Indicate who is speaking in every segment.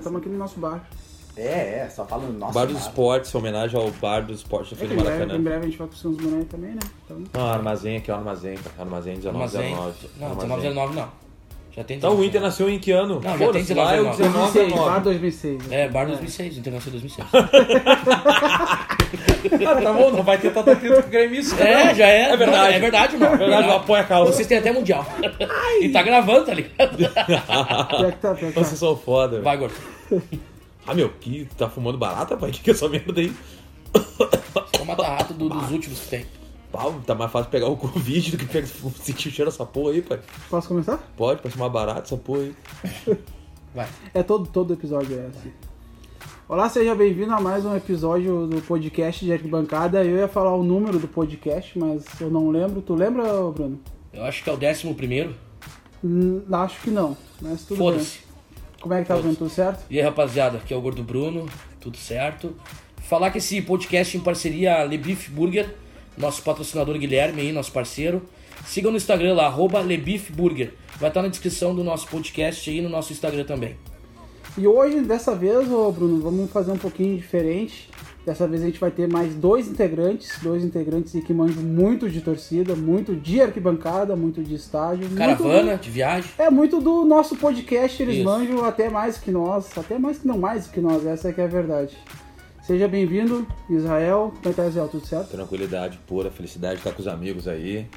Speaker 1: Estamos aqui no nosso bar.
Speaker 2: É, é, só fala no nosso
Speaker 3: bar dos
Speaker 2: bar.
Speaker 3: Esportes, homenagem ao Bar dos Esportes do
Speaker 1: É que
Speaker 3: Filho
Speaker 1: em
Speaker 3: do
Speaker 1: breve, em
Speaker 3: Maracanã.
Speaker 1: breve a gente vai pro São Mané também, né? Então,
Speaker 3: Não, armazém aqui, ó, armazém. Armazém 19,
Speaker 4: Armazém.
Speaker 3: 19.
Speaker 4: Não,
Speaker 3: Armazém.
Speaker 4: 19, 19 não. Já tem 19.
Speaker 3: Então o Inter nasceu em que ano?
Speaker 4: Não, já
Speaker 3: Foda-se,
Speaker 4: tem 19,
Speaker 3: lá é o 19 a
Speaker 1: 2006, bar
Speaker 3: 9.
Speaker 1: 2006.
Speaker 4: É, Bar 2006, Inter nasceu em 2006.
Speaker 3: Ah, tá bom, não vai tentar ter tido com o gremista.
Speaker 4: é, já é.
Speaker 3: É verdade.
Speaker 4: Não, é verdade, mano.
Speaker 3: Na verdade, eu apoio a causa.
Speaker 4: Vocês têm até mundial. E tá gravando, tá ligado?
Speaker 1: Pior que tá, pior que tá.
Speaker 3: Vocês são foda. velho.
Speaker 4: Vai, Gordo.
Speaker 3: Ah, meu, que tá fumando barata, pai? Que que é essa merda aí?
Speaker 4: Só mata rato do- dos últimos que tem.
Speaker 3: Pau, tá mais fácil pegar o Covid do que pegar, sentir o cheiro dessa porra aí, pai.
Speaker 1: Posso começar?
Speaker 3: Pode, pode tomar barato essa porra aí.
Speaker 4: Vai.
Speaker 1: É todo, todo episódio é assim. Olá, seja bem-vindo a mais um episódio do podcast de Arquibancada. Eu ia falar o número do podcast, mas eu não lembro. Tu lembra, Bruno?
Speaker 4: Eu acho que é o décimo primeiro.
Speaker 1: Hum, acho que não, mas tudo bem.
Speaker 4: Foda-se.
Speaker 1: Como é que tá vendo? Tudo certo?
Speaker 4: E aí, rapaziada, aqui é o Gordo Bruno, tudo certo? Falar que esse podcast em parceria a Le Beef Burger, nosso patrocinador Guilherme aí, nosso parceiro. Sigam no Instagram lá, arroba Le Beef Burger. Vai estar na descrição do nosso podcast aí no nosso Instagram também.
Speaker 1: E hoje, dessa vez, ô Bruno, vamos fazer um pouquinho diferente. Dessa vez a gente vai ter mais dois integrantes, dois integrantes que manjam muito de torcida, muito de arquibancada, muito de estádio. muito
Speaker 4: Caravana de viagem.
Speaker 1: É muito do nosso podcast, eles
Speaker 4: Isso.
Speaker 1: manjam até mais que nós, até mais que não mais que nós, essa que é a verdade. Seja bem-vindo, Israel. Como é que tá, Israel? Tudo certo?
Speaker 3: Tranquilidade pura, felicidade, tá com os amigos aí.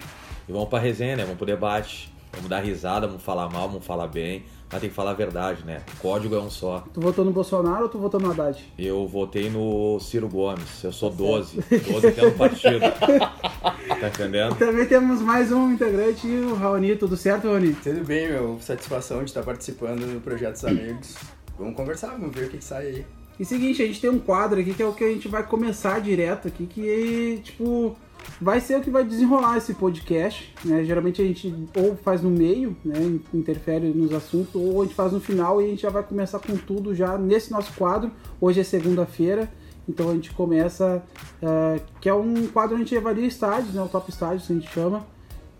Speaker 3: E vamos pra resenha, né? Vamos pro debate. Vamos dar risada, vamos falar mal, vamos falar bem. Mas tem que falar a verdade, né? O código é um só.
Speaker 1: Tu votou no Bolsonaro ou tu votou no Haddad?
Speaker 3: Eu votei no Ciro Gomes. Eu
Speaker 1: Tá
Speaker 3: sou 12. 12 até no partido. tá entendendo?
Speaker 1: Também temos mais um integrante, o Raoni. Tudo certo, Raoni?
Speaker 2: Tudo bem, meu. Satisfação de estar participando do Projeto dos Amigos. Vamos conversar, vamos ver o que, que sai aí.
Speaker 1: E seguinte, a gente tem um quadro aqui que é o que a gente vai começar direto aqui, que tipo vai ser o que vai desenrolar esse podcast, né? Geralmente a gente ou faz no meio, né, interfere nos assuntos, ou a gente faz no final e a gente já vai começar com tudo já nesse nosso quadro. Hoje é segunda-feira, então a gente começa eh, que é um quadro onde a gente avalia estádios, né, o top estádios que a gente chama.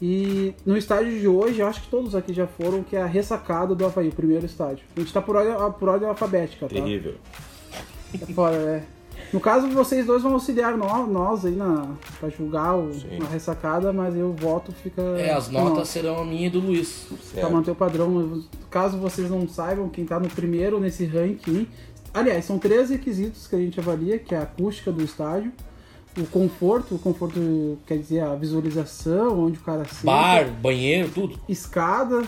Speaker 1: E no estádio de hoje, eu acho que todos aqui já foram, que é a ressacada do Havaí, o primeiro estádio. A gente tá por ordem, por ordem alfabética, tá?
Speaker 3: Terrível.
Speaker 1: É Fora, né? No caso, vocês dois vão auxiliar nó- nós, aí na, pra julgar o,
Speaker 3: Sim.
Speaker 1: a ressacada, mas eu voto, fica.
Speaker 4: É, as
Speaker 1: com
Speaker 4: notas
Speaker 1: nós,
Speaker 4: serão a minha e do Luiz.
Speaker 3: É.
Speaker 1: Pra manter o padrão. Eu- Caso vocês não saibam, quem tá no primeiro nesse ranking. Aliás, são três requisitos que a gente avalia, que é a acústica do estádio, o conforto, o conforto quer dizer a visualização, onde o cara senta,
Speaker 4: Bar, banheiro, tudo.
Speaker 1: escada,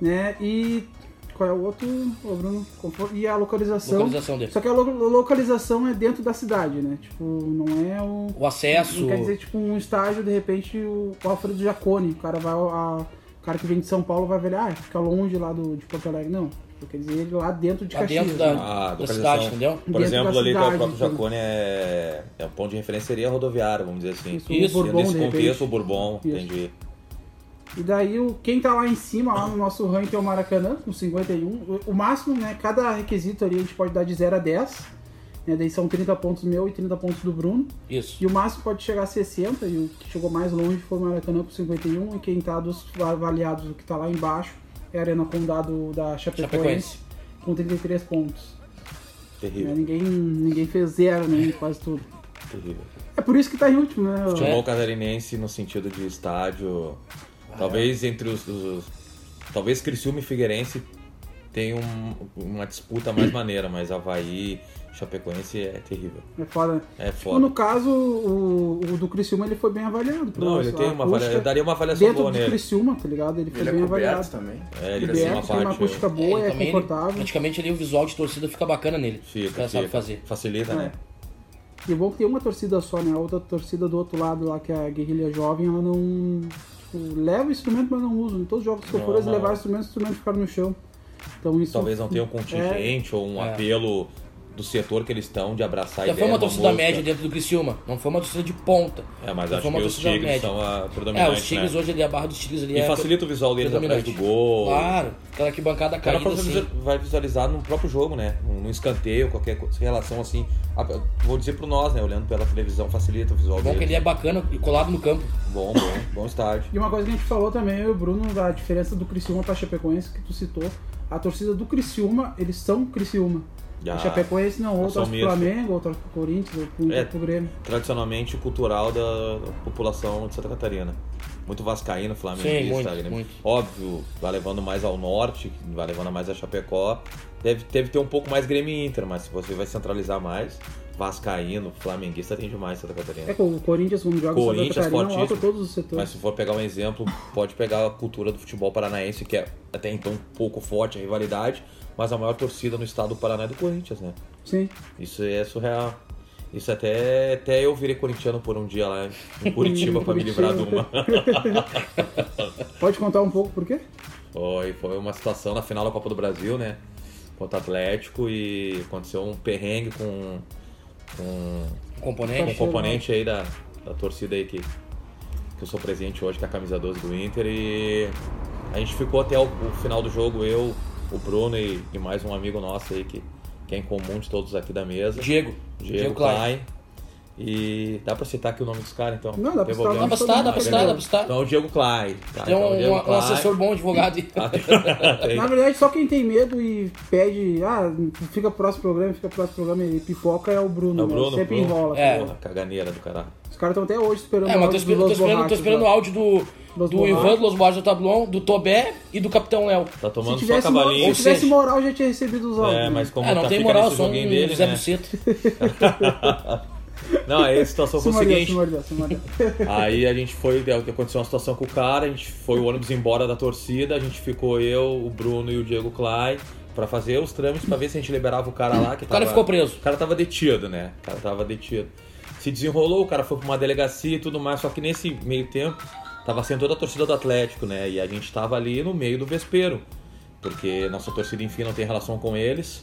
Speaker 1: né? E. Qual é o outro, ô, Bruno? Conforto- E a localização.
Speaker 4: Localização dele.
Speaker 1: Só que a lo- localização é dentro da cidade, né? Tipo, não é o.
Speaker 4: O acesso.
Speaker 1: Não quer dizer, tipo, um estágio, de repente, o Alfredo Jacone, o cara vai. A, o cara que vem de São Paulo vai ver, ah, fica longe lá do, de Porto Alegre. Não. Tipo, Quer dizer, ele lá dentro de
Speaker 4: Lá
Speaker 1: Caxias.
Speaker 4: dentro da-
Speaker 1: né?
Speaker 3: Ah,
Speaker 4: da
Speaker 3: localização.
Speaker 4: cidade, entendeu?
Speaker 3: Por
Speaker 1: Dentro da
Speaker 3: exemplo, ali que é o
Speaker 1: cidade,
Speaker 3: próprio
Speaker 1: então.
Speaker 3: Jacone é, é um ponto de referência, seria rodoviária, vamos dizer assim.
Speaker 1: Isso,
Speaker 4: o
Speaker 3: Sendo
Speaker 1: Bourbon,
Speaker 3: esse
Speaker 1: de
Speaker 3: contexto,
Speaker 1: repente.
Speaker 3: o Bourbon,
Speaker 1: Isso.
Speaker 3: entendi.
Speaker 1: E daí, o, quem tá lá em cima, lá no nosso ranking, é o Maracanã, com 51. O, o máximo, né? Cada requisito ali a gente pode dar de 0 a 10. Né? Daí são 30 pontos meu e 30 pontos do Bruno.
Speaker 4: Isso.
Speaker 1: E o máximo pode chegar a 60, e o que chegou mais longe foi o Maracanã com 51, e quem tá dos avaliados, o que tá lá embaixo, é a Arena Condado da Chapecoense,
Speaker 4: Chapecoense.
Speaker 1: com 33 pontos. Né,
Speaker 3: Terrível,
Speaker 1: Ninguém, ninguém fez zero, né, em quase tudo.
Speaker 3: terrível.
Speaker 1: É por isso que tá em último, né?
Speaker 4: É.
Speaker 3: Futebol um catarinense no sentido de estádio.
Speaker 1: Ah,
Speaker 3: talvez
Speaker 1: é?
Speaker 3: entre os, os- Talvez Criciúma e Figueirense tenha um- uma disputa mais maneira, mas Havaí, Chapecoense é terrível.
Speaker 1: É foda.
Speaker 3: É
Speaker 1: Tipo,
Speaker 3: foda.
Speaker 1: no caso, o, o do Criciúma, ele foi bem avaliado. pelo
Speaker 3: Não, ele
Speaker 1: nosso
Speaker 3: tem uma avalia-
Speaker 1: acústica.
Speaker 3: Eu daria uma avaliação
Speaker 1: Dentro
Speaker 3: boa
Speaker 1: do
Speaker 3: nele.
Speaker 1: Criciúma, tá ligado? Ele foi
Speaker 2: Ele é
Speaker 1: bem
Speaker 2: coberto
Speaker 1: avaliado.
Speaker 2: também.
Speaker 3: É, ele tem uma
Speaker 1: Liberto, tem uma
Speaker 3: parte. né?
Speaker 1: acústica
Speaker 4: É,
Speaker 1: boa,
Speaker 4: ele
Speaker 1: é,
Speaker 4: também, ele-
Speaker 1: confortável.
Speaker 4: praticamente ali o visual de torcida fica bacana nele. o
Speaker 3: Fica,
Speaker 4: cara sabe
Speaker 3: fica.
Speaker 4: fazer.
Speaker 3: Facilita, né?
Speaker 1: É. E o bom que tem uma torcida só, né? A outra torcida do outro lado lá, que é a guerrilha jovem, ela não. Tipo, leva o instrumento, mas não usa. Em todos os jogos que eu
Speaker 3: Não,
Speaker 1: for, eles
Speaker 3: não.
Speaker 1: levaram o instrumento, o instrumento ficaram no chão. Então isso.
Speaker 3: Talvez não tenha um contingente ou um
Speaker 4: É.
Speaker 3: apelo do setor que eles estão de abraçar a
Speaker 4: Já
Speaker 3: ideia.
Speaker 4: foi uma
Speaker 3: da
Speaker 4: torcida
Speaker 3: música.
Speaker 4: média dentro do Criciúma. Não foi uma torcida de ponta.
Speaker 3: É, mas
Speaker 4: Já
Speaker 3: acho
Speaker 4: foi
Speaker 3: que
Speaker 4: uma
Speaker 3: os
Speaker 4: torcida
Speaker 3: Tigres
Speaker 4: média.
Speaker 3: são a
Speaker 4: É,
Speaker 3: predominante.
Speaker 4: os Tigres
Speaker 3: né?
Speaker 4: hoje ali, a barra dos Tigres ali
Speaker 3: E
Speaker 4: é
Speaker 3: facilita o visual deles atrás do
Speaker 4: predominante.
Speaker 3: gol.
Speaker 4: Claro, aquela que bancada
Speaker 3: O cara
Speaker 4: caída assim.
Speaker 3: provavelmente vai visualizar no próprio jogo, né? Num escanteio, qualquer co- relação assim. Ah, Vou dizer pro nós, né? Olhando pela televisão, facilita o visual
Speaker 4: Bom que ele
Speaker 3: dele.
Speaker 4: é bacana e colado no campo.
Speaker 3: Bom, bom, bom estádio.
Speaker 1: E uma coisa que a gente falou também, eu e o Bruno, da diferença do Criciúma pra Chapecoense, que tu citou. A torcida do Criciúma, eles são Criciúma.
Speaker 3: Já.
Speaker 1: O Chapecoense não, ou
Speaker 3: Ah, Eu sou
Speaker 1: torce pro
Speaker 3: misto.
Speaker 1: Flamengo, ou torce pro Corinthians, ou pro,
Speaker 3: É.
Speaker 1: pro Grêmio.
Speaker 3: Tradicionalmente cultural da população de Santa Catarina. Muito vascaíno, flamenguista,
Speaker 4: Sim, muito,
Speaker 3: Grêmio.
Speaker 4: muito.
Speaker 3: Óbvio, vai levando mais ao norte, vai levando mais a Chapecó. Deve, deve ter um pouco mais Grêmio e Inter, mas se você vai centralizar mais, vascaíno, flamenguista tem demais em Santa Catarina.
Speaker 1: É que o Corinthians, quando joga em
Speaker 3: Corinthians, é
Speaker 1: Santa Catarina,
Speaker 3: fortíssimo.
Speaker 1: alta todos os
Speaker 3: Mas
Speaker 1: setores.
Speaker 3: se for pegar um exemplo, pode pegar a cultura do futebol paranaense, que é até então pouco forte a rivalidade, mas a maior torcida no estado do Paraná é do Corinthians, né?
Speaker 1: Sim.
Speaker 3: Isso é surreal. Isso até, até eu virei corintiano por um dia lá em Curitiba pra me livrar de uma.
Speaker 1: Pode contar um pouco por quê?
Speaker 3: Foi, foi uma situação na final da Copa do Brasil, né? Contra o Atlético e aconteceu um perrengue com, com,
Speaker 4: Um
Speaker 3: com um
Speaker 4: componente.
Speaker 3: componente aí da, da torcida aí que, que eu sou presente hoje, que é a camisa 12 do Inter. E a gente ficou até o, o final do jogo, eu, o Bruno e, e mais um amigo nosso aí que, que é em comum de todos aqui da mesa.
Speaker 4: Diego.
Speaker 3: Diego Klein. E dá pra citar aqui o nome dos caras, então.
Speaker 1: Não, dá pra
Speaker 3: Tem
Speaker 1: citar o
Speaker 3: problema?
Speaker 4: Dá pra citar, dá pra citar, dá pra citar.
Speaker 3: Então o Diego Klein. Tá,
Speaker 4: Tem
Speaker 3: então, o
Speaker 4: um,
Speaker 3: Diego
Speaker 4: um
Speaker 3: Klein. Tá.
Speaker 4: assessor bom, advogado. aí.
Speaker 3: Tem.
Speaker 1: Na verdade, só quem tem medo e pede, ah, fica pro próximo programa, fica pro próximo programa, ele pipoca é o Bruno.
Speaker 3: É o
Speaker 1: né?
Speaker 3: Bruno,
Speaker 1: Sempre
Speaker 3: Bruno.
Speaker 1: enrola.
Speaker 4: É.
Speaker 3: Porra, caganeira do caralho.
Speaker 1: Os caras estão até hoje esperando
Speaker 4: É,
Speaker 1: o
Speaker 4: mas tô
Speaker 1: áudio
Speaker 4: esperando,
Speaker 1: do
Speaker 4: tô
Speaker 1: Los
Speaker 4: esperando, tô
Speaker 1: Borrachos,
Speaker 3: né?
Speaker 4: esperando o
Speaker 1: ó.
Speaker 4: áudio do,
Speaker 1: Los
Speaker 4: do
Speaker 1: Borrachos.
Speaker 4: Ivan, do Los Borges do Tablon, do Tobé e do Capitão Léo.
Speaker 3: Tá tomando
Speaker 1: Se
Speaker 3: só
Speaker 1: tivesse, um mo-
Speaker 3: cavalinho.
Speaker 1: se tivesse
Speaker 4: seja-
Speaker 1: moral, eu já tinha recebido os áudios. né?
Speaker 3: É, mas como
Speaker 4: Ah,
Speaker 3: tá
Speaker 4: não tem
Speaker 3: fica
Speaker 4: moral,
Speaker 3: nesse
Speaker 4: só um
Speaker 3: joguinho dele,
Speaker 4: Zé
Speaker 3: né?
Speaker 4: Buceto.
Speaker 3: Não, aí a situação
Speaker 1: Se
Speaker 3: foi o
Speaker 1: mordeu, se
Speaker 3: seguinte.
Speaker 1: mordeu, se mordeu.
Speaker 3: Aí a gente foi, deu- aconteceu uma situação com o cara, a gente foi o ônibus embora da torcida, a gente ficou eu, o Bruno e o Diego Klein pra fazer os trâmites pra ver se a gente liberava o cara lá. Que
Speaker 4: O cara
Speaker 3: tava-
Speaker 4: ficou preso.
Speaker 3: O cara tava detido, né? O cara tava detido. Se desenrolou, o cara foi pra uma delegacia e tudo mais, só que nesse meio tempo tava sendo toda a torcida do Atlético, né? E a gente tava ali no meio do vespeiro, porque nossa torcida, enfim, não tem relação com eles.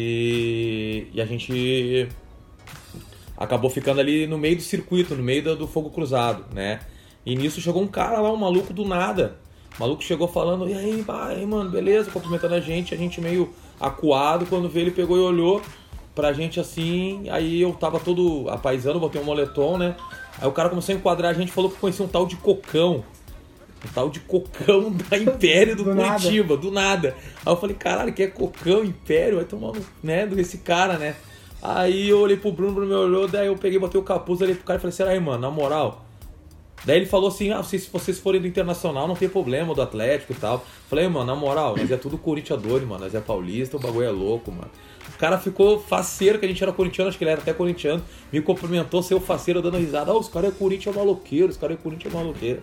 Speaker 3: E, e a gente acabou ficando ali no meio do circuito, no meio do, do fogo cruzado, né? E nisso chegou um cara lá, um maluco do nada. O maluco chegou falando, e aí, vai, mano, beleza, cumprimentando a gente, a gente meio acuado, quando veio ele pegou e olhou pra gente assim, aí eu tava todo apaisando, botei um moletom, né? Aí o cara começou a enquadrar a gente, falou que conhecia um tal de Cocão. Um tal de Cocão da Império do,
Speaker 1: Do nada.
Speaker 3: Curitiba. Curitiba, do nada. Aí eu falei, caralho, que é cocão, império, vai tomar no, né, desse cara, né? Aí eu olhei pro Bruno, o Bruno me olhou, daí eu peguei, botei o capuz, olhei pro cara e falei, será aí, mano, na moral? Daí ele falou assim, ah, se se vocês forem do Internacional, não tem problema, do Atlético e tal. Falei, mano, na moral, nós é tudo Corinthians doido, mano, nós é paulista, o bagulho é louco, mano. O cara ficou faceiro, que a gente era corintiano, acho que ele era até corintiano, me cumprimentou, seu faceiro, dando risada. Ah, os caras é Corinthians maloqueiro, os caras é Corinthians maloqueiro.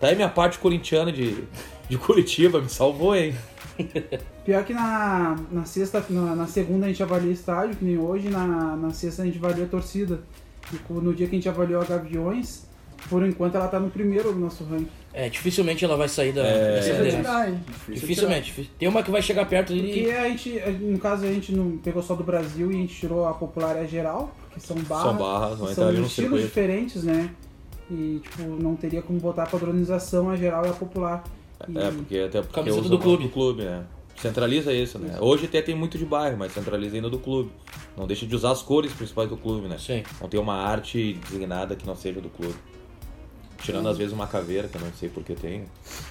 Speaker 3: Daí minha parte corintiana de, de Curitiba me salvou, hein?
Speaker 1: Pior que na, na sexta, na, na segunda a gente avalia estádio, que nem hoje, na, na sexta a gente avalia a torcida. E co- no dia que a gente avaliou a Gaviões, por enquanto ela tá no primeiro do nosso ranking.
Speaker 4: É, dificilmente ela vai sair da,
Speaker 3: É,
Speaker 4: da
Speaker 2: Difícil
Speaker 3: né?
Speaker 2: de
Speaker 4: liderança.
Speaker 2: tirar, hein? Difícil de
Speaker 4: Dificilmente. difícil. Tem uma que vai chegar perto
Speaker 1: Porque
Speaker 4: ali.
Speaker 1: a gente, no caso, a gente não pegou só do Brasil e a gente tirou a popular e a geral, que são barras.
Speaker 3: São barras, vai
Speaker 1: que
Speaker 3: entrar ali
Speaker 1: são
Speaker 3: no
Speaker 1: estilos
Speaker 3: circuito.
Speaker 1: diferentes, né? E, tipo, não teria como botar a padronização a geral e a popular. E-
Speaker 3: É, porque até porque
Speaker 4: Camiseta
Speaker 3: usa
Speaker 4: do
Speaker 3: o
Speaker 4: clube.
Speaker 3: do clube, né? Centraliza isso, né? Hoje até tem muito de bairro, mas centraliza ainda do clube. Não deixa de usar as cores principais do clube, né?
Speaker 4: Sim.
Speaker 3: Não tem uma arte designada que não seja do clube. Tirando às vezes uma caveira, que eu não sei porque tem.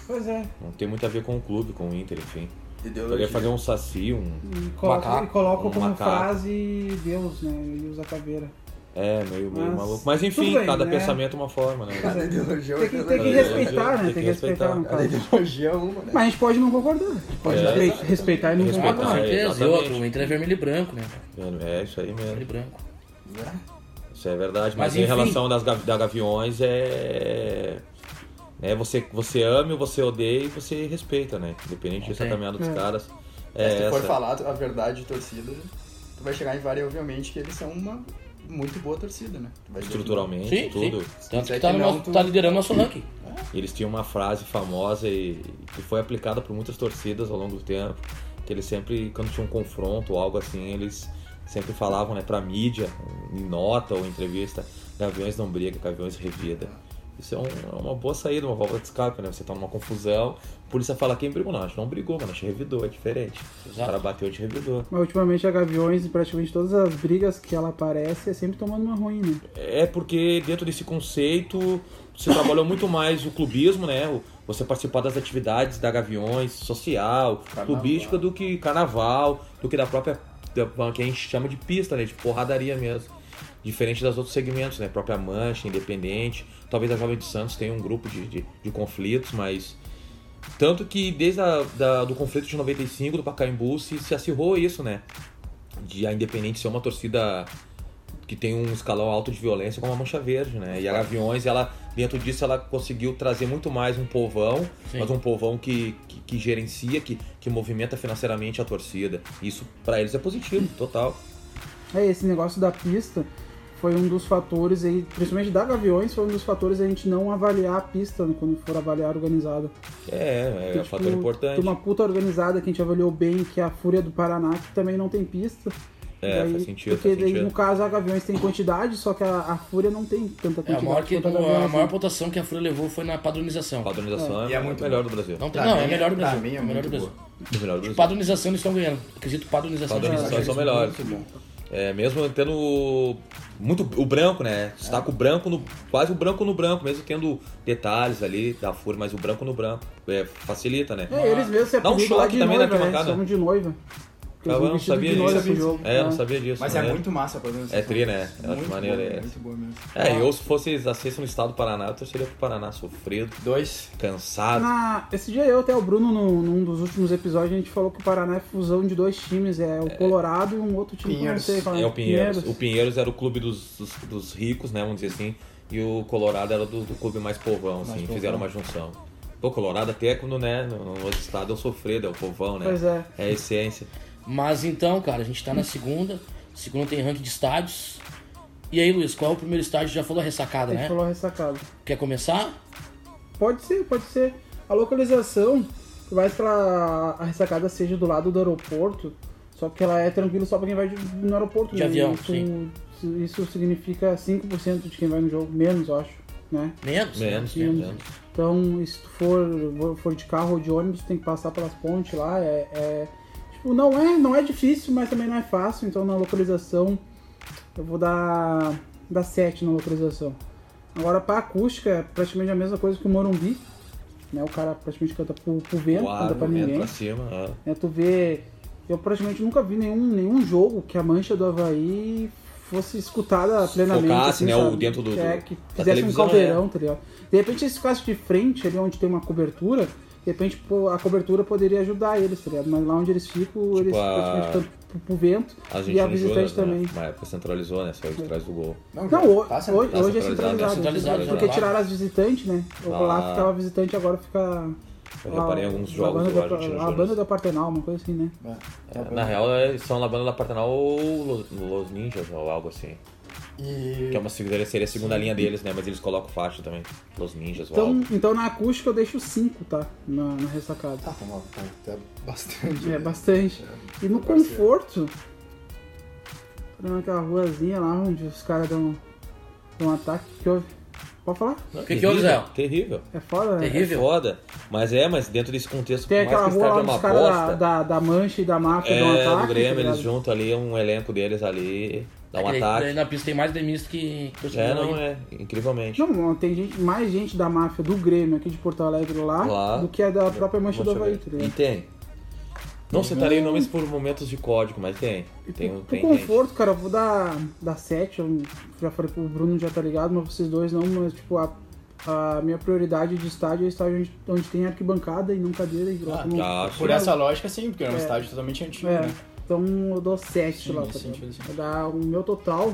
Speaker 1: Pois é.
Speaker 3: Não tem muito a ver com o clube, com o Inter, enfim. Eu ia
Speaker 2: Ideologia.
Speaker 3: fazer um saci, um.
Speaker 1: E coloca,
Speaker 4: Macaco,
Speaker 1: e coloca
Speaker 3: um
Speaker 1: como
Speaker 3: macaco.
Speaker 1: frase Deus, né? E usa a caveira.
Speaker 3: É, meio, meio
Speaker 1: Mas
Speaker 3: maluco. Mas enfim,
Speaker 1: tudo bem,
Speaker 3: cada
Speaker 1: né?
Speaker 3: pensamento é uma forma, né?
Speaker 2: Cada ideologia é
Speaker 1: Tem que, tem que
Speaker 3: Tem que
Speaker 1: respeitar, né? Tem que respeitar, no
Speaker 2: Cada
Speaker 1: caso.
Speaker 2: ideologia é uma, né?
Speaker 1: Mas a gente pode não concordar. A gente pode
Speaker 3: É.
Speaker 1: respe- respeitar e não
Speaker 3: Respeitar.
Speaker 4: com
Speaker 1: concordar.
Speaker 4: certeza. E
Speaker 3: exatamente.
Speaker 4: outra, o Inter é vermelho e branco, né?
Speaker 3: É isso aí mesmo.
Speaker 4: Vermelho e branco.
Speaker 3: Isso é verdade, mas,
Speaker 4: Mas,
Speaker 3: em
Speaker 4: enfim.
Speaker 3: relação das gavi- da Gaviões é. é você, você ama, você odeia e você respeita, né? Independente dessa
Speaker 4: Ok.
Speaker 3: caminhada dos
Speaker 1: É.
Speaker 3: caras.
Speaker 2: Mas
Speaker 3: É
Speaker 2: se tu for
Speaker 3: essa.
Speaker 2: falar a verdade de torcida, tu vai chegar invariavelmente que eles são uma muito boa torcida, né? Tu vai dizer que
Speaker 3: Estruturalmente,
Speaker 4: Sim,
Speaker 3: tudo.
Speaker 4: sim. Tanto
Speaker 2: Se
Speaker 4: que
Speaker 2: é
Speaker 4: tá,
Speaker 2: que
Speaker 4: no
Speaker 2: não,
Speaker 4: nosso-
Speaker 2: tu-
Speaker 4: tá liderando nosso ranking.
Speaker 3: Eles tinham uma frase famosa e que foi aplicada por muitas torcidas ao longo do tempo, que eles sempre, quando tinha um confronto ou algo assim, eles sempre falavam, né, pra mídia, em nota ou entrevista, Gaviões não briga, Gaviões revida. Isso é, um- é uma boa saída, uma válvula de escape, né? Você tá numa confusão, a polícia fala quem brigou, não, a gente não brigou, mano, a gente revidou, é diferente. O
Speaker 4: Exato.
Speaker 3: cara bateu, a gente revidou.
Speaker 1: Mas ultimamente a Gaviões, em praticamente todas as brigas que ela aparece, é sempre tomando uma ruim, né?
Speaker 3: É porque dentro desse conceito você trabalhou muito mais o clubismo, né? O- Você participar das atividades da Gaviões, social,
Speaker 2: Carnaval.
Speaker 3: clubística, do que carnaval, do que da própria da que a gente chama de pista, né? De porradaria mesmo. Diferente das outros segmentos, né? Própria Mancha, Independente. Talvez a Jovem de Santos tenha um grupo de, de, de conflitos, mas. Tanto que desde a, da, do conflito de 95, do Pacaembu, se, se acirrou isso, né? De a Independente ser uma torcida que tem um escalão alto de violência como a Mancha Verde, né? E a Gaviões, ela, dentro disso, ela conseguiu trazer muito mais um povão,
Speaker 4: Sim.
Speaker 3: mas um povão que, que, que gerencia, que, que movimenta financeiramente a torcida. Isso pra eles é positivo, total.
Speaker 1: É, esse negócio da pista foi um dos fatores aí, principalmente da Gaviões, foi um dos fatores a gente não avaliar a pista né, quando for avaliar a organizada.
Speaker 3: É, é
Speaker 1: Porque,
Speaker 3: um
Speaker 1: tipo,
Speaker 3: fator importante.
Speaker 1: Tem uma puta organizada que a gente avaliou bem, que é a Fúria do Paraná, que também não tem pista.
Speaker 3: É,
Speaker 1: Daí-
Speaker 3: faz sentido,
Speaker 1: Porque
Speaker 3: faz
Speaker 1: daí,
Speaker 3: sentido.
Speaker 1: no caso, a Gaviões tem quantidade, só que a, a Fúria não tem tanta
Speaker 4: É,
Speaker 1: quantidade.
Speaker 4: a maior, que-
Speaker 1: quanto a
Speaker 4: a
Speaker 1: Gaviões,
Speaker 4: maior
Speaker 1: né?
Speaker 4: pontuação que a FURIA levou foi na padronização.
Speaker 3: Padronização é,
Speaker 2: E é
Speaker 3: a
Speaker 2: muito
Speaker 3: melhor do Brasil.
Speaker 4: Não, tem,
Speaker 2: Pra
Speaker 4: não
Speaker 2: mim
Speaker 4: é
Speaker 2: é-
Speaker 4: melhor do
Speaker 2: pra
Speaker 4: Brasil.
Speaker 2: mim é
Speaker 4: melhor
Speaker 2: muito
Speaker 4: do Brasil.
Speaker 3: É melhor do Brasil.
Speaker 4: Padronização eles estão ganhando. Acredito padronização.
Speaker 3: Padronização
Speaker 4: eles
Speaker 3: são
Speaker 4: estão
Speaker 3: melhores. É, mesmo tendo muito o branco, né?
Speaker 1: É.
Speaker 3: Destaca o branco no quase o branco no branco, mesmo tendo detalhes ali da fúria, mas o branco no branco é, facilita, né?
Speaker 1: É, eles mesmos se
Speaker 3: Dá um
Speaker 1: apelidam
Speaker 3: choque
Speaker 1: lá de
Speaker 3: também na
Speaker 1: noiva, né?
Speaker 3: arquibancada. Ah,
Speaker 1: Chamam de noiva. Eles
Speaker 3: eu
Speaker 1: vão
Speaker 3: não
Speaker 1: vestido
Speaker 3: sabia
Speaker 1: de
Speaker 3: disso.
Speaker 1: noiva pro jogo.
Speaker 3: É, eu não sabia disso.
Speaker 2: Mas é
Speaker 3: né?
Speaker 2: muito massa a produção.
Speaker 3: É tri, né? Eu acho
Speaker 2: Muito
Speaker 3: maneiro,
Speaker 2: boa,
Speaker 3: é.
Speaker 2: Muito boa mesmo.
Speaker 3: É, eu se fosse acesso no estado do Paraná, eu torceria pro Paraná sofrido,
Speaker 2: Dois.
Speaker 3: cansado.
Speaker 1: Na- Ah, esse dia eu até o Bruno, no- num dos últimos episódios, a gente falou que o Paraná é fusão de dois times, é o Colorado e um outro time
Speaker 2: Pinheiros.
Speaker 1: que eu não né? sei qual
Speaker 3: É o Pinheiros. O Pinheiros era o clube dos, dos, dos ricos, né? Vamos dizer assim. E o Colorado era do, do clube mais povão, assim.
Speaker 2: povão.
Speaker 3: Fizeram uma junção. Pô, Colorado até quando, né? No, no outro estado é o sofrido, é o povão, né?
Speaker 1: Pois é.
Speaker 3: É a essência.
Speaker 4: Mas então, cara, a gente tá na segunda. Segunda tem ranking de estádios. E aí, Luiz, qual é o primeiro estádio? Já falou a ressacada,
Speaker 1: A gente
Speaker 4: né?
Speaker 1: falou ressacado.
Speaker 4: Quer começar?
Speaker 1: Pode ser, pode ser. A localização, por mais que ela, a ressacada seja do lado do aeroporto, só que ela é tranquila só pra quem vai de- no aeroporto.
Speaker 4: De
Speaker 1: né?
Speaker 4: avião,
Speaker 1: isso,
Speaker 4: sim.
Speaker 1: Isso significa 5% de quem vai no jogo, menos, eu acho, né?
Speaker 4: Menos?
Speaker 3: Menos,
Speaker 1: Sim.
Speaker 3: menos. menos.
Speaker 1: Então, se tu for, for de carro ou de ônibus, tem que passar pelas pontes lá. É, é- tipo, não é, não é difícil, mas também não é fácil. Então, na localização, eu vou dar, dar 7 na localização. Agora, pra acústica, é praticamente a mesma coisa que o Morumbi. Né? O cara praticamente canta pro, pro vento,
Speaker 3: O ar,
Speaker 1: canta pra
Speaker 3: o vento
Speaker 1: ninguém.
Speaker 3: pra cima. é.
Speaker 1: Né? Tu vê... Eu praticamente nunca vi nenhum, nenhum jogo que a mancha do Havaí fosse escutada plenamente.
Speaker 3: Focasse, né,
Speaker 1: sabe?
Speaker 3: o dentro do-
Speaker 1: É,
Speaker 3: do-
Speaker 1: que
Speaker 3: da
Speaker 1: fizesse um
Speaker 3: televisão, né?
Speaker 1: caldeirão, tá ligado? De repente, se ficasse de frente, ali onde tem uma cobertura, de repente pô, a cobertura poderia ajudar eles, tá ligado? Mas lá onde eles ficam, eles
Speaker 3: Tipo a-
Speaker 1: praticamente cantam pro, pro vento
Speaker 3: A gente
Speaker 1: e a
Speaker 3: não jogou,
Speaker 1: visitante
Speaker 3: né?
Speaker 1: também.
Speaker 3: Mas época centralizou, né? Saiu de trás do gol.
Speaker 1: Não, ho- hoje,
Speaker 2: passa-
Speaker 1: hoje,
Speaker 3: tá
Speaker 1: é
Speaker 3: centralizado,
Speaker 1: centralizado.
Speaker 3: né?
Speaker 4: Centralizado,
Speaker 1: Porque
Speaker 4: já.
Speaker 1: tiraram as visitantes, né?
Speaker 3: Ah.
Speaker 1: Lá ficava visitante, agora fica.
Speaker 3: Eu
Speaker 1: lá
Speaker 3: reparei em alguns
Speaker 1: a
Speaker 3: jogos
Speaker 1: banda
Speaker 3: do
Speaker 1: da-
Speaker 3: Argentino
Speaker 1: A
Speaker 3: Júnior.
Speaker 1: banda da Partenal, uma coisa assim, né?
Speaker 2: Tá bom.
Speaker 3: Na real, é- são na banda da Partenal ou Los, Los Ninjas ou algo assim.
Speaker 2: E
Speaker 3: Que
Speaker 2: um
Speaker 3: é uma, seria seria a segunda linha deles, né? Mas eles colocam faixa também. Los Ninjas ou
Speaker 1: Então,
Speaker 3: algo.
Speaker 1: então na acústica eu deixo 5, tá? Na, na ressacada.
Speaker 2: Tá, tá, mal, tá, tá bastante.
Speaker 1: É,
Speaker 2: né?
Speaker 1: bastante. E
Speaker 3: Tá
Speaker 1: no
Speaker 2: Parceiro.
Speaker 1: conforto, tô naquela ruazinha lá onde os caras dão, dão um ataque que houve. Pode falar?
Speaker 3: O
Speaker 4: que que houve, Zé?
Speaker 3: Terrível.
Speaker 1: É foda, né?
Speaker 4: Terrível.
Speaker 3: É foda. Mas é, mas dentro desse contexto,
Speaker 1: Tem
Speaker 3: por mais
Speaker 1: aquela
Speaker 3: que o
Speaker 1: rua
Speaker 3: estádio
Speaker 1: lá
Speaker 3: é uma
Speaker 1: dos caras da,
Speaker 3: bosta.
Speaker 1: da, da Mancha e da Máfia dão um
Speaker 3: É,
Speaker 1: ataque.
Speaker 3: do Grêmio,
Speaker 1: tá
Speaker 3: eles
Speaker 1: ligado?
Speaker 3: juntam ali um elenco deles ali, dá um
Speaker 4: É que daí
Speaker 3: ataque.
Speaker 4: Na pista tem mais demistas que que torcedor
Speaker 3: É, não
Speaker 4: aí.
Speaker 3: é, incrivelmente.
Speaker 1: não, mano, tem gente, mais gente da máfia do Grêmio aqui de Porto Alegre lá,
Speaker 3: Lá.
Speaker 1: do que a da própria Mancha do
Speaker 3: Deixa eu
Speaker 1: Havaí,
Speaker 3: ver.
Speaker 1: tá ligado?
Speaker 3: E tem.
Speaker 1: Uhum.
Speaker 3: Não citarei nomes por momentos de código, mas tem. Tem, um
Speaker 1: Pro-
Speaker 3: tem
Speaker 1: pro
Speaker 3: gente.
Speaker 1: conforto, cara, eu vou dar, dar 7. Eu já falei pro Bruno, já tá ligado, mas vocês dois não. Mas, tipo, a, a minha prioridade de estádio é estádio onde, onde tem arquibancada e não cadeira. E lá,
Speaker 2: Ah,
Speaker 1: não-
Speaker 3: tá,
Speaker 2: Por
Speaker 3: sim.
Speaker 2: essa lógica, sim, porque é um
Speaker 1: É.
Speaker 2: estádio totalmente antigo,
Speaker 1: É,
Speaker 2: né?
Speaker 1: então eu dou 7
Speaker 2: Sim,
Speaker 1: lá.
Speaker 2: nesse
Speaker 1: Tá ligado?
Speaker 2: sentido, sim.
Speaker 1: Vou dar o meu total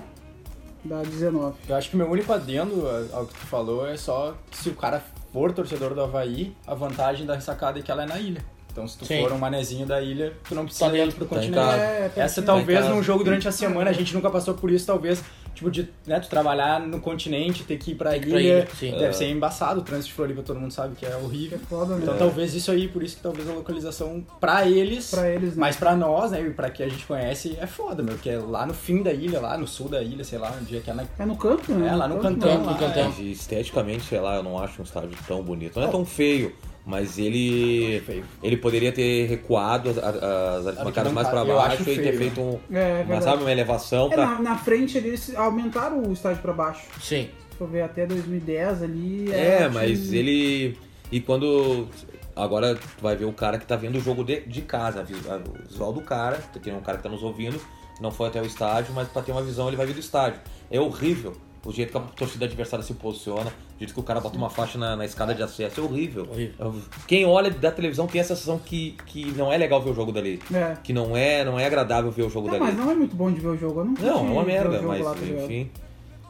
Speaker 1: dá 19.
Speaker 2: Eu acho que o meu único adendo a- ao que tu falou é só que se o cara for torcedor do Havaí, a vantagem da ressacada é que ela é na ilha. Então se tu
Speaker 4: Sim.
Speaker 2: for um manezinho da ilha, tu não precisa
Speaker 4: Tá
Speaker 2: ir
Speaker 4: dentro.
Speaker 2: pro
Speaker 3: Tá em
Speaker 2: continente.
Speaker 3: casa.
Speaker 1: É, tá
Speaker 2: Ah, Essa um
Speaker 1: em
Speaker 2: talvez
Speaker 3: casa.
Speaker 2: num jogo durante a semana, a gente nunca passou por isso, talvez, tipo, de né, tu trabalhar no continente, ter que ir pra
Speaker 4: que ir pra
Speaker 2: ilha.
Speaker 4: ilha, sim.
Speaker 2: Deve ser embaçado, o trânsito de Floripa todo mundo sabe que é
Speaker 1: É
Speaker 2: horrível.
Speaker 1: foda, né?
Speaker 2: Então talvez isso aí, por isso que talvez a localização pra eles,
Speaker 1: Pra eles, né?
Speaker 2: mas pra nós, né, e pra que a gente conhece, é foda, meu, que é lá no fim da ilha, lá no sul da ilha, sei lá, um dia que é na...
Speaker 1: É no canto, né?
Speaker 2: É, lá no
Speaker 1: canto,
Speaker 2: cantão,
Speaker 1: né?
Speaker 4: Canto,
Speaker 2: lá,
Speaker 4: cantão.
Speaker 2: é.
Speaker 3: E Então, esteticamente, sei lá, eu não acho um estádio tão bonito. Não é tão feio, mas ele.
Speaker 2: é Feio.
Speaker 3: Ele poderia ter recuado as, as arquibancadas mais pra
Speaker 2: Eu acho
Speaker 3: baixo e ter
Speaker 2: feio,
Speaker 3: feito um,
Speaker 1: É, é
Speaker 3: uma,
Speaker 1: verdade.
Speaker 3: sabe, uma elevação
Speaker 1: É,
Speaker 3: pra.
Speaker 1: na, na frente eles aumentaram o estádio pra baixo.
Speaker 4: Sim.
Speaker 1: Se for ver até 2010 ali.
Speaker 3: É,
Speaker 1: era um
Speaker 3: mas
Speaker 1: time-
Speaker 3: ele. E quando. Agora tu vai ver o cara que tá vendo o jogo de, de casa, a vis- a- o visual do cara, que é um cara que tá nos ouvindo, não foi até o estádio, mas pra ter uma visão ele vai vir do estádio. É horrível o jeito que a torcida adversária se posiciona, o jeito que o cara bota uma faixa na, na escada de acesso, é horrível.
Speaker 4: Horrível.
Speaker 3: Quem olha da televisão tem a sensação que, que não é legal ver o jogo dali.
Speaker 1: É.
Speaker 3: Que não é, não é agradável ver o jogo
Speaker 1: Não,
Speaker 3: dali.
Speaker 1: mas não é muito bom de ver o jogo. Eu não,
Speaker 3: Não, é uma
Speaker 1: curti ver o
Speaker 3: merda,
Speaker 1: jogo
Speaker 3: mas
Speaker 1: lá, tá ligado?
Speaker 3: enfim.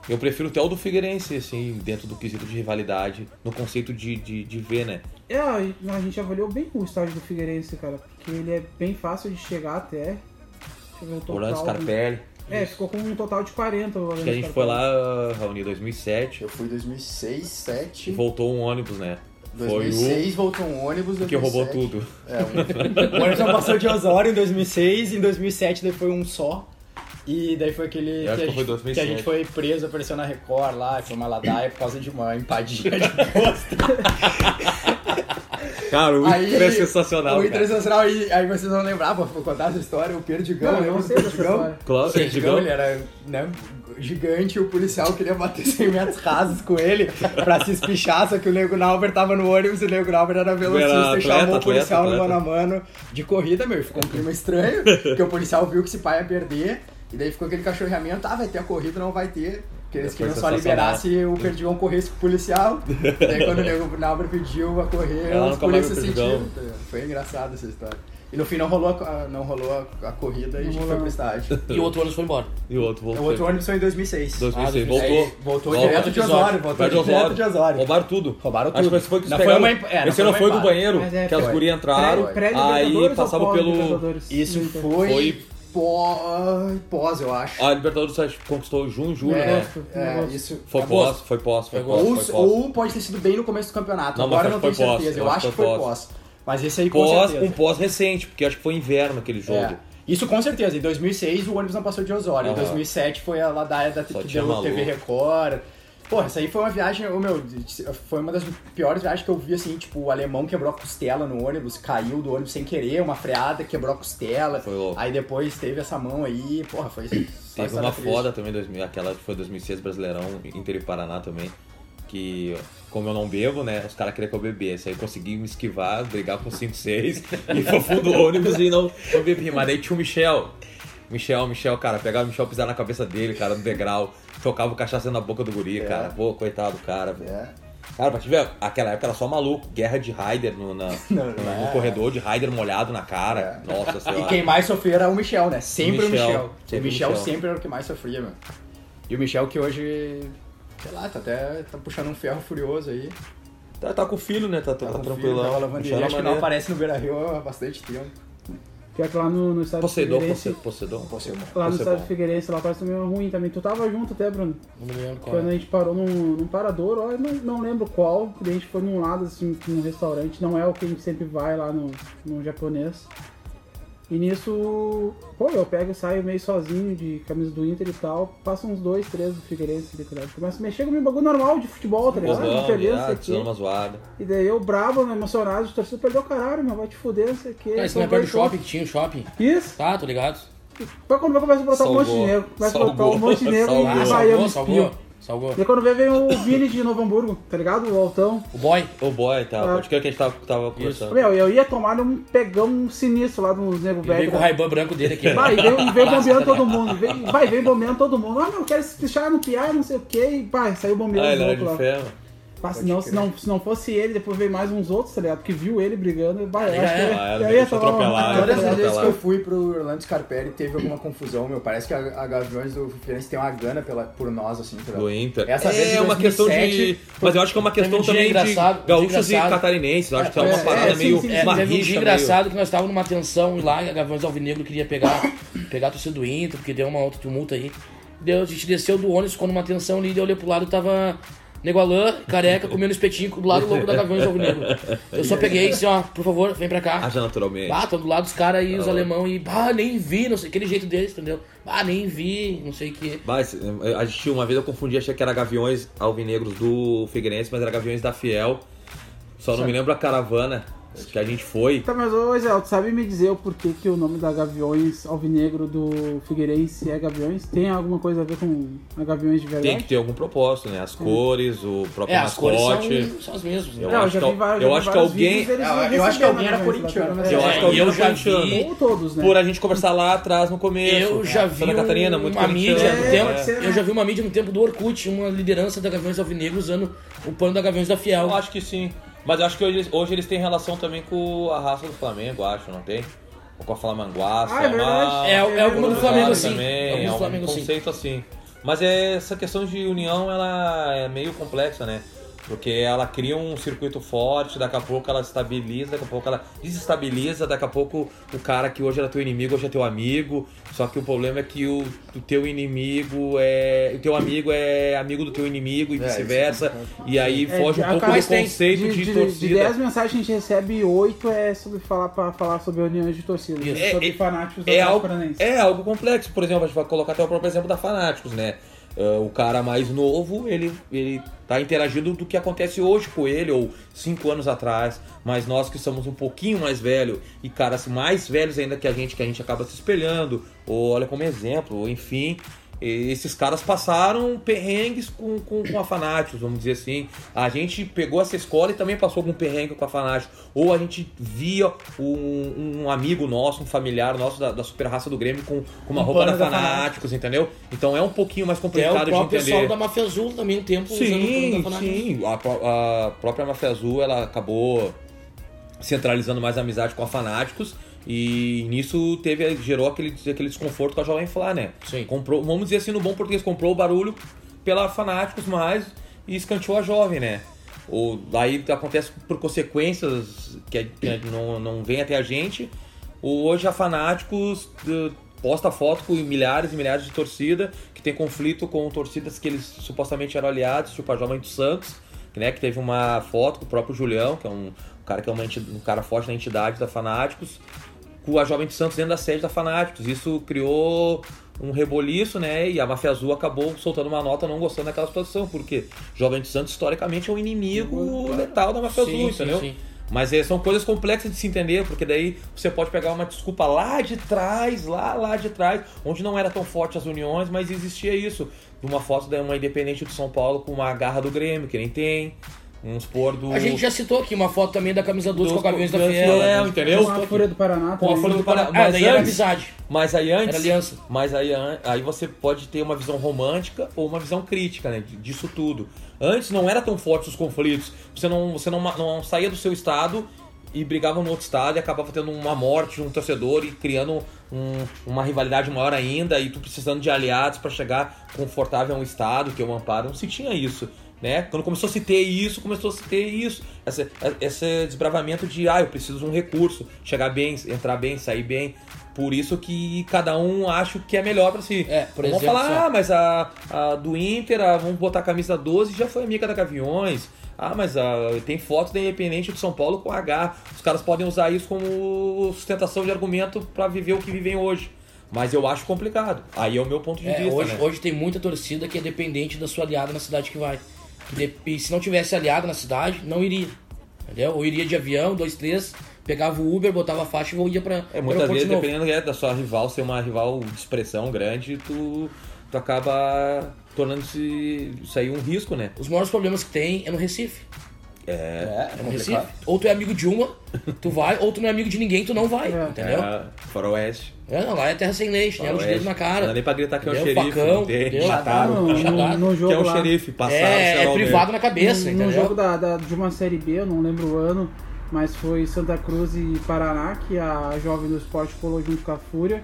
Speaker 3: Eu prefiro até o do Figueirense, assim, dentro do quesito de rivalidade, no conceito de, de, de ver, né?
Speaker 1: É, a gente avaliou bem o estádio do Figueirense, cara, porque ele é bem fácil de chegar até. Deixa eu ver o total.
Speaker 3: Orlando Scarpelli.
Speaker 1: É, ficou com um total de 40. o
Speaker 3: Acho que a gente
Speaker 1: Orlando
Speaker 3: foi lá,
Speaker 1: Scarpelli.
Speaker 3: Raoni, em 2007,
Speaker 2: Eu fui em 2006,
Speaker 3: e
Speaker 2: 2007.
Speaker 3: voltou um ônibus, né? Foi
Speaker 2: 2006 voltou um ônibus.
Speaker 3: o que roubou tudo.
Speaker 2: É, um... o ônibus não passou de Osório em 2006, em 2007 daí foi um só. E daí foi aquele
Speaker 3: Eu acho
Speaker 2: que, a
Speaker 3: que foi
Speaker 2: gente,
Speaker 3: 2007.
Speaker 2: que a gente foi preso, apareceu na Record lá, que foi uma ladaia por causa de uma empadinha de posto.
Speaker 3: Cara, o
Speaker 2: Aí-
Speaker 3: Inter é sensacional,
Speaker 2: o
Speaker 3: cara.
Speaker 2: Internacional, e aí vocês vão lembrar, pô, vou contar essa história, o Perdigão,
Speaker 1: Não, eu
Speaker 2: lembra
Speaker 1: não
Speaker 2: do
Speaker 1: sei dessa
Speaker 2: Perdigão?
Speaker 1: história.
Speaker 3: Claro,
Speaker 2: Sim,
Speaker 3: digamos-
Speaker 2: ele era né, gigante, o policial queria bater 100 metros rasos com ele pra se espichar, só que o Nego Nauber tava no ônibus e o Nego Nauber era velocista
Speaker 3: Era
Speaker 2: e
Speaker 3: atleta,
Speaker 2: chamou o policial
Speaker 3: atleta,
Speaker 2: no mano a mano de corrida, meu, e ficou um clima estranho, porque o policial viu que esse pai ia perder, e daí ficou aquele cachorreamento, ah, vai ter a corrida, não vai ter, porque eles
Speaker 3: Foi
Speaker 2: queriam só
Speaker 3: sensacional.
Speaker 2: liberar se o Perdigão corresse com o policial, daí quando o Nego Nauber pediu a correr,
Speaker 3: Ela
Speaker 2: os
Speaker 3: nunca mais
Speaker 2: policiais
Speaker 3: viu o Perdigão.
Speaker 2: sentiram, foi engraçado essa história. E no fim não rolou a, não rolou a, a corrida e a gente foi pro estádio.
Speaker 4: E o outro ônibus foi embora.
Speaker 3: E o outro
Speaker 2: É, O
Speaker 3: voltou.
Speaker 2: outro ônibus foi em 2006.
Speaker 3: 2006,
Speaker 4: Ah,
Speaker 3: voltou.
Speaker 2: Aí, voltou
Speaker 3: Volta
Speaker 2: direto de
Speaker 4: episódio.
Speaker 2: Osório, voltou
Speaker 3: Vai de
Speaker 2: direto de Osório.
Speaker 3: Roubaram tudo.
Speaker 2: Roubaram
Speaker 3: Acho
Speaker 2: tudo.
Speaker 3: que foi que
Speaker 2: Não
Speaker 3: eles pegaram-
Speaker 2: foi uma emp- é, não
Speaker 3: Esse
Speaker 2: foi
Speaker 3: não
Speaker 2: uma
Speaker 3: foi do
Speaker 2: empada.
Speaker 3: banheiro,
Speaker 1: Mas é,
Speaker 3: que as
Speaker 2: foi.
Speaker 3: gurias entraram,
Speaker 1: Pré- pré-Libertadores
Speaker 3: aí
Speaker 1: ou
Speaker 3: passavam pelo...
Speaker 1: pós-Libertadores?
Speaker 2: Isso
Speaker 1: Não entendi.
Speaker 2: foi,
Speaker 3: Uhum. Foi-
Speaker 2: pó- pós, eu acho.
Speaker 3: A Ah, Libertadores só conquistou junho e julho,
Speaker 2: é,
Speaker 3: né?
Speaker 2: é,
Speaker 1: Agosto.
Speaker 2: isso.
Speaker 3: Foi
Speaker 2: Acabou.
Speaker 3: pós, foi pós, foi pós,
Speaker 2: Ou,
Speaker 3: foi pós.
Speaker 2: ou pode ter sido bem no começo do campeonato.
Speaker 3: Não, mas
Speaker 2: Agora eu
Speaker 3: acho
Speaker 2: não tenho
Speaker 3: que foi pós,
Speaker 2: certeza. Eu acho que foi pós. Mas esse aí com
Speaker 3: Pós, um
Speaker 2: certeza.
Speaker 3: pós recente, porque acho que foi inverno aquele jogo.
Speaker 2: É. Isso com certeza. Em 2006 o ônibus não passou de Osório. Em
Speaker 3: Aham.
Speaker 2: 2007 foi a ladaia da
Speaker 3: Só
Speaker 2: que
Speaker 3: tinha
Speaker 2: deu
Speaker 3: maluco.
Speaker 2: TV Record. Porra, isso aí foi uma viagem, ô meu, foi uma das piores viagens que eu vi, assim, tipo, o alemão quebrou a costela no ônibus, caiu do ônibus sem querer, uma freada, quebrou a costela.
Speaker 3: Foi louco.
Speaker 2: Aí depois teve essa mão aí, porra, foi só
Speaker 3: Teve
Speaker 2: história
Speaker 3: uma
Speaker 2: triste.
Speaker 3: foda também, 2000, aquela que foi 2006 Brasileirão, Inter e Paraná também, que como eu não bebo, né, os caras queriam que eu bebesse. Aí eu consegui me esquivar, brigar com 5, 6 e foi fundo do ônibus e não, não bebi. Mas daí tinha o Michel. Michel, Michel, cara, pegava o Michel, pisava na cabeça dele, cara, no degrau, tocava o cachaça na boca do guri,
Speaker 2: É.
Speaker 3: cara. Pô, coitado, do cara, velho.
Speaker 2: É.
Speaker 3: Cara, pra te ver, aquela época era só maluco, guerra de Raider no, na-
Speaker 2: Não,
Speaker 3: no-
Speaker 2: não.
Speaker 3: no corredor, de Raider molhado na cara. Nossa
Speaker 2: É. E
Speaker 3: senhora.
Speaker 2: quem mais sofria era o Michel, né? Sempre o
Speaker 3: Michel,
Speaker 2: Michel.
Speaker 3: sempre
Speaker 2: o
Speaker 3: o
Speaker 2: Michel,
Speaker 3: Michel.
Speaker 2: sempre era o que mais sofria, meu. E o Michel que hoje, sei lá, tá até tá puxando um ferro furioso aí.
Speaker 3: Tá, tá com o filho, né? Tá, tá,
Speaker 2: com o filho,
Speaker 3: tranquilão.
Speaker 2: tava lavando
Speaker 3: Michel
Speaker 2: ele.
Speaker 3: é
Speaker 2: Acho que não
Speaker 3: maneiro.
Speaker 2: aparece no Beira Rio há bastante tempo.
Speaker 1: Pior que lá no, no estádio
Speaker 3: Pocedor,
Speaker 1: do Figueirense.
Speaker 3: Pocedor, Pocedor.
Speaker 2: Pô, seu irmão.
Speaker 1: Lá no
Speaker 3: Você é
Speaker 1: estádio
Speaker 3: bom.
Speaker 1: do Figueirense, lá parece também ruim também. Tu tava junto até, Bruno.
Speaker 4: Não me lembro qual.
Speaker 1: Quando a
Speaker 4: é.
Speaker 1: gente parou num, num parador, ó, eu não, não lembro qual, a gente foi num lado, assim, num restaurante, não é o que a gente sempre vai lá no, no japonês. E nisso, pô, eu pego e saio meio sozinho de camisa do Inter e tal, passo uns dois, três do Figueirense, literalmente. Começo a mexer com o meu bagulho normal de futebol, tá ligado?
Speaker 3: Porrão,
Speaker 1: de TV, não sei
Speaker 3: viado,
Speaker 1: o quê.
Speaker 3: tirando é uma zoada.
Speaker 1: E daí eu bravo, né, emocionado, de torcida perdeu o caralho, meu, vai te fuder, não sei o quê.
Speaker 4: Cara, esse não é perto do shopping que tinha o shopping.
Speaker 1: Isso.
Speaker 4: Tá, tô ligado.
Speaker 1: Pra quando vai começa a botar um monte de
Speaker 3: Salvou.
Speaker 1: negro, começa a botar
Speaker 3: Salvou.
Speaker 1: um monte de negro
Speaker 3: Salvou.
Speaker 4: Ah,
Speaker 1: e
Speaker 4: salvou,
Speaker 1: Miami espinho.
Speaker 4: salvou. Salvou.
Speaker 1: E aí quando vê, vem o Vini de Novo Hamburgo, tá ligado? O Altão.
Speaker 4: O boy.
Speaker 3: Ô boy, tá.
Speaker 1: Ah.
Speaker 3: Pode crer que a gente tava, tava conversando.
Speaker 1: Meu, eu ia tomar um pegão sinistro lá dos nego
Speaker 4: Ele veio
Speaker 1: velho.
Speaker 4: com o
Speaker 1: cara.
Speaker 4: Ray-Ban branco dele aqui.
Speaker 1: Vai, e veio, e veio
Speaker 4: Clássico,
Speaker 1: bombeando
Speaker 4: tá ligado?
Speaker 1: todo mundo. Veio, vai, veio bombeando todo mundo. Ah, não, quero se pichar no piar, não sei o que. E vai, saiu bombeando
Speaker 3: ah,
Speaker 1: os
Speaker 3: ele era
Speaker 1: outros
Speaker 3: de
Speaker 1: lá.
Speaker 3: ferro.
Speaker 1: Mas, se, não, se, não, se não fosse ele, depois veio mais uns outros, tá ligado? Porque viu ele brigando. Vai, eu
Speaker 4: já
Speaker 1: acho que
Speaker 4: era,
Speaker 1: eu-
Speaker 3: era,
Speaker 1: eu
Speaker 3: deixa
Speaker 1: ia
Speaker 3: eu
Speaker 1: tomar
Speaker 3: atropelar,
Speaker 1: uma...
Speaker 3: Ah, eu
Speaker 2: Todas
Speaker 3: vou
Speaker 2: as vezes
Speaker 3: lá.
Speaker 2: que eu fui pro Orlando Scarpelli teve alguma confusão, meu. Parece que a, a Gaviões do Figueirense tem uma gana pela, por nós, assim. pela-
Speaker 3: Do Inter.
Speaker 2: Essa vez de
Speaker 3: é uma questão
Speaker 2: 2007,
Speaker 3: de. Mas eu acho que é uma
Speaker 4: Teve um
Speaker 3: questão
Speaker 4: dia
Speaker 3: também de
Speaker 4: engraçado,
Speaker 3: gaúchos e
Speaker 4: engraçado.
Speaker 3: catarinenses. Eu acho que é uma
Speaker 1: é,
Speaker 3: parada
Speaker 1: sim,
Speaker 3: meio
Speaker 1: sim, sim.
Speaker 4: É,
Speaker 3: uma
Speaker 4: teve um
Speaker 3: rixa
Speaker 4: dia
Speaker 3: meio-
Speaker 4: engraçado que nós estávamos numa tensão e lá a Gaviões do Alvinegro queria pegar, pegar a torcida do Inter, porque deu uma outra tumulta aí. Deu, a gente desceu do ônibus, ficou numa tensão ali, daí eu olhei pro lado e tava Nego Alain, careca, comendo espetinho do lado louco da Gaviões do Alvinegro. Eu só peguei e disse, ó, por favor, vem pra cá.
Speaker 3: Haja Ah, naturalmente.
Speaker 4: Bah, tão do lado dos caras
Speaker 3: Tá
Speaker 4: aí, os alemão, e bah, nem vi, não sei, aquele jeito deles, entendeu? Bah, nem vi, não sei o que.
Speaker 3: Mas, eh, a gente, uma vez eu confundi, achei que era Gaviões Alvinegros do Figueirense, mas era Gaviões da Fiel. Só não me lembro a caravana. que a gente foi.
Speaker 1: Tá, mas ô Exel, tu sabe me dizer o porquê que o nome da Gaviões Alvinegro do Figueirense é Gaviões? Tem alguma coisa a ver com a Gaviões de verdade?
Speaker 3: Tem que ter algum propósito, né? As cores, o próprio
Speaker 4: É, as cores
Speaker 3: mascote.
Speaker 4: são, são as mesmas.
Speaker 3: Eu
Speaker 4: Né?
Speaker 1: Não,
Speaker 3: Então, acho que- eu acho que alguém-
Speaker 1: É,
Speaker 2: eu acho que alguém era corintiano,
Speaker 1: mas
Speaker 2: mas
Speaker 3: Eu
Speaker 4: É,
Speaker 3: acho que alguém
Speaker 4: eu
Speaker 3: tá é
Speaker 4: já
Speaker 3: corintiano.
Speaker 4: vi-
Speaker 1: Ou todos, né?
Speaker 3: Por a gente conversar lá atrás no começo.
Speaker 4: Eu já vi um
Speaker 3: Santa Catarina, muito
Speaker 4: uma
Speaker 3: corintiano,
Speaker 4: mídia no
Speaker 1: É,
Speaker 4: tempo,
Speaker 1: pode ser, né?
Speaker 4: eu já vi uma mídia no tempo do Orkut, uma liderança da Gaviões Alvinegro usando o pano da Gaviões da Fiel.
Speaker 3: Eu acho que sim. Mas eu acho que hoje, hoje eles têm relação também com a raça do Flamengo, acho, não tem? Ou com a Flamanguaça.
Speaker 1: Ah, é verdade.
Speaker 4: É, é alguma do
Speaker 1: Alguns
Speaker 4: Flamengo,
Speaker 1: lados
Speaker 4: sim.
Speaker 3: um Também,
Speaker 4: Alguns do
Speaker 3: algum
Speaker 4: Flamengo, sim.
Speaker 3: conceito assim. Mas é- essa questão de união, ela é meio complexa, né? Porque ela cria um circuito forte, daqui a pouco ela estabiliza, daqui a pouco ela desestabiliza, daqui a pouco o cara que hoje era teu inimigo, hoje é teu amigo. Só que o problema é que o, o teu inimigo é. O teu amigo é amigo do teu inimigo e
Speaker 2: isso é
Speaker 3: vice-versa. E aí
Speaker 1: É,
Speaker 3: foge um
Speaker 1: a
Speaker 3: pouco
Speaker 1: cada-
Speaker 3: do conceito de,
Speaker 1: De
Speaker 3: torcida.
Speaker 1: 10 mensagens que a gente recebe, 8 é sobre falar, pra falar sobre uniões de torcida.
Speaker 4: Isso.
Speaker 1: Sobre
Speaker 3: É, é-
Speaker 1: fanáticos
Speaker 3: é
Speaker 1: da
Speaker 3: algo,
Speaker 1: Paranense.
Speaker 3: é algo complexo. Por exemplo, a gente vai colocar até o próprio exemplo da Fanáticos, né? Ah, o cara mais novo, ele, ele tá interagindo do que acontece hoje com ele, ou cinco anos atrás. Mas nós que somos um pouquinho mais velho e caras mais velhos ainda que a gente, que a gente acaba se espelhando, ou olha como exemplo, ou enfim. e- Esses caras passaram perrengues com, com, com a Fanáticos, vamos dizer assim. A gente pegou essa escola e também passou algum perrengue com a Fanáticos. Ou a gente via um, um amigo nosso, um familiar nosso da, da super raça do Grêmio com, com uma
Speaker 1: Um
Speaker 3: roupa da
Speaker 1: pano da
Speaker 3: Fanáticos, entendeu? Então é um pouquinho mais
Speaker 4: Até o
Speaker 3: complicado de
Speaker 4: próprio pessoal
Speaker 3: entender.
Speaker 4: da Mafia Azul também um tempo usando o pano
Speaker 3: Sim,
Speaker 4: da Fanáticos.
Speaker 3: sim. A, pró- a própria Mafia Azul ela acabou centralizando mais a amizade com a Fanáticos e nisso teve gerou aquele, aquele desconforto com a Jovem Flá, né?
Speaker 4: Sim.
Speaker 3: Comprou, vamos dizer assim no bom português, comprou o barulho pela Fanáticos mais e escanteou a Jovem, né? Ou daí acontece por consequências que, que não, não vem até a gente. Hoje a Fanáticos eh, posta foto com milhares e milhares de torcida que tem conflito com torcidas que eles supostamente eram aliados, tipo a Jovem do Santos né, que teve uma foto com o próprio Julião, que é um, um cara que é uma enti- um cara forte na entidade da Fanáticos, com a Jovem de Santos dentro da sede da Fanáticos. Isso criou um reboliço, né? E a Mafia Azul acabou soltando uma nota não gostando daquela situação, porque Jovem de Santos historicamente é um inimigo letal da Mafia Azul, entendeu? Mas é, são coisas complexas de se entender, porque daí você pode pegar uma desculpa lá de trás, lá, lá de trás, onde não era tão forte as uniões, mas existia isso. Uma foto de uma independente de São Paulo com uma garra do Grêmio, que nem tem, uns pôr do.
Speaker 4: A gente já citou aqui uma foto também da camisa 12 com a
Speaker 3: dos-
Speaker 4: Gaviões da
Speaker 3: dos-
Speaker 4: Fiel.
Speaker 3: é,
Speaker 1: Com a
Speaker 3: entendeu?
Speaker 1: Fúria do Paraná
Speaker 3: Com a
Speaker 1: também.
Speaker 3: Folha do Paraná.
Speaker 4: Ah,
Speaker 3: Mas
Speaker 4: daí era
Speaker 3: antes,
Speaker 4: amizade,
Speaker 3: mas aí
Speaker 4: era
Speaker 3: antes,
Speaker 4: aliança.
Speaker 3: mas aí, an- aí você pode ter uma visão romântica ou uma visão crítica né, de- disso tudo. Antes não era tão forte os conflitos. Você não, você não, ma- não saía do seu estado e brigava no outro estado e acabava tendo uma morte de um torcedor e criando um- uma rivalidade maior ainda e tu precisando de aliados para chegar confortável a um estado, que é um amparo. Não se tinha isso. Né? Quando começou a se ter isso, começou a se ter isso. Essa- esse desbravamento de, ah, eu preciso de um recurso, chegar bem, entrar bem, sair bem. Por isso que cada um acha o que é melhor pra si.
Speaker 4: É, por
Speaker 3: vamos
Speaker 4: exemplo,
Speaker 3: falar,
Speaker 4: só-
Speaker 3: ah, mas a, a do Inter, a- vamos botar a camisa 12, já foi amiga da Gaviões. Ah, mas a, tem foto da Independente de São Paulo com H. Os caras podem usar isso como sustentação de argumento pra viver o que vivem hoje. Mas eu acho complicado. Aí é o meu ponto de
Speaker 4: É,
Speaker 3: vista.
Speaker 4: hoje,
Speaker 3: né?
Speaker 4: hoje tem muita torcida que é dependente da sua aliada na cidade que vai. Que de- e se não tivesse aliado na cidade, não iria. Entendeu? Ou iria de avião, dois, três, pegava o Uber, botava a faixa e ia pra.
Speaker 3: É,
Speaker 4: pra
Speaker 3: muitas
Speaker 4: aeroporto
Speaker 3: vezes,
Speaker 4: um de novo.
Speaker 3: dependendo é, da sua rival, ser uma rival de expressão grande, tu, tu acaba tornando-se isso aí um risco, né?
Speaker 4: Os maiores problemas que tem é no Recife.
Speaker 2: É, é
Speaker 4: No Recife.
Speaker 2: complicado.
Speaker 4: Ou tu é amigo de uma, tu vai, ou tu não é amigo de ninguém, tu não vai.
Speaker 1: É.
Speaker 4: Entendeu?
Speaker 3: É, faroeste.
Speaker 4: É. não, lá é terra sem leite, né? de
Speaker 3: faroeste.
Speaker 4: dedo na
Speaker 3: Não
Speaker 4: cara.
Speaker 3: dá nem pra gritar que é o
Speaker 4: Entendeu?
Speaker 3: xerife.
Speaker 4: Facão,
Speaker 3: não tem,
Speaker 4: entendeu?
Speaker 1: Ah,
Speaker 3: mataram.
Speaker 1: no, no, no
Speaker 3: Que
Speaker 1: jogo
Speaker 3: é o
Speaker 1: lá.
Speaker 3: xerife, passaram.
Speaker 4: É,
Speaker 3: sei lá
Speaker 4: é
Speaker 3: o
Speaker 4: privado
Speaker 3: nome.
Speaker 4: na cabeça,
Speaker 1: No
Speaker 4: entendeu?
Speaker 1: jogo da, da- de uma Série B, eu não lembro o ano, mas foi Santa Cruz e Paraná, que a Jovem do Esporte colou junto com a Fúria.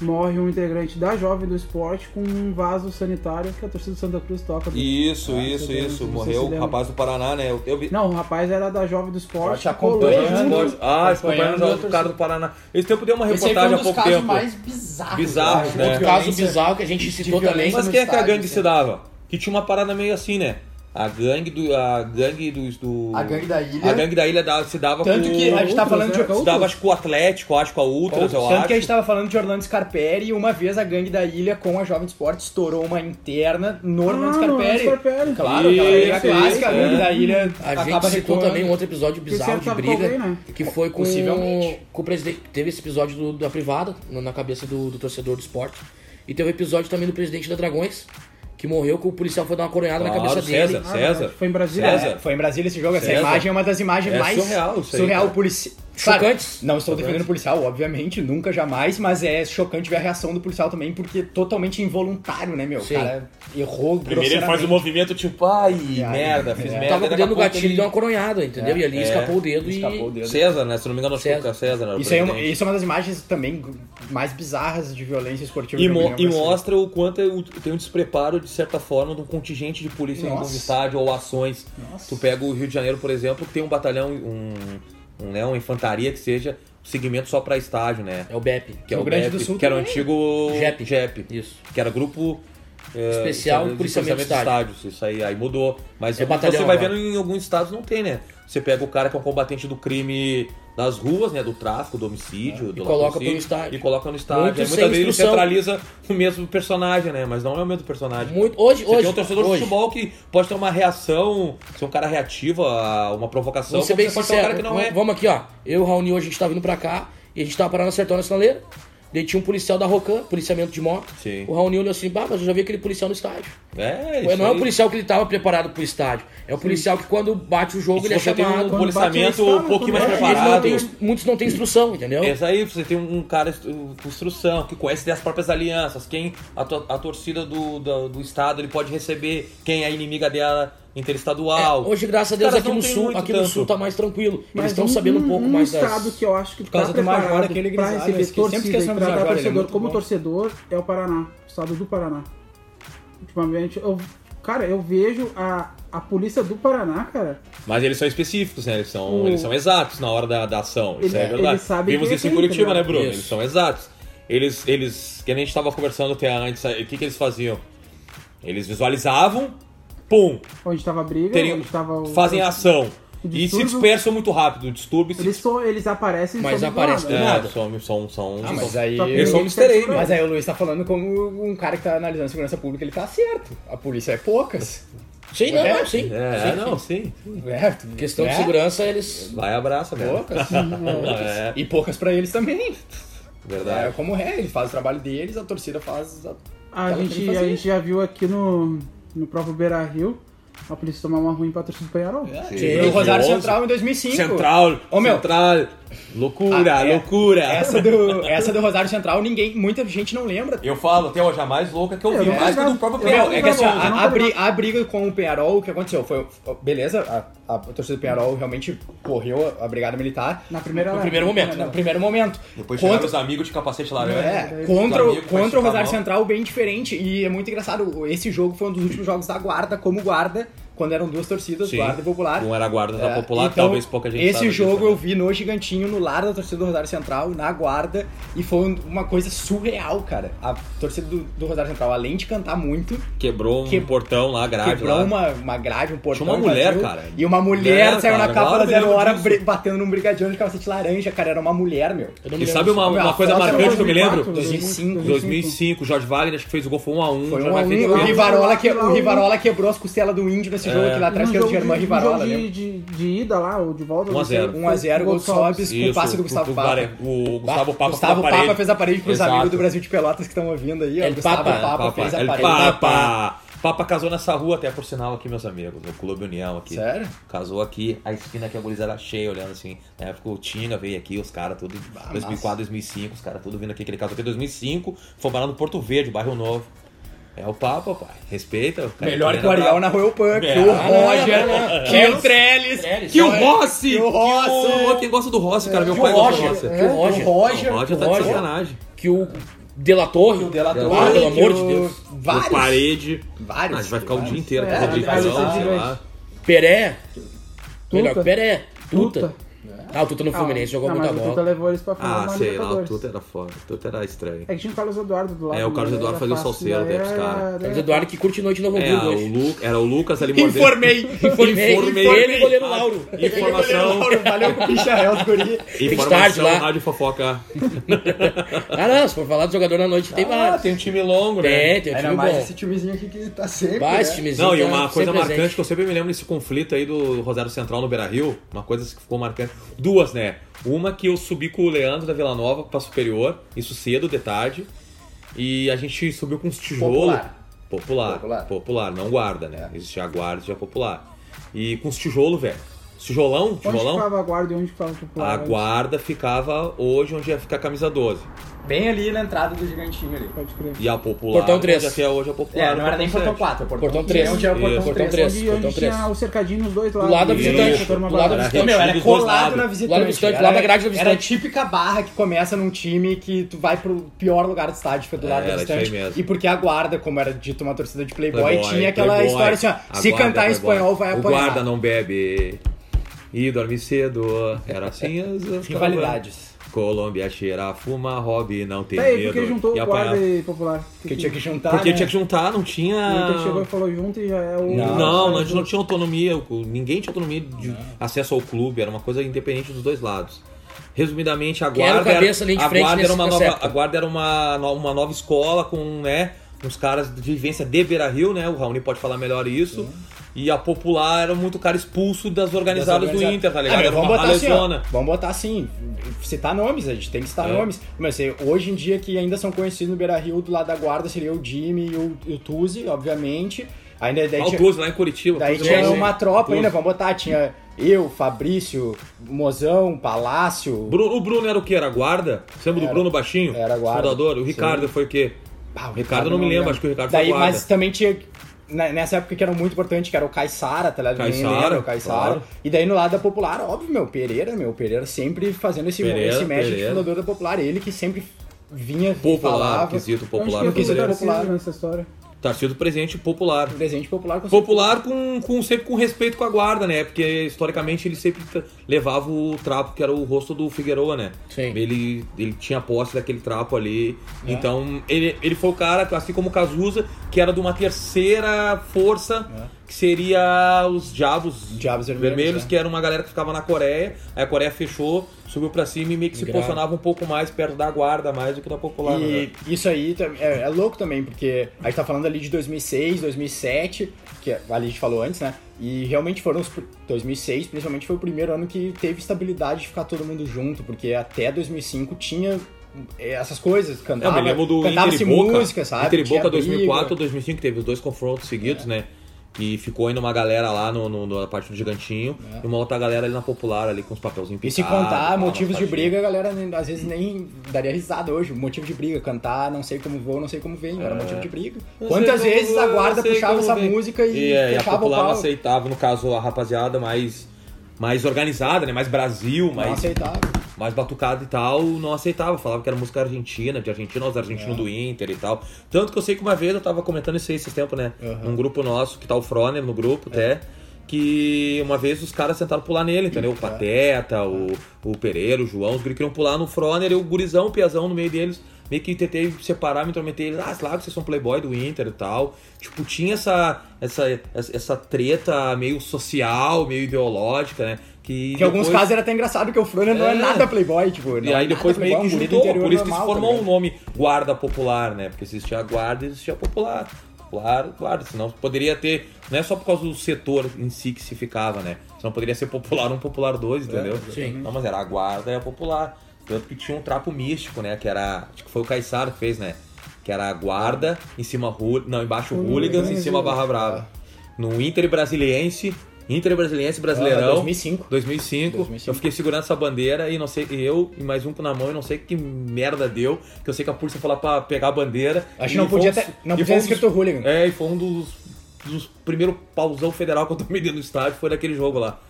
Speaker 1: Morre um integrante da Jovem do Esporte com um vaso sanitário que a torcida do Santa Cruz toca.
Speaker 3: Isso,
Speaker 1: Ah,
Speaker 3: isso,
Speaker 1: você tem-
Speaker 3: isso.
Speaker 1: você
Speaker 3: Morreu
Speaker 1: se
Speaker 3: o
Speaker 1: lembra.
Speaker 3: rapaz do Paraná, né? Eu, eu vi.
Speaker 1: Não, o rapaz era da Jovem do Esporte.
Speaker 2: Te
Speaker 1: colou
Speaker 2: acompanhando,
Speaker 1: junto.
Speaker 2: Não.
Speaker 3: Ah, os companheiros
Speaker 2: Acompanhando
Speaker 3: do cara do Paraná. Esse tempo deu uma
Speaker 2: Esse aí foi um
Speaker 3: reportagem há
Speaker 2: dos
Speaker 3: pouco
Speaker 2: casos
Speaker 3: tempo.
Speaker 2: mais bizarros.
Speaker 3: Bizarros,
Speaker 2: eu acho.
Speaker 3: né?
Speaker 2: Outro
Speaker 4: Outro caso
Speaker 2: violência-
Speaker 4: bizarro que a gente citou
Speaker 2: violência
Speaker 4: também.
Speaker 3: Mas
Speaker 2: no
Speaker 3: quem é que a
Speaker 2: estádio,
Speaker 3: gangue
Speaker 2: assim.
Speaker 3: se dava? Que tinha uma parada meio assim, né? A gangue do. A gangue dos do.
Speaker 2: A gangue da ilha.
Speaker 3: a gangue da ilha da- se dava
Speaker 2: Tanto
Speaker 3: com.
Speaker 2: que a gente tá
Speaker 1: Outros,
Speaker 2: falando de.
Speaker 1: né?
Speaker 3: se dava acho, com o Atlético, acho, com a Ultras, eu
Speaker 2: Tanto
Speaker 3: acho.
Speaker 2: que a gente tava falando de Orlando Scarpelli e uma vez a gangue da ilha com a Jovem Esporte estourou uma interna no Orlando
Speaker 1: Ah, no
Speaker 2: Scarpelli.
Speaker 1: Orlando Scarpelli.
Speaker 2: Claro, aquela
Speaker 3: Isso,
Speaker 2: briga clássica, a
Speaker 3: isso,
Speaker 2: gangue
Speaker 3: é.
Speaker 2: da ilha
Speaker 4: A gente
Speaker 2: acaba
Speaker 4: citou
Speaker 2: recuando.
Speaker 4: também um outro episódio bizarro
Speaker 1: Esse
Speaker 4: de
Speaker 1: era
Speaker 4: briga,
Speaker 1: Tava alguém, né?
Speaker 4: que foi com,
Speaker 2: Possivelmente.
Speaker 4: com o presidente. Teve esse episódio do- da privada, na na cabeça do, do torcedor do esporte. E teve o episódio também do presidente da Dragões, que morreu, que o policial foi dar uma coronhada na
Speaker 3: Claro,
Speaker 4: cabeça dele.
Speaker 3: César.
Speaker 1: Ah, verdade, Foi em Brasília. né?
Speaker 3: César.
Speaker 2: É, foi em Brasília esse jogo. Essa
Speaker 3: César.
Speaker 2: imagem é uma das imagens
Speaker 3: É
Speaker 2: mais
Speaker 3: surreal isso aí, cara.
Speaker 2: policial.
Speaker 4: Chocantes.
Speaker 2: não estou
Speaker 3: Chocantes.
Speaker 2: defendendo o policial, obviamente, nunca, jamais, mas é chocante ver a reação do policial também, porque é totalmente involuntário, né, meu? O
Speaker 4: Sim.
Speaker 2: cara errou
Speaker 3: Primeiro ele faz
Speaker 2: grosseiramente. é.
Speaker 3: o movimento tipo, ai, merda, fiz merda.
Speaker 4: Tava com o dedo no
Speaker 3: daqui a pouco
Speaker 4: gatilho e
Speaker 3: ele-
Speaker 4: deu uma coronhada, entendeu? e ali
Speaker 3: é,
Speaker 4: escapou o dedo
Speaker 2: escapou o
Speaker 4: e.
Speaker 2: dedo.
Speaker 3: César, né? Se não me engano, acho que
Speaker 4: César.
Speaker 3: era César. era o
Speaker 2: Isso, aí é uma,
Speaker 3: presidente.
Speaker 2: isso é uma das imagens também mais bizarras de violência esportiva.
Speaker 3: E,
Speaker 2: que eu
Speaker 3: mo-
Speaker 2: me lembro,
Speaker 3: e
Speaker 2: assim.
Speaker 3: mostra o quanto é o- tem um despreparo, de certa forma, de um contingente de polícia em alguns
Speaker 2: Nossa.
Speaker 3: estádios ou ações.
Speaker 2: Nossa.
Speaker 3: Tu pega o Rio de Janeiro, por exemplo, que tem um batalhão, um, um, né, uma infantaria que seja um segmento só pra estádio, né?
Speaker 4: É o BEP.
Speaker 3: Que é
Speaker 2: Rio
Speaker 3: o
Speaker 2: Grande
Speaker 3: BEP,
Speaker 2: do Sul
Speaker 3: que era o
Speaker 2: também.
Speaker 3: antigo
Speaker 4: JEP.
Speaker 3: JEP,
Speaker 4: Isso.
Speaker 3: que era grupo é,
Speaker 4: Especial
Speaker 3: de
Speaker 4: Policiamento de Estádio.
Speaker 3: estádios. Isso aí, aí mudou. Mas
Speaker 4: É
Speaker 3: o que
Speaker 4: batalhão
Speaker 3: você vai
Speaker 4: agora.
Speaker 3: vendo em alguns estados não tem, né? Você pega o cara que é um combatente do crime das ruas, né? Do tráfico, do homicídio, do
Speaker 4: É. coloca
Speaker 3: latrocínio,
Speaker 4: pro estádio.
Speaker 3: E coloca no estádio.
Speaker 4: Muito
Speaker 3: Aí
Speaker 4: sem
Speaker 3: muitas vezes ele
Speaker 4: instrução.
Speaker 3: centraliza o mesmo personagem, né? Mas não é o mesmo personagem.
Speaker 4: Muito, hoje,
Speaker 3: Você
Speaker 4: hoje.
Speaker 3: tem um torcedor de
Speaker 4: hoje.
Speaker 3: futebol que pode ter uma reação, ser um cara reativo a uma provocação,
Speaker 4: Vamos ser
Speaker 3: como
Speaker 4: bem
Speaker 3: você pode ter um cara
Speaker 4: sincero.
Speaker 3: que não
Speaker 4: v-
Speaker 3: é.
Speaker 4: Vamos aqui, ó. Eu e o Raoni hoje a gente tá vindo pra cá e a gente tava parando na Sertão Nacionaleira. Daí tinha um policial da Rocan, policiamento de moto.
Speaker 3: Sim.
Speaker 4: O Raoni olhou assim, bah, mas eu já vi aquele policial no estádio.
Speaker 3: É,
Speaker 4: não é
Speaker 3: aí.
Speaker 4: o policial que ele tava preparado pro estádio. É o policial que quando bate o
Speaker 3: E
Speaker 4: jogo
Speaker 3: se
Speaker 4: ele é
Speaker 3: você tem um
Speaker 4: chamado.
Speaker 1: Quando bate no
Speaker 3: policiamento
Speaker 1: estádio,
Speaker 3: um pouquinho mais
Speaker 1: quando
Speaker 4: Eles
Speaker 1: bate-
Speaker 3: preparado.
Speaker 4: não têm instru- muitos não têm instrução, entendeu?
Speaker 3: É isso aí, você tem um um cara estru- com instrução, que conhece das próprias alianças, quem a, to- a torcida do, do, do estado ele pode receber, quem é inimiga dela interestadual.
Speaker 4: É, Hoje, graças a Deus,
Speaker 3: Caras
Speaker 4: aqui
Speaker 3: não
Speaker 4: no
Speaker 3: tem
Speaker 4: sul,
Speaker 3: muito
Speaker 4: aqui no
Speaker 3: tanto.
Speaker 4: sul tá mais tranquilo.
Speaker 1: Mas
Speaker 4: Eles estão sabendo um pouco mais das...
Speaker 1: estado que eu acho que
Speaker 2: causa
Speaker 1: tá
Speaker 2: do Major,
Speaker 1: preparado
Speaker 2: aquele
Speaker 1: pra
Speaker 2: grisalho, eu
Speaker 1: receber
Speaker 2: esqueci- sempre
Speaker 1: torcida e
Speaker 2: esqueço o nome do
Speaker 1: tratar
Speaker 2: Major, ele é
Speaker 1: torcedor
Speaker 2: muito
Speaker 1: como
Speaker 2: bom.
Speaker 1: torcedor é o Paraná, o estado do Paraná. Ultimamente, eu, cara, eu vejo a, a polícia do Paraná, cara,
Speaker 3: Mas eles são específicos, né? Eles são,
Speaker 1: O-
Speaker 3: eles são exatos na hora da, da ação. Isso
Speaker 1: Ele-
Speaker 3: é verdade.
Speaker 1: eles sabem
Speaker 3: Vimos
Speaker 1: quem é
Speaker 3: isso em
Speaker 1: quem,
Speaker 3: Curitiba, né,
Speaker 1: entendeu?
Speaker 3: Bruno?
Speaker 4: Isso.
Speaker 3: Eles são exatos. Eles, eles. Que nem a gente tava conversando até antes, aí, o que, que eles faziam? Eles visualizavam, pum,
Speaker 1: onde tava a briga,
Speaker 3: teriam,
Speaker 1: onde tava o...
Speaker 3: fazem a ação.
Speaker 1: o
Speaker 3: E se
Speaker 1: distúrbio.
Speaker 3: dispersam muito rápido, o distúrbio se
Speaker 1: Eles, só, eles aparecem
Speaker 4: Mas
Speaker 1: somem do
Speaker 4: aparece
Speaker 1: nada.
Speaker 4: do
Speaker 3: É,
Speaker 4: nada.
Speaker 3: São, são, são,
Speaker 2: Ah, mas
Speaker 3: são-
Speaker 2: aí.
Speaker 1: né? Só que
Speaker 3: Eles são
Speaker 1: ele
Speaker 3: Mr. M,
Speaker 1: censurou.
Speaker 2: Mas aí o Luiz tá falando como um cara que tá analisando segurança pública, ele tá certo. A polícia é poucas.
Speaker 4: Sim, não,
Speaker 2: É?
Speaker 4: não, sim.
Speaker 3: É,
Speaker 4: Sim,
Speaker 3: não, É?
Speaker 4: sim.
Speaker 3: sim. sim.
Speaker 2: Certo.
Speaker 4: Questão
Speaker 2: né?
Speaker 4: de segurança, eles...
Speaker 3: Vai abraça, velho.
Speaker 2: Poucas.
Speaker 3: É,
Speaker 2: E poucas pra eles também. É
Speaker 3: verdade.
Speaker 2: como é, ele faz o trabalho deles, a torcida faz. A...
Speaker 1: A
Speaker 2: Ela
Speaker 1: gente,
Speaker 2: tem que
Speaker 1: a
Speaker 2: fazer.
Speaker 1: gente já viu aqui no, no próprio Beira Rio a polícia tomar uma ruim pra torcida do Penharol.
Speaker 2: É,
Speaker 4: Sim.
Speaker 2: No Rosário
Speaker 3: 11.
Speaker 2: Central em 2005.
Speaker 3: Central,
Speaker 2: Ô, meu.
Speaker 3: central. Loucura,
Speaker 2: Ah, é.
Speaker 3: loucura.
Speaker 2: Essa do, essa do Rosário Central, ninguém, muita gente não lembra.
Speaker 3: Eu falo, até hoje, a mais louca que eu vi,
Speaker 1: Eu não
Speaker 3: mais que a do
Speaker 1: lembrava-
Speaker 3: próprio
Speaker 1: eu não
Speaker 3: Penal. É que assim,
Speaker 2: Assim, ó,
Speaker 1: eu não
Speaker 2: a, a
Speaker 1: tô
Speaker 2: bri- a briga com o Penharol, o que aconteceu? Foi. Beleza, a, a torcida do Penharol realmente correu a brigada militar.
Speaker 1: Na primeira
Speaker 3: É.
Speaker 4: No
Speaker 1: leva. Então,
Speaker 4: primeiro momento,
Speaker 2: No
Speaker 4: né?
Speaker 2: primeiro momento.
Speaker 3: depois chegaram
Speaker 2: Contra,
Speaker 3: os amigos de capacete laranja.
Speaker 2: É,
Speaker 1: Os
Speaker 2: contra, o-
Speaker 3: amigos que vai
Speaker 2: contra o
Speaker 3: chutar
Speaker 2: Rosário
Speaker 3: mal.
Speaker 2: Central, bem diferente. E é muito engraçado. Esse jogo foi um dos últimos jogos da guarda, como guarda, quando eram duas torcidas,
Speaker 3: Sim.
Speaker 2: guarda e popular.
Speaker 3: Um era guarda da
Speaker 2: É,
Speaker 3: popular,
Speaker 2: então,
Speaker 3: talvez pouca gente
Speaker 2: Esse
Speaker 3: saiba disso,
Speaker 2: jogo
Speaker 3: né?
Speaker 2: eu vi no Gigantinho, no lar da torcida do Rosário Central, na guarda, e foi um, uma coisa surreal, cara. A torcida do, do Rosário Central, além de cantar muito,
Speaker 3: Quebrou um
Speaker 2: Que-
Speaker 3: portão lá, grade
Speaker 2: quebrou
Speaker 3: lá.
Speaker 2: uma, uma grade, um portão.
Speaker 3: Tinha uma mulher,
Speaker 2: invadiu,
Speaker 3: cara.
Speaker 2: E uma mulher
Speaker 3: Mulher,
Speaker 2: saiu na
Speaker 3: cara,
Speaker 2: capa
Speaker 3: agora
Speaker 2: da
Speaker 3: eu lembro
Speaker 2: zero hora,
Speaker 3: disso.
Speaker 2: bri- batendo num brigadeiro de calcete laranja, cara. Era uma mulher, meu.
Speaker 4: Eu não me
Speaker 3: E
Speaker 4: lembro
Speaker 3: sabe uma,
Speaker 4: disso.
Speaker 3: uma
Speaker 2: Meu, a
Speaker 3: coisa
Speaker 2: foto é
Speaker 3: marcante que eu me lembro?
Speaker 2: 2005.
Speaker 3: 2005, Jorge Wagner, acho que fez o gol, foi 1x1.
Speaker 2: Foi um a um,
Speaker 1: feito
Speaker 2: o
Speaker 1: bem.
Speaker 2: Rivarola, que,
Speaker 1: Lá
Speaker 2: o
Speaker 1: um.
Speaker 2: Rivarola quebrou as costelas do índio nesse
Speaker 3: É.
Speaker 2: jogo aqui lá atrás,
Speaker 1: Um
Speaker 2: que era o
Speaker 1: jogo
Speaker 2: Germán
Speaker 1: de, um jogo
Speaker 2: Rivarola,
Speaker 1: de,
Speaker 2: né?
Speaker 1: de, de ida lá, ou de volta.
Speaker 3: 1 a
Speaker 1: não sei.
Speaker 3: 0.
Speaker 1: Foi
Speaker 2: 1x0, gol
Speaker 1: gol
Speaker 2: do Sobis, com
Speaker 3: Isso,
Speaker 2: o passe do Gustavo Papa.
Speaker 3: O Gustavo Papa
Speaker 2: Gustavo
Speaker 3: foi na
Speaker 2: Papa
Speaker 3: parede.
Speaker 2: fez a parede pros
Speaker 3: Exato.
Speaker 2: amigos do Brasil de Pelotas que estão ouvindo aí. ó.
Speaker 4: El
Speaker 2: Gustavo
Speaker 4: Papa,
Speaker 2: Papa,
Speaker 3: Papa,
Speaker 2: fez a
Speaker 3: El
Speaker 2: parede.
Speaker 3: Papa. Papa casou nessa rua, até por sinal aqui, meus amigos, no Clube União aqui.
Speaker 2: Sério?
Speaker 3: Casou aqui, a esquina que a gurizada era cheia, olhando assim. Na época o Tinga veio aqui, os caras tudo,
Speaker 2: Ah,
Speaker 3: 2004, 2005, os caras tudo vindo aqui, que ele casou aqui em 2005, foi parar no Porto Verde, bairro novo. É o Papa, pai. Respeita. o cara
Speaker 2: Melhor
Speaker 3: que
Speaker 2: que o Ariel
Speaker 3: era-
Speaker 2: na Royal Punk,
Speaker 3: É.
Speaker 2: que o Roger,
Speaker 4: Ah,
Speaker 2: que
Speaker 4: é.
Speaker 2: o Trellis,
Speaker 4: Trellis,
Speaker 3: Que o
Speaker 4: é.
Speaker 3: Rossi!
Speaker 2: Que o Rossi!
Speaker 3: Que o- Quem gosta do Rossi, cara? Meu
Speaker 4: Que o
Speaker 3: pai gosta do
Speaker 4: Roger,
Speaker 3: Rossi.
Speaker 4: que o
Speaker 2: o
Speaker 4: Roger,
Speaker 2: É. Roger,
Speaker 3: O Roger
Speaker 4: o
Speaker 3: tá de
Speaker 4: Roger.
Speaker 3: sacanagem.
Speaker 4: que o De La Torre, Ah,
Speaker 2: que o Della
Speaker 3: Pelo
Speaker 2: Torre,
Speaker 4: amor
Speaker 2: que
Speaker 4: de
Speaker 2: o-
Speaker 4: Deus.
Speaker 3: Vários.
Speaker 2: Vários.
Speaker 3: Parede. Ah, a
Speaker 2: Vários.
Speaker 3: gente vai ficar o dia
Speaker 2: vários.
Speaker 3: inteiro.
Speaker 1: É,
Speaker 3: por causa de
Speaker 1: vai ser
Speaker 3: prisão, sei
Speaker 1: gigante.
Speaker 3: lá.
Speaker 4: Peré,
Speaker 1: Tuta.
Speaker 4: melhor, Peré, Tuta,
Speaker 1: Tuta.
Speaker 4: Ah, o Tuta no
Speaker 1: Ah,
Speaker 4: Fluminense jogou
Speaker 1: não,
Speaker 4: muita
Speaker 1: mas O
Speaker 4: bola.
Speaker 1: Tuta levou eles pra final
Speaker 3: Ah,
Speaker 1: na
Speaker 3: sei lá, o
Speaker 1: Libertadores.
Speaker 3: Tuta era foda. O Tuta era estranho.
Speaker 1: É que tinha o Carlos Eduardo do lado.
Speaker 3: É, o Carlos
Speaker 1: né?
Speaker 3: Eduardo
Speaker 1: Era
Speaker 3: fazia o
Speaker 1: fácil,
Speaker 3: Salceiro,
Speaker 1: daí
Speaker 3: deve
Speaker 1: era-
Speaker 3: os caras.
Speaker 4: Mas o Eduardo que curte Noite em Novo
Speaker 3: É,
Speaker 4: Hamburgo
Speaker 3: o
Speaker 4: hoje.
Speaker 3: Lu, era o Lucas ali mordendo.
Speaker 4: informei,
Speaker 3: Informei.
Speaker 4: Ele e o goleiro Lauro.
Speaker 3: Informação,
Speaker 2: Valeu com o Picharel, os guri.
Speaker 4: tarde
Speaker 3: informação,
Speaker 4: lá.
Speaker 3: rádio fofoca.
Speaker 4: Ah, não, se for falar do jogador na noite, tem
Speaker 1: Ah,
Speaker 4: vários.
Speaker 3: tem um time longo,
Speaker 4: Tem, tem um
Speaker 2: Ainda
Speaker 4: time
Speaker 2: mais
Speaker 4: bom.
Speaker 2: esse timezinho aqui que tá sempre.
Speaker 4: Vai, esse
Speaker 2: né?
Speaker 4: timezinho.
Speaker 3: Não, e
Speaker 4: tá
Speaker 3: uma
Speaker 4: sempre
Speaker 3: coisa
Speaker 4: presente.
Speaker 3: marcante que eu sempre me lembro desse conflito aí do Rosário Central no Beira-Rio, uma coisa que ficou marcante. Duas, né? Uma que eu subi com o Leandro da Vila Nova pra Superior, isso cedo, de tarde, e a gente subiu com uns tijolos.
Speaker 2: Popular.
Speaker 3: Popular.
Speaker 2: Popular.
Speaker 3: Popular. não guarda, né? Isso já guarda, isso já é popular. E com os tijolos, velho. Tijolão,
Speaker 1: Onde
Speaker 3: tijolão.
Speaker 1: ficava a guarda e onde ficava o popular?
Speaker 3: A guarda ficava hoje onde ia ficar a camisa 12.
Speaker 2: Bem ali na entrada do gigantinho ali.
Speaker 1: Pode crer.
Speaker 3: E a popular.
Speaker 4: Portão três.
Speaker 3: onde Até hoje é popular.
Speaker 2: É, não era
Speaker 3: Portão
Speaker 2: nem portão
Speaker 3: sete.
Speaker 2: 4, é
Speaker 4: Portão
Speaker 2: portão
Speaker 4: três.
Speaker 2: 3. Onde era o
Speaker 3: Isso.
Speaker 2: portão
Speaker 4: Portão
Speaker 2: 3.
Speaker 4: três,
Speaker 1: Onde, onde
Speaker 4: portão três.
Speaker 1: tinha o cercadinho dos dois lados.
Speaker 4: Do lado da
Speaker 1: né?
Speaker 4: visitante.
Speaker 1: Setor
Speaker 4: Do lado da
Speaker 1: Mauá.
Speaker 3: Era
Speaker 4: visitante.
Speaker 2: Meu, era
Speaker 3: Dos dois
Speaker 2: colado
Speaker 3: lados.
Speaker 2: na visitante.
Speaker 4: Lá no visitante,
Speaker 2: era-
Speaker 4: lá na grade do visitante.
Speaker 2: Era a típica barra que começa num time que tu vai pro pior lugar do estádio, fica do
Speaker 3: É,
Speaker 2: lado do
Speaker 3: era isso aí
Speaker 2: visitante.
Speaker 3: mesmo.
Speaker 2: E porque a guarda, como era dito uma torcida de Playboy,
Speaker 3: Playboy,
Speaker 2: tinha aquela
Speaker 3: Playboy.
Speaker 2: história assim, ó, se
Speaker 3: Aguarda,
Speaker 2: cantar em
Speaker 3: Playboy.
Speaker 2: espanhol vai
Speaker 3: O
Speaker 2: apanhar.
Speaker 3: guarda não bebe. E dorme cedo. Era assim
Speaker 2: É,
Speaker 3: as
Speaker 2: Rivalidades.
Speaker 3: Colômbia cheira, fuma, hobby, não tem
Speaker 1: Tá aí,
Speaker 3: medo.
Speaker 1: porque juntou
Speaker 3: e
Speaker 1: o guarda
Speaker 3: apanhava.
Speaker 1: e popular.
Speaker 2: Porque tinha que juntar,
Speaker 3: Porque
Speaker 2: né?
Speaker 3: tinha que juntar, não tinha.
Speaker 1: Ele chegou e falou junto e já é o.
Speaker 3: Não, a gente não tinha autonomia, o- ninguém tinha autonomia de acesso ao clube, era uma coisa independente dos dois lados. Resumidamente, a
Speaker 4: Quem era o
Speaker 3: guarda,
Speaker 4: cabeça ali de
Speaker 3: a
Speaker 4: frente
Speaker 3: guarda
Speaker 4: nesse-
Speaker 3: era uma
Speaker 4: nessa
Speaker 3: nova,
Speaker 4: época?
Speaker 3: a guarda era uma, no- uma nova escola com, né, uns caras de vivência de Beira-Rio, né? O Raoni pode falar melhor isso. E a popular era muito cara expulso das organizadas do Inter, tá ligado?
Speaker 2: Ah, meu,
Speaker 3: era uma
Speaker 2: vamos botar assim, ó,
Speaker 3: ralezona.
Speaker 2: Vamos botar assim, citar nomes, a gente tem que citar
Speaker 3: É.
Speaker 2: nomes. Mas assim, hoje em dia que ainda são conhecidos no Beira-Rio, do lado da guarda seria o Jimmy e o, e o Tuzi, obviamente. Ainda daí
Speaker 3: Ó, Ah, o é assim.
Speaker 2: tinha-
Speaker 3: Tuzi lá em Curitiba.
Speaker 2: Daí
Speaker 3: Tuzi
Speaker 2: tinha
Speaker 3: lá em-
Speaker 2: uma tropa
Speaker 3: Tuzi.
Speaker 2: ainda, vamos botar, tinha eu, Fabrício, Mozão, Palácio.
Speaker 3: Bruno- o Bruno era o que? Era guarda? Você lembra
Speaker 2: Era.
Speaker 3: do Bruno Baixinho?
Speaker 2: Era guarda.
Speaker 3: Fundador? O Ricardo
Speaker 2: Sim.
Speaker 3: foi o quê?
Speaker 2: Ah,
Speaker 3: o Ricardo eu não me lembro, acho que o Ricardo foi
Speaker 2: Daí,
Speaker 3: guarda.
Speaker 2: Mas também tinha. na- Nessa época que era muito importante, que era o Caissara, tá ligado? Ninguém
Speaker 3: Caissara,
Speaker 2: lembra, o Caissara.
Speaker 3: claro.
Speaker 2: E daí no lado da Popular, óbvio, meu, Pereira, meu, Pereira sempre fazendo esse,
Speaker 3: Pereira,
Speaker 2: esse match de
Speaker 3: Pereira.
Speaker 2: fundador da Popular. Ele que sempre vinha
Speaker 3: Popular,
Speaker 2: falava.
Speaker 3: quesito popular.
Speaker 1: Onde que
Speaker 2: Porque
Speaker 1: eu
Speaker 2: seria
Speaker 1: tô
Speaker 2: popular.
Speaker 1: popular nessa história?
Speaker 3: Tarcísio tá presente popular.
Speaker 2: Presente popular com
Speaker 3: Popular com, com- sempre com respeito com a guarda, né? Porque historicamente ele sempre t- levava o trapo que era o rosto do Figueroa, né?
Speaker 4: Sim.
Speaker 3: Ele, ele tinha posse daquele trapo ali. Então ele, ele foi o cara, assim como o Cazuza, que era de uma terceira força, que seria os Diabos,
Speaker 2: Diabos Vermelhos, né?
Speaker 3: que era uma galera que ficava na Coreia. Aí a Coreia fechou, subiu pra cima e meio que se
Speaker 4: Migraram.
Speaker 3: posicionava um pouco mais perto da guarda, mais do que da popular. né?
Speaker 2: E isso aí tam- é, é louco também, porque a gente tá falando ali de 2006, 2007, que é, ali a gente falou antes, né? E realmente foram os. pr- 2006, principalmente, foi o primeiro ano que teve estabilidade de ficar todo mundo junto, porque até 2005 tinha é, essas coisas,
Speaker 3: Não,
Speaker 2: cantava,
Speaker 3: me lembro do Inter
Speaker 2: cantava-se
Speaker 3: e Boca.
Speaker 2: música, sabe?
Speaker 3: Inter e
Speaker 2: Tinha
Speaker 3: Boca
Speaker 2: briga.
Speaker 3: 2004 2005, teve os dois confrontos seguidos, né? Que ficou ainda uma galera lá no, no- na parte do Gigantinho e uma outra galera ali na Popular, ali com os papelzinhos
Speaker 2: É. E
Speaker 3: picados.
Speaker 2: se contar
Speaker 3: tal,
Speaker 2: motivos
Speaker 3: nas
Speaker 2: de
Speaker 3: pastinhas.
Speaker 2: briga, a galera nem- às vezes nem daria risada hoje. Motivo de briga, cantar, não sei como vou, não sei como venho, era motivo de briga.
Speaker 3: É. Não
Speaker 2: Quantas
Speaker 3: sei como
Speaker 2: vezes a
Speaker 3: vou,
Speaker 2: guarda
Speaker 3: não sei
Speaker 2: puxava
Speaker 3: como
Speaker 2: essa
Speaker 3: vem.
Speaker 2: música e,
Speaker 3: E, é, e a
Speaker 2: fechava o
Speaker 3: Popular não
Speaker 2: pau?
Speaker 3: aceitava, no caso, a rapaziada mais, mais organizada, né? Mais Brasil,
Speaker 2: Não
Speaker 3: mais,
Speaker 2: aceitava.
Speaker 3: mais batucada e tal, não aceitava. Falava que era música argentina, de argentino aos
Speaker 2: É.
Speaker 3: argentinos do Inter e tal. Tanto que eu sei que uma vez eu tava comentando isso aí esses tempos, né?
Speaker 2: Aham. É.
Speaker 3: Num grupo nosso, que tá o Froner no grupo até. Que uma vez os caras tentaram pular nele,
Speaker 2: É.
Speaker 3: entendeu? O Pateta, o, o Pereira, o João, os guri queriam pular no Froner, eu, o gurizão, o piazão no meio deles, meio que tentei separar, me intrometer eles. Ah, claro que vocês são playboy do Inter e tal. Tipo, tinha essa, essa, essa essa treta meio social, meio ideológica, né? Que,
Speaker 2: Que em alguns
Speaker 3: depois-
Speaker 2: casos era até engraçado que o Fruna não é
Speaker 3: É.
Speaker 2: nada playboy, tipo.
Speaker 3: E
Speaker 2: não é
Speaker 3: aí depois
Speaker 2: nada
Speaker 3: meio
Speaker 2: playboy,
Speaker 3: que
Speaker 2: um guri do
Speaker 3: juntou,
Speaker 2: interior
Speaker 3: por isso que se
Speaker 2: normal,
Speaker 3: formou um
Speaker 2: tá
Speaker 3: o
Speaker 2: ligado?
Speaker 3: nome Guarda Popular, né? Porque existia a guarda e existia a popular. Popular, guarda, senão poderia ter, não é só por causa do setor em si que se ficava, né? Senão poderia ser popular um, popular dois,
Speaker 2: É,
Speaker 3: entendeu?
Speaker 4: sim.
Speaker 3: Não, mas era a guarda e a popular. Tanto que tinha um trapo místico, né? Que era, acho que foi o Caissara que fez, né? Que era a guarda, em cima, Hool- não, embaixo
Speaker 1: Hooligans,
Speaker 3: Hooligans, em cima
Speaker 1: né?
Speaker 3: Barra Brava. No Inter e Brasiliense, Inter e Brasiliense
Speaker 2: É. Ah,
Speaker 3: Brasileirão.
Speaker 2: 2005.
Speaker 3: 2005,
Speaker 2: 2005.
Speaker 3: eu fiquei segurando essa bandeira e não sei, e eu e mais um na mão, e não sei que merda deu, que eu sei que a polícia foi lá pra pegar a bandeira.
Speaker 2: Acho
Speaker 3: e
Speaker 2: que não
Speaker 3: foi
Speaker 2: podia
Speaker 3: um
Speaker 2: ter-
Speaker 3: dos-
Speaker 2: não
Speaker 3: e
Speaker 2: podia
Speaker 3: foi
Speaker 2: ter
Speaker 3: um dos-
Speaker 2: escrito hooligan.
Speaker 3: É, e foi um dos, dos primeiros pausão federal que eu tomei dentro do estádio, foi naquele jogo lá.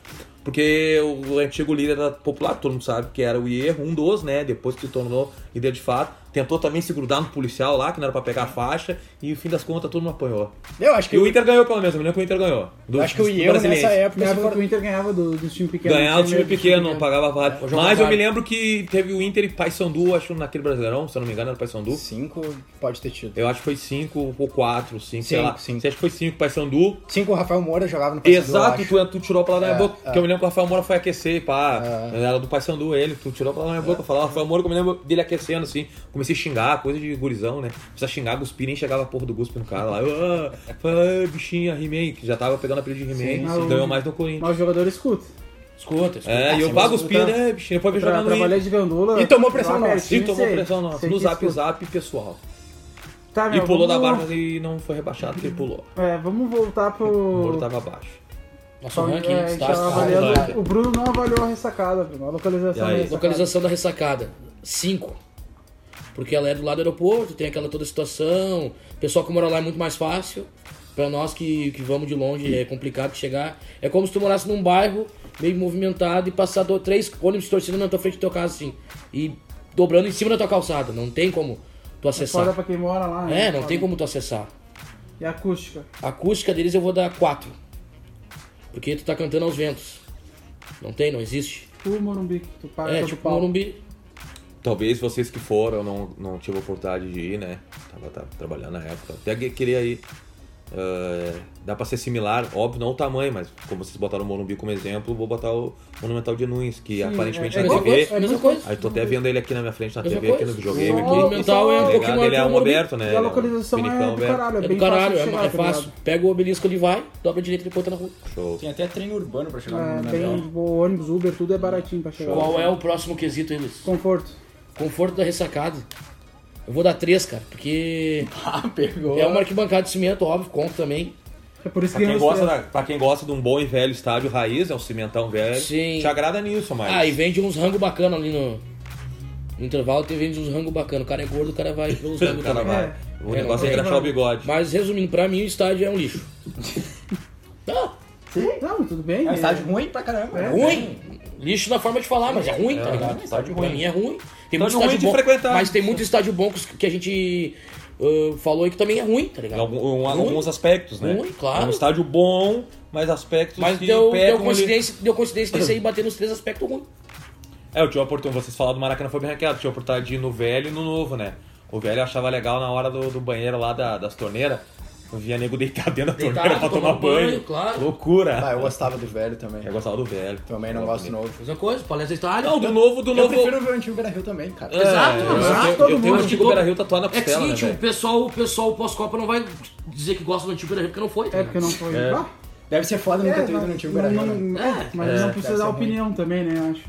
Speaker 3: Porque o antigo líder da popular, todo mundo sabe que era o Hierro, um dos, né, depois que se tornou líder de fato, tentou também se grudar no policial lá, que não era pra pegar a faixa, e no fim das contas todo mundo apanhou.
Speaker 2: Eu acho que
Speaker 3: E o
Speaker 2: eu-
Speaker 3: Inter ganhou pelo menos, eu me lembro que o Inter ganhou. Do,
Speaker 2: eu acho que o
Speaker 3: do
Speaker 2: Ieu
Speaker 3: Brasiliense.
Speaker 2: nessa época. se
Speaker 1: Ganhava
Speaker 2: for-
Speaker 1: que o Inter ganhava do- dos times pequenos.
Speaker 3: Ganhar o
Speaker 1: tinha
Speaker 3: time
Speaker 1: medo do time
Speaker 2: né?
Speaker 3: pequeno, não pagava
Speaker 4: É,
Speaker 3: vaga.
Speaker 4: jogo
Speaker 3: Mas eu
Speaker 4: caro.
Speaker 3: me lembro que teve o Inter e Paysandu, acho, naquele Brasileirão, se eu não me engano, era o Paysandu.
Speaker 2: Cinco pode ter tido.
Speaker 3: Eu acho que foi 5 ou 4, 5, sei
Speaker 2: Cinco,
Speaker 3: lá.
Speaker 2: cinco.
Speaker 3: Você acha que foi 5 Paysandu?
Speaker 2: Cinco o Rafael Moura jogava no Paysandu,
Speaker 3: Exato,
Speaker 2: eu acho.
Speaker 3: tu, tu tirou pra lá na minha
Speaker 2: É,
Speaker 3: boca.
Speaker 2: é.
Speaker 3: Que eu me lembro que o Rafael Moura foi aquecer, pá. Era do Paysandu ele, tu tirou pra lá na
Speaker 2: É.
Speaker 3: minha boca. Eu falava, Rafael Moura, que eu me lembro dele aquecendo assim. Comecei a xingar, coisa de gurizão, né? Precisa xingar, Guspi nem chegava a porra do Guspi no cara lá. Eu, ah, falei, ah, bichinha, He-Man, que já tava pegando a apelido de He-Man,
Speaker 1: Sim, sim.
Speaker 3: ganhou mais no
Speaker 1: pequeno.
Speaker 3: Corinthians.
Speaker 1: Mas o jogador escuta.
Speaker 4: Escuta, escuta.
Speaker 3: É, e eu
Speaker 2: sim,
Speaker 3: pago
Speaker 2: mas
Speaker 3: os pia,
Speaker 1: tá-
Speaker 3: né, bichinho? Depois vem
Speaker 1: Tra
Speaker 3: jogar no
Speaker 1: trabalhei
Speaker 3: Inter.
Speaker 1: de gandula.
Speaker 2: E tomou pressão
Speaker 1: lá
Speaker 2: nossa.
Speaker 1: pertinho,
Speaker 3: E tomou
Speaker 1: sei-
Speaker 3: pressão nossa,
Speaker 1: sei
Speaker 3: no
Speaker 1: que
Speaker 3: zap
Speaker 1: escuta.
Speaker 3: zap pessoal.
Speaker 1: Tá,
Speaker 3: E
Speaker 1: meu,
Speaker 3: pulou da
Speaker 1: vamos-
Speaker 3: barca e não foi rebaixado, ele pulou.
Speaker 1: É, vamos voltar pro...
Speaker 3: Mortava abaixo.
Speaker 4: Nosso ranking,
Speaker 1: é, a gente
Speaker 4: está, assim, tá
Speaker 1: tava
Speaker 4: está,
Speaker 1: avaliando-
Speaker 4: está.
Speaker 1: o Bruno não avaliou a ressacada, Bruno. A localização é
Speaker 3: E aí?
Speaker 1: da ressacada.
Speaker 4: Localização da ressacada. 5. Porque ela é do lado do aeroporto, tem aquela toda situação. O pessoal que mora lá é muito mais fácil. Pra nós que, que vamos de longe, é complicado chegar. É como se tu morasse num bairro meio movimentado e passar do- três ônibus torcendo na tua frente do teu carro assim. E dobrando em cima da tua calçada. Não tem como tu
Speaker 1: Foda
Speaker 4: acessar.
Speaker 1: pra quem mora lá. né?
Speaker 4: É, não tem como tu acessar.
Speaker 1: E a acústica.
Speaker 4: A acústica deles eu vou dar 4. Porque tu tá cantando aos ventos. Não tem, não existe.
Speaker 1: Tu, Morumbi, que tu paga
Speaker 4: É,
Speaker 1: todo
Speaker 4: tipo
Speaker 1: pau.
Speaker 4: Morumbi,
Speaker 3: Talvez vocês que foram não, não tive a oportunidade de ir, né? Tava, tava trabalhando na época. Até que- queria ir. Ah, dá pra ser similar, óbvio, não o tamanho, mas como vocês botaram o Morumbi como exemplo, vou botar o Monumental de Nunes, que
Speaker 1: Sim,
Speaker 3: aparentemente
Speaker 1: é- é
Speaker 3: na
Speaker 1: igual-
Speaker 3: TV.
Speaker 1: é a mesma coisa.
Speaker 3: Aí tô até vendo ele aqui na minha frente na
Speaker 4: Mesma
Speaker 3: TV, aqui no
Speaker 4: coisa.
Speaker 3: videogame.
Speaker 1: Só-
Speaker 3: Aqui.
Speaker 1: só- Monumental é um
Speaker 3: Tá
Speaker 4: pouquinho
Speaker 3: ligado?
Speaker 4: maior
Speaker 3: Ele é
Speaker 4: que o
Speaker 3: um
Speaker 4: Morumbi.
Speaker 3: aberto, né?
Speaker 1: E a
Speaker 3: Ele é um
Speaker 1: localização é
Speaker 3: pinicão
Speaker 1: do
Speaker 3: aberto.
Speaker 1: caralho. É,
Speaker 4: É do
Speaker 1: bem
Speaker 4: caralho,
Speaker 1: fácil
Speaker 4: é,
Speaker 1: de chegar,
Speaker 4: é
Speaker 1: tá
Speaker 4: fácil.
Speaker 1: ligado?
Speaker 4: Pega o obelisco, ele vai, dobra a direita e tá põe na rua.
Speaker 3: Show.
Speaker 2: Tem até trem urbano pra chegar
Speaker 1: É,
Speaker 2: no
Speaker 1: tem
Speaker 2: Natal.
Speaker 1: tipo, ônibus, Uber, tudo é baratinho pra chegar.
Speaker 4: Qual é o próximo quesito, hein, Luiz?
Speaker 1: Conforto.
Speaker 4: Conforto da ressacada. Eu vou dar três, cara, porque
Speaker 2: Ah, pegou.
Speaker 4: é uma arquibancada de cimento, óbvio, conto também.
Speaker 1: É por isso
Speaker 3: Pra
Speaker 1: que
Speaker 3: quem,
Speaker 1: ganhou
Speaker 3: gosta
Speaker 1: os
Speaker 3: da- pra quem gosta de um bom e velho estádio raiz, é um cimentão velho,
Speaker 4: Sim.
Speaker 3: te agrada nisso, mas.
Speaker 4: Ah, e vende uns rango bacana ali no, no intervalo, tem vende uns rango bacana. O cara é gordo, o cara vai pelos rango
Speaker 3: o cara
Speaker 4: também.
Speaker 3: vai.
Speaker 1: É.
Speaker 3: O
Speaker 4: É,
Speaker 3: negócio
Speaker 4: não
Speaker 3: é
Speaker 4: tem
Speaker 3: engraxar o bigode.
Speaker 4: Mas resumindo, pra mim o estádio é um lixo. Não,
Speaker 1: três. Não, tudo bem.
Speaker 2: É um
Speaker 1: é.
Speaker 2: estádio ruim pra caramba. né?
Speaker 4: É ruim. Lixo na forma de falar, mas é ruim, tá
Speaker 3: É,
Speaker 4: ligado?
Speaker 3: estádio
Speaker 4: pra
Speaker 3: ruim.
Speaker 4: mim é ruim.
Speaker 3: Estádio
Speaker 4: Tem muito
Speaker 3: ruim
Speaker 4: estádio
Speaker 3: de
Speaker 4: bom,
Speaker 3: frequentar.
Speaker 4: mas tem muito estádio bom que que a gente ah, falou aí que também é ruim, tá
Speaker 3: Em
Speaker 4: ligado?
Speaker 3: algum- em
Speaker 4: Ruim.
Speaker 3: alguns aspectos, né?
Speaker 4: Ruim, claro.
Speaker 3: É um estádio bom, mas aspectos
Speaker 4: Mas
Speaker 3: que
Speaker 4: deu, deu,
Speaker 3: pecam ali.
Speaker 4: coincidência, deu coincidência desse aí bater nos três aspectos ruins.
Speaker 3: É, eu tinha oportunidade, vocês falaram do Maracanã foi bem hackeado, tinha oportunidade tá de ir no velho e no novo, né? O velho eu achava legal na hora do, do banheiro lá da- das torneiras. Eu via nego deitar dentro da
Speaker 4: Deitado,
Speaker 3: torneira pra tomar,
Speaker 4: tomar
Speaker 3: banho.
Speaker 4: banho, claro.
Speaker 3: Loucura.
Speaker 2: Ah, eu Então. gostava do velho também.
Speaker 3: Eu gostava do velho.
Speaker 2: Também não
Speaker 3: É. Eu
Speaker 2: gosto do novo.
Speaker 4: Mesma coisa, palestra estádio.
Speaker 3: Não, do novo, do
Speaker 2: Eu
Speaker 3: novo.
Speaker 2: prefiro ver o antigo Beira Rio também, cara.
Speaker 3: É,
Speaker 4: Exato,
Speaker 3: eu,
Speaker 4: exato,
Speaker 3: tenho-
Speaker 1: todo
Speaker 3: Eu tenho
Speaker 1: mundo.
Speaker 3: o antigo Beira Rio tatuado na
Speaker 4: É que
Speaker 3: costela, né,
Speaker 4: seguinte, o
Speaker 3: velho?
Speaker 4: pessoal, o pessoal pós-Copa não vai dizer que gosta do antigo Beira-Rio porque não foi. tá
Speaker 1: É, porque não foi. Bah,
Speaker 2: Deve ser foda nunca ter ido no antigo Beira Rio,
Speaker 1: É, não-
Speaker 2: né?
Speaker 1: é, mas
Speaker 3: É.
Speaker 1: não precisa
Speaker 2: Deve
Speaker 1: dar
Speaker 2: ser
Speaker 1: opinião também, né? Acho.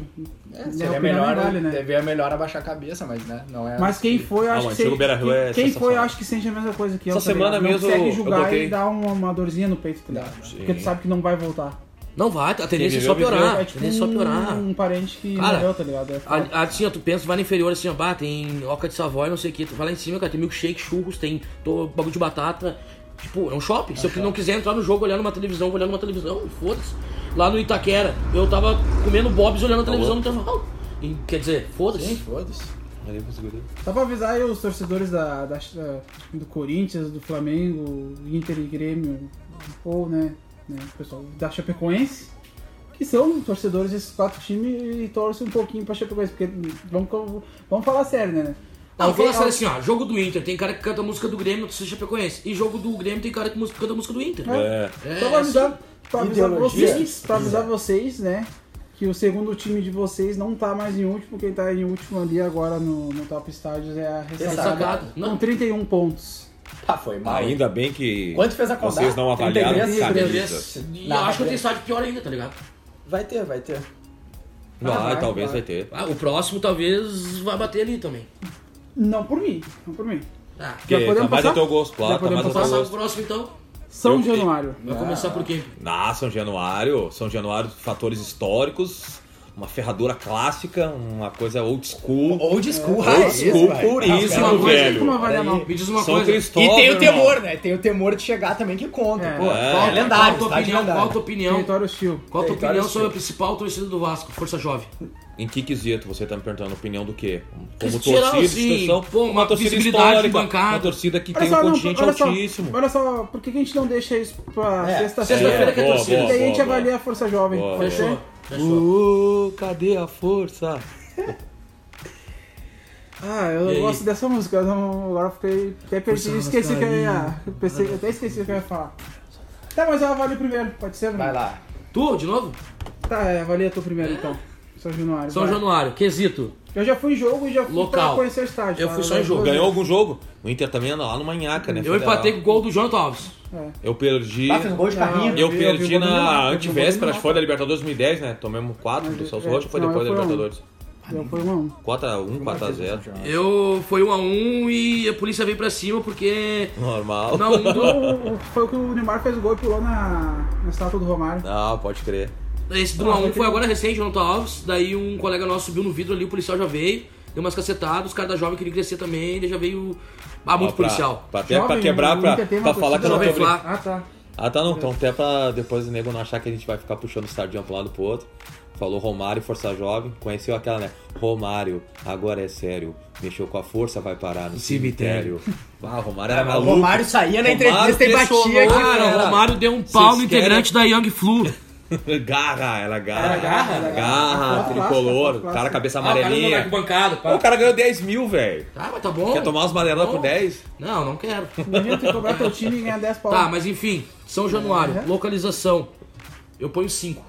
Speaker 1: É,
Speaker 2: Seria
Speaker 1: opinião
Speaker 2: melhor,
Speaker 1: não vale, né?
Speaker 2: devia melhor abaixar a cabeça, mas né, não é.
Speaker 1: Mas quem foi, eu
Speaker 3: Ah,
Speaker 1: acho
Speaker 3: o
Speaker 1: que
Speaker 3: antigo
Speaker 1: sente-
Speaker 3: Beira-Rio
Speaker 1: quem-
Speaker 3: é
Speaker 1: Quem foi, eu
Speaker 3: sensacional.
Speaker 1: acho que sente a mesma coisa que eu.
Speaker 3: Essa
Speaker 1: tá ligado?
Speaker 3: semana mesmo
Speaker 1: Não consegue
Speaker 3: eu
Speaker 1: julgar
Speaker 3: botei-
Speaker 1: e dar uma, uma dorzinha no peito, tá ligado?
Speaker 3: Sim.
Speaker 1: Porque tu sabe que não vai voltar.
Speaker 4: Não vai, a tendência é
Speaker 3: Quem
Speaker 4: só
Speaker 3: viveu,
Speaker 4: piorar.
Speaker 3: viveu.
Speaker 4: A
Speaker 1: É tipo
Speaker 4: tendência é só piorar.
Speaker 1: um, um parente que
Speaker 4: Cara,
Speaker 1: morreu, tá ligado? É foda.
Speaker 4: A- Assim, ó, tu pensa, vai no inferior, assim, ó, bah, tem oca de Savoy, não sei o que, tu vai lá em cima, cara, tem milkshake, churros, tem to- bagulho de batata. Tipo, é um shopping. Se eu não quiser entrar no jogo olhando uma televisão, vou olhando uma televisão, foda-se. Lá no Itaquera, eu tava comendo bobs olhando a televisão no intervalo. E, quer dizer,
Speaker 2: Sim,
Speaker 4: foda-se.
Speaker 2: foda-se.
Speaker 3: Ali conseguiu ler.
Speaker 1: Só pra avisar aí os torcedores da, da- da- do Corinthians, do Flamengo, Inter e Grêmio, ou, né, né, o pessoal da Chapecoense, que são torcedores desses quatro times e torcem um pouquinho pra Chapecoense, porque vamos, co- vamos falar sério, né? né?
Speaker 4: Não,
Speaker 1: Alguém-
Speaker 4: vou falar sério assim, ó, jogo do Inter, tem cara que canta a música do Grêmio, tu seja conhece. E jogo do Grêmio tem cara que mus- canta a música do Inter.
Speaker 3: É.
Speaker 4: É,
Speaker 1: Só pra
Speaker 4: assim.
Speaker 1: avisar, pra avisar
Speaker 2: Ideologia.
Speaker 1: vocês, pra avisar vocês, né? Que o segundo time de vocês não tá mais em último, quem tá em último ali agora no, no Top Estádios é a
Speaker 4: Ressacada.
Speaker 1: Ressacada. Com
Speaker 4: Não.
Speaker 1: 31 pontos.
Speaker 2: Ah, foi mal.
Speaker 3: Ainda bem que
Speaker 2: Quanto fez a conta?
Speaker 3: vocês não avaliaram
Speaker 2: 33?
Speaker 3: camisas.
Speaker 4: E
Speaker 2: Nada,
Speaker 4: eu acho que
Speaker 2: né?
Speaker 4: tem estádio pior ainda, tá ligado?
Speaker 2: Vai ter, vai ter.
Speaker 3: Vai,
Speaker 2: Ah, vai,
Speaker 3: talvez
Speaker 2: vai.
Speaker 3: vai ter.
Speaker 4: Ah, o próximo talvez vai bater ali também.
Speaker 1: Não por mim, não por mim.
Speaker 4: Ah,
Speaker 3: Porque
Speaker 1: Já
Speaker 3: tá
Speaker 1: podemos
Speaker 3: mais
Speaker 1: passar?
Speaker 3: ao teu gosto,
Speaker 1: Já
Speaker 3: claro. Tá
Speaker 1: podemos
Speaker 3: mais ao teu
Speaker 1: passar?
Speaker 4: passar
Speaker 3: gosto.
Speaker 4: o próximo então.
Speaker 1: São
Speaker 3: Eu-
Speaker 1: Januário.
Speaker 4: Vai começar por quem?
Speaker 3: Ah, São Januário. São Januário, fatores históricos. uma ferradura clássica, uma coisa old school.
Speaker 2: Old school,
Speaker 3: Old
Speaker 2: raiz,
Speaker 3: school
Speaker 2: vai.
Speaker 4: É
Speaker 1: Tem
Speaker 3: puríssimo,
Speaker 1: é uma coisa que
Speaker 3: velho.
Speaker 1: não vai dar
Speaker 2: Peraí.
Speaker 1: mal.
Speaker 4: Me diz uma
Speaker 3: São
Speaker 4: coisa.
Speaker 3: Cristóvão,
Speaker 2: e tem o
Speaker 3: irmão.
Speaker 2: temor, né? Tem o temor de chegar também que conta.
Speaker 1: É.
Speaker 2: Pô,
Speaker 3: É.
Speaker 2: é,
Speaker 4: Qual-
Speaker 2: lendário,
Speaker 4: Qual a tua
Speaker 2: estádio
Speaker 4: opinião? Qual a
Speaker 2: lendário.
Speaker 4: tua opinião?
Speaker 1: Território hostil.
Speaker 4: Qual a tua
Speaker 2: Território
Speaker 4: opinião sobre a
Speaker 2: seu.
Speaker 4: principal torcida do Vasco, Força Jovem?
Speaker 3: Em que quesito você tá me perguntando? Opinião do quê? Como
Speaker 4: Geral,
Speaker 3: torcida,
Speaker 4: assim,
Speaker 3: instituição?
Speaker 4: pô, uma visibilidade bancada.
Speaker 3: uma torcida que
Speaker 1: Olha
Speaker 3: tem um
Speaker 1: só, não,
Speaker 3: contingente
Speaker 1: olha só,
Speaker 3: altíssimo.
Speaker 1: olha só, por que que a gente não deixa isso pra
Speaker 2: É,
Speaker 1: sexta-feira?
Speaker 4: sexta-feira que é
Speaker 3: boa,
Speaker 4: torcida.
Speaker 3: boa,
Speaker 1: Daí a gente
Speaker 3: boa, boa.
Speaker 1: avalia a força jovem.
Speaker 3: Boa,
Speaker 1: Pode
Speaker 4: Fechou.
Speaker 1: ser?
Speaker 4: Fechou.
Speaker 3: Ô, cadê a força?
Speaker 1: Ah, eu
Speaker 4: E aí?
Speaker 1: gosto dessa música, então agora eu fiquei até perdi,
Speaker 4: Força,
Speaker 1: esqueci que eu ia,
Speaker 4: Vascaíno.
Speaker 1: pensei, até esqueci o que eu ia falar. Tá, mas eu avalio primeiro, pode ser? Bruno?
Speaker 2: Vai lá.
Speaker 4: Tu, de novo?
Speaker 1: Tá, é, avalia tu primeiro então. São Januário.
Speaker 4: São
Speaker 1: vai.
Speaker 4: Januário, quesito.
Speaker 1: Eu já fui em jogo e já fui
Speaker 4: Local.
Speaker 1: pra conhecer o estádio.
Speaker 4: Eu
Speaker 1: tá?
Speaker 4: fui só em jogo.
Speaker 1: duas
Speaker 3: Ganhou algum jogo? O Inter também anda lá no Manhaca, né?
Speaker 4: Eu empatei com
Speaker 3: Federal.
Speaker 4: o gol do Jonathan Alves.
Speaker 1: vezes.
Speaker 3: Eu perdi.
Speaker 2: Tá, fez um gol de
Speaker 1: Não,
Speaker 2: carrinho.
Speaker 1: eu
Speaker 3: Eu
Speaker 1: vi- eu vi o
Speaker 3: perdi
Speaker 1: Ah, gol do Milan, eu
Speaker 3: na
Speaker 1: vi o gol
Speaker 3: antivéspera,
Speaker 1: do
Speaker 3: acho que foi
Speaker 1: Milan.
Speaker 3: da Libertadores 2010, né? Tomamos 4 do
Speaker 1: Mas,
Speaker 3: Celso
Speaker 1: é,
Speaker 3: Rocha, foi
Speaker 1: não,
Speaker 3: depois da
Speaker 1: eu fui um.
Speaker 3: Libertadores.
Speaker 1: É, já foi um.
Speaker 3: 4x1, 4x0.
Speaker 4: Eu foi um a um e a polícia veio pra cima porque.
Speaker 3: Normal.
Speaker 4: Não, um do-
Speaker 1: O- o- Foi o que o Neymar fez o gol e pulou na, na estátua do Romário.
Speaker 3: Não, pode crer.
Speaker 4: Esse do 1x1 foi agora recente, Jonathan Alves. Daí um colega nosso subiu no vidro ali, o policial já veio, deu umas cacetadas, os caras da jovem queriam crescer também, daí já veio. Ah, muito
Speaker 3: Ó, pra-
Speaker 4: policial.
Speaker 3: É Pra, até-
Speaker 1: Jovem,
Speaker 3: pra quebrar,
Speaker 1: o
Speaker 3: pra,
Speaker 1: Inter tem uma
Speaker 3: pra falar que eu não tô
Speaker 4: torcida jovem
Speaker 3: brincando.
Speaker 1: Ah, tá.
Speaker 3: Ah, tá, não. Então, até pra depois o nego não achar que a gente vai ficar puxando o sardinha pra um lado e pro outro. Falou Romário, Força Jovem. Conheceu aquela, né? Romário, agora é sério. Mexeu com a força, vai parar no
Speaker 4: Cemitério.
Speaker 3: cemitério. Ah, Romário
Speaker 2: Ah,
Speaker 3: era
Speaker 2: o
Speaker 3: maluco.
Speaker 2: Romário saía na
Speaker 3: Romário
Speaker 2: entrevista e batia
Speaker 3: pressionou,
Speaker 2: aqui, né?
Speaker 4: Cara, o
Speaker 3: era-
Speaker 4: Romário deu um pau no
Speaker 3: Vocês querem-
Speaker 4: integrante da Young Flu.
Speaker 3: Garra, ela garra.
Speaker 1: Era garra, era garra.
Speaker 3: Garra,
Speaker 1: Foto clássica,
Speaker 3: tricolor,
Speaker 1: foto
Speaker 3: cara cabeça
Speaker 4: Ah,
Speaker 3: amarelinha.
Speaker 4: o cara
Speaker 3: Pô, o cara ganhou 10 mil, velho.
Speaker 4: Ah, mas tá bom.
Speaker 3: Quer tomar umas amarelas por
Speaker 4: Bom.
Speaker 3: 10?
Speaker 4: Não, não quero.
Speaker 1: Imagina tu cobrar teu time e ganhar 10 pau.
Speaker 4: Tá, mas enfim, São Januário,
Speaker 1: Uhum.
Speaker 4: localização. Eu ponho 5.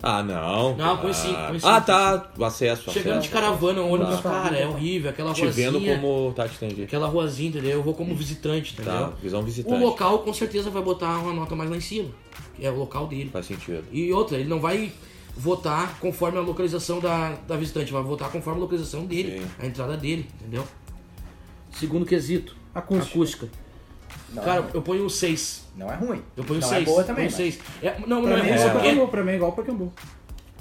Speaker 3: Ah, não.
Speaker 4: Não,
Speaker 3: cara.
Speaker 4: põe sim, põe sim,
Speaker 3: Ah,
Speaker 4: põe
Speaker 3: tá. O acesso,
Speaker 4: Chegando de
Speaker 3: acesso.
Speaker 4: caravana, ônibus,
Speaker 1: Tá.
Speaker 4: cara, é horrível. Aquela
Speaker 3: Te vendo
Speaker 4: ruazinha,
Speaker 3: como. Tá, te entendi.
Speaker 4: aquela ruazinha, entendeu? Eu vou como visitante, entendeu?
Speaker 3: Tá, visão
Speaker 4: O
Speaker 3: visitante.
Speaker 4: local com certeza vai botar uma nota mais lá em cima. que É o local dele.
Speaker 3: Faz sentido.
Speaker 4: E outra, ele não vai votar conforme a localização da, da visitante, vai votar conforme a localização dele,
Speaker 3: Sim.
Speaker 4: a entrada dele, entendeu? Segundo quesito,
Speaker 1: Acústica.
Speaker 4: acústica.
Speaker 2: Não,
Speaker 4: Cara,
Speaker 2: não,
Speaker 4: eu ponho um 6.
Speaker 2: não é ruim.
Speaker 4: Eu ponho
Speaker 2: não
Speaker 4: 6.
Speaker 2: é boa também.
Speaker 4: Ponho
Speaker 2: mas-
Speaker 4: seis. É, não, não
Speaker 1: Pra mim
Speaker 4: é ruim.
Speaker 1: é igual
Speaker 4: Sabe por quê?
Speaker 1: Pokémon, pra mim é igual Pokémon.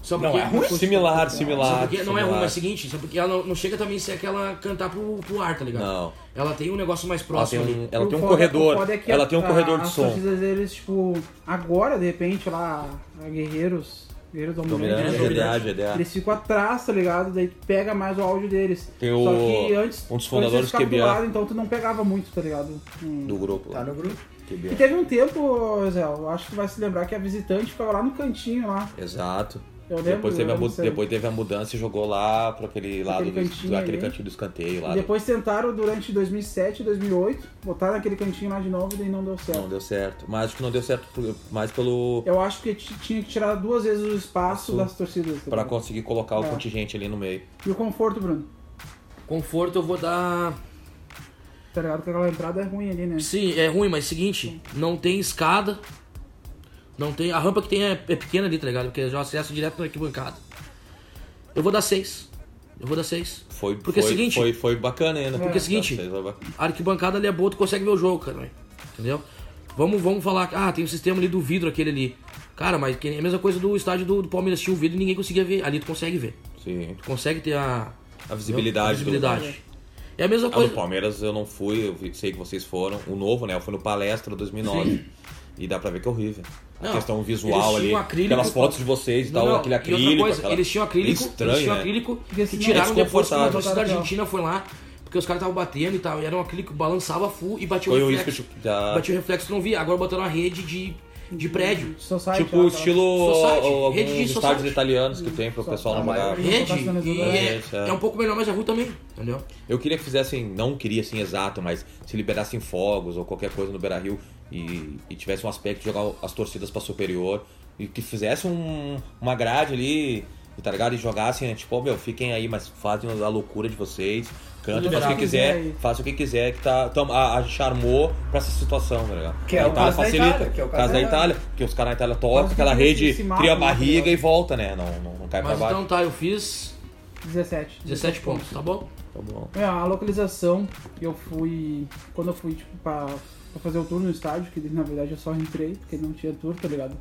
Speaker 4: Sabe por
Speaker 2: Não
Speaker 4: quê?
Speaker 2: é ruim.
Speaker 3: Similar,
Speaker 4: Sabe
Speaker 3: similar.
Speaker 4: por quê? Não é ruim,
Speaker 3: similar.
Speaker 4: mas é o seguinte, sabe porque ela não, não chega também a ser aquela cantar pro, pro ar, tá ligado?
Speaker 3: Não.
Speaker 4: Ela tem um negócio mais
Speaker 3: Ela tem
Speaker 4: próximo
Speaker 3: um,
Speaker 4: ali.
Speaker 3: ela
Speaker 1: O
Speaker 3: tem um
Speaker 1: foda- o
Speaker 3: corredor.
Speaker 1: foda é que
Speaker 3: ela
Speaker 1: a-
Speaker 3: tem um
Speaker 1: a-
Speaker 3: corredor de
Speaker 1: as
Speaker 3: som.
Speaker 1: torcidas, eles, tipo, agora, de repente, lá, a Guerreiros, Guerreiros
Speaker 3: Dominante,
Speaker 1: Dominantes,
Speaker 3: GDA,
Speaker 4: Dominante,
Speaker 3: GDA.
Speaker 1: eles ficam atrás, tá ligado? Daí tu pega mais o áudio deles.
Speaker 3: Tem
Speaker 1: Só
Speaker 3: o-
Speaker 1: que antes,
Speaker 3: um dos
Speaker 1: antes
Speaker 3: fundadores
Speaker 1: eles ficavam
Speaker 3: do QBA.
Speaker 1: lado, então tu não pegava muito, tá ligado? Hum.
Speaker 3: Do grupo.
Speaker 2: Tá no grupo.
Speaker 1: E
Speaker 3: QB.
Speaker 1: teve um tempo, Zé, eu acho que tu vai se lembrar que a visitante ficava lá no cantinho lá.
Speaker 3: Exato.
Speaker 1: Eu lembro.
Speaker 3: Depois teve,
Speaker 1: eu
Speaker 3: a, mu-
Speaker 1: lembro disso aí.
Speaker 3: depois teve a mudança e jogou lá pra aquele lado do,
Speaker 1: cantinho
Speaker 3: do, aquele
Speaker 1: ali.
Speaker 3: cantinho do escanteio lá.
Speaker 1: E
Speaker 3: do-
Speaker 1: depois tentaram durante 2007 2008, botaram aquele cantinho lá de novo e daí não deu certo.
Speaker 3: Não deu certo. Mas acho que não deu certo por- mais pelo.
Speaker 1: Eu acho que t- tinha que tirar duas vezes o espaço
Speaker 3: Isso.
Speaker 1: das torcidas. tá
Speaker 3: Pra
Speaker 1: ligado?
Speaker 3: conseguir colocar o
Speaker 1: É.
Speaker 3: contingente ali no meio.
Speaker 1: E o conforto, Bruno.
Speaker 4: Conforto eu vou dar
Speaker 1: Tá ligado que aquela entrada é ruim ali, né?
Speaker 4: Sim, é ruim, mas seguinte, não tem escada. Não tem. A rampa que tem é, é pequena ali, tá ligado? Porque já acesso direto na arquibancada. Eu vou dar 6. Eu vou dar 6.
Speaker 3: Foi,
Speaker 4: Porque é o
Speaker 3: foi,
Speaker 4: seguinte-
Speaker 3: foi, foi bacana ainda.
Speaker 4: Porque é o seguinte-
Speaker 3: Tá, foi bacana.
Speaker 4: A arquibancada ali é boa, tu consegue ver o jogo, cara. né? Entendeu? Vamos, vamos falar. Ah, tem o sistema ali do vidro aquele ali. Cara, mas que- é a mesma coisa do estádio do, do Palmeiras. Tinha o vidro e ninguém conseguia ver. Ali tu consegue ver.
Speaker 3: Sim.
Speaker 4: Tu consegue ter a.
Speaker 3: A visibilidade.
Speaker 4: a
Speaker 3: do-
Speaker 4: visibilidade. É a mesma
Speaker 3: A do
Speaker 4: coisa.
Speaker 3: Ah, Palmeiras eu não fui, eu vi- sei que vocês foram. O novo, né? Eu fui no Palestra 2009. E dá pra ver que é horrível. A
Speaker 4: Não,
Speaker 3: questão
Speaker 4: eles
Speaker 3: visual
Speaker 4: tinham
Speaker 3: ali.
Speaker 4: acrílico-
Speaker 3: aquelas fotos de vocês e
Speaker 4: Não,
Speaker 3: tal,
Speaker 4: não,
Speaker 3: aquele
Speaker 4: e outra
Speaker 3: acrílico.
Speaker 4: coisa,
Speaker 3: aquela-
Speaker 4: eles tinham acrílico,
Speaker 3: Meio estranho,
Speaker 4: eles tinham
Speaker 3: né?
Speaker 4: acrílico
Speaker 1: Porque
Speaker 4: e
Speaker 1: senão-
Speaker 4: tiraram
Speaker 3: É
Speaker 4: depois que uma
Speaker 3: desconfortável.
Speaker 4: torcida argentina foi lá, porque os caras estavam batendo e tal, e era um acrílico que balançava full e batia
Speaker 3: Foi
Speaker 4: o
Speaker 3: o isso que eu
Speaker 4: reflexo.
Speaker 3: te- da-
Speaker 4: Batia o reflexo, tu não via. Agora botaram uma rede de, de prédio.
Speaker 1: Society,
Speaker 3: Tipo
Speaker 1: lá,
Speaker 3: o
Speaker 1: tá lá.
Speaker 3: estilo
Speaker 4: Society,
Speaker 3: ou alguns
Speaker 4: rede de Hum,
Speaker 3: estádios
Speaker 4: society.
Speaker 3: italianos que tem pro pessoal
Speaker 2: Ah,
Speaker 3: não
Speaker 2: mas-
Speaker 3: jogar.
Speaker 4: Rede, e é,
Speaker 3: Isso, é.
Speaker 4: é um pouco melhor, mas é ruim também, entendeu?
Speaker 3: Eu queria que fizessem, não queria assim exato, mas se liberassem fogos ou qualquer coisa no Beira Rio e, e tivesse um aspecto de jogar as torcidas pra superior e que fizesse um- uma grade ali, tá ligado? E jogassem, né? tipo, ó, meu, fiquem aí, mas fazem a loucura de vocês, cantem, façam o que
Speaker 1: Liberar.
Speaker 3: quiser, façam o que quiser, que tá. Então, a, a gente armou pra essa situação, tá ligado?
Speaker 2: Que é
Speaker 3: A
Speaker 2: o
Speaker 3: Itália
Speaker 2: caso da
Speaker 3: facilita,
Speaker 2: Itália, que é o caso
Speaker 3: caso
Speaker 2: da
Speaker 3: da Itália, porque os caras na Itália
Speaker 1: Mas
Speaker 3: tocam,
Speaker 1: o
Speaker 3: aquela
Speaker 1: que que eles
Speaker 3: rede,
Speaker 1: se matam,
Speaker 3: cria a
Speaker 1: né, tá
Speaker 3: barriga
Speaker 1: ligado?
Speaker 3: e volta, né? Não, não, não cai
Speaker 4: Mas
Speaker 3: pra baixo.
Speaker 4: então tá, eu fiz
Speaker 1: 17.
Speaker 4: 17 pontos, tá bom?
Speaker 3: Tá bom.
Speaker 1: É, a localização, eu fui. Quando eu fui, tipo, pra, pra fazer o tour no estádio, que na verdade eu só entrei, porque não tinha tour, tá ligado?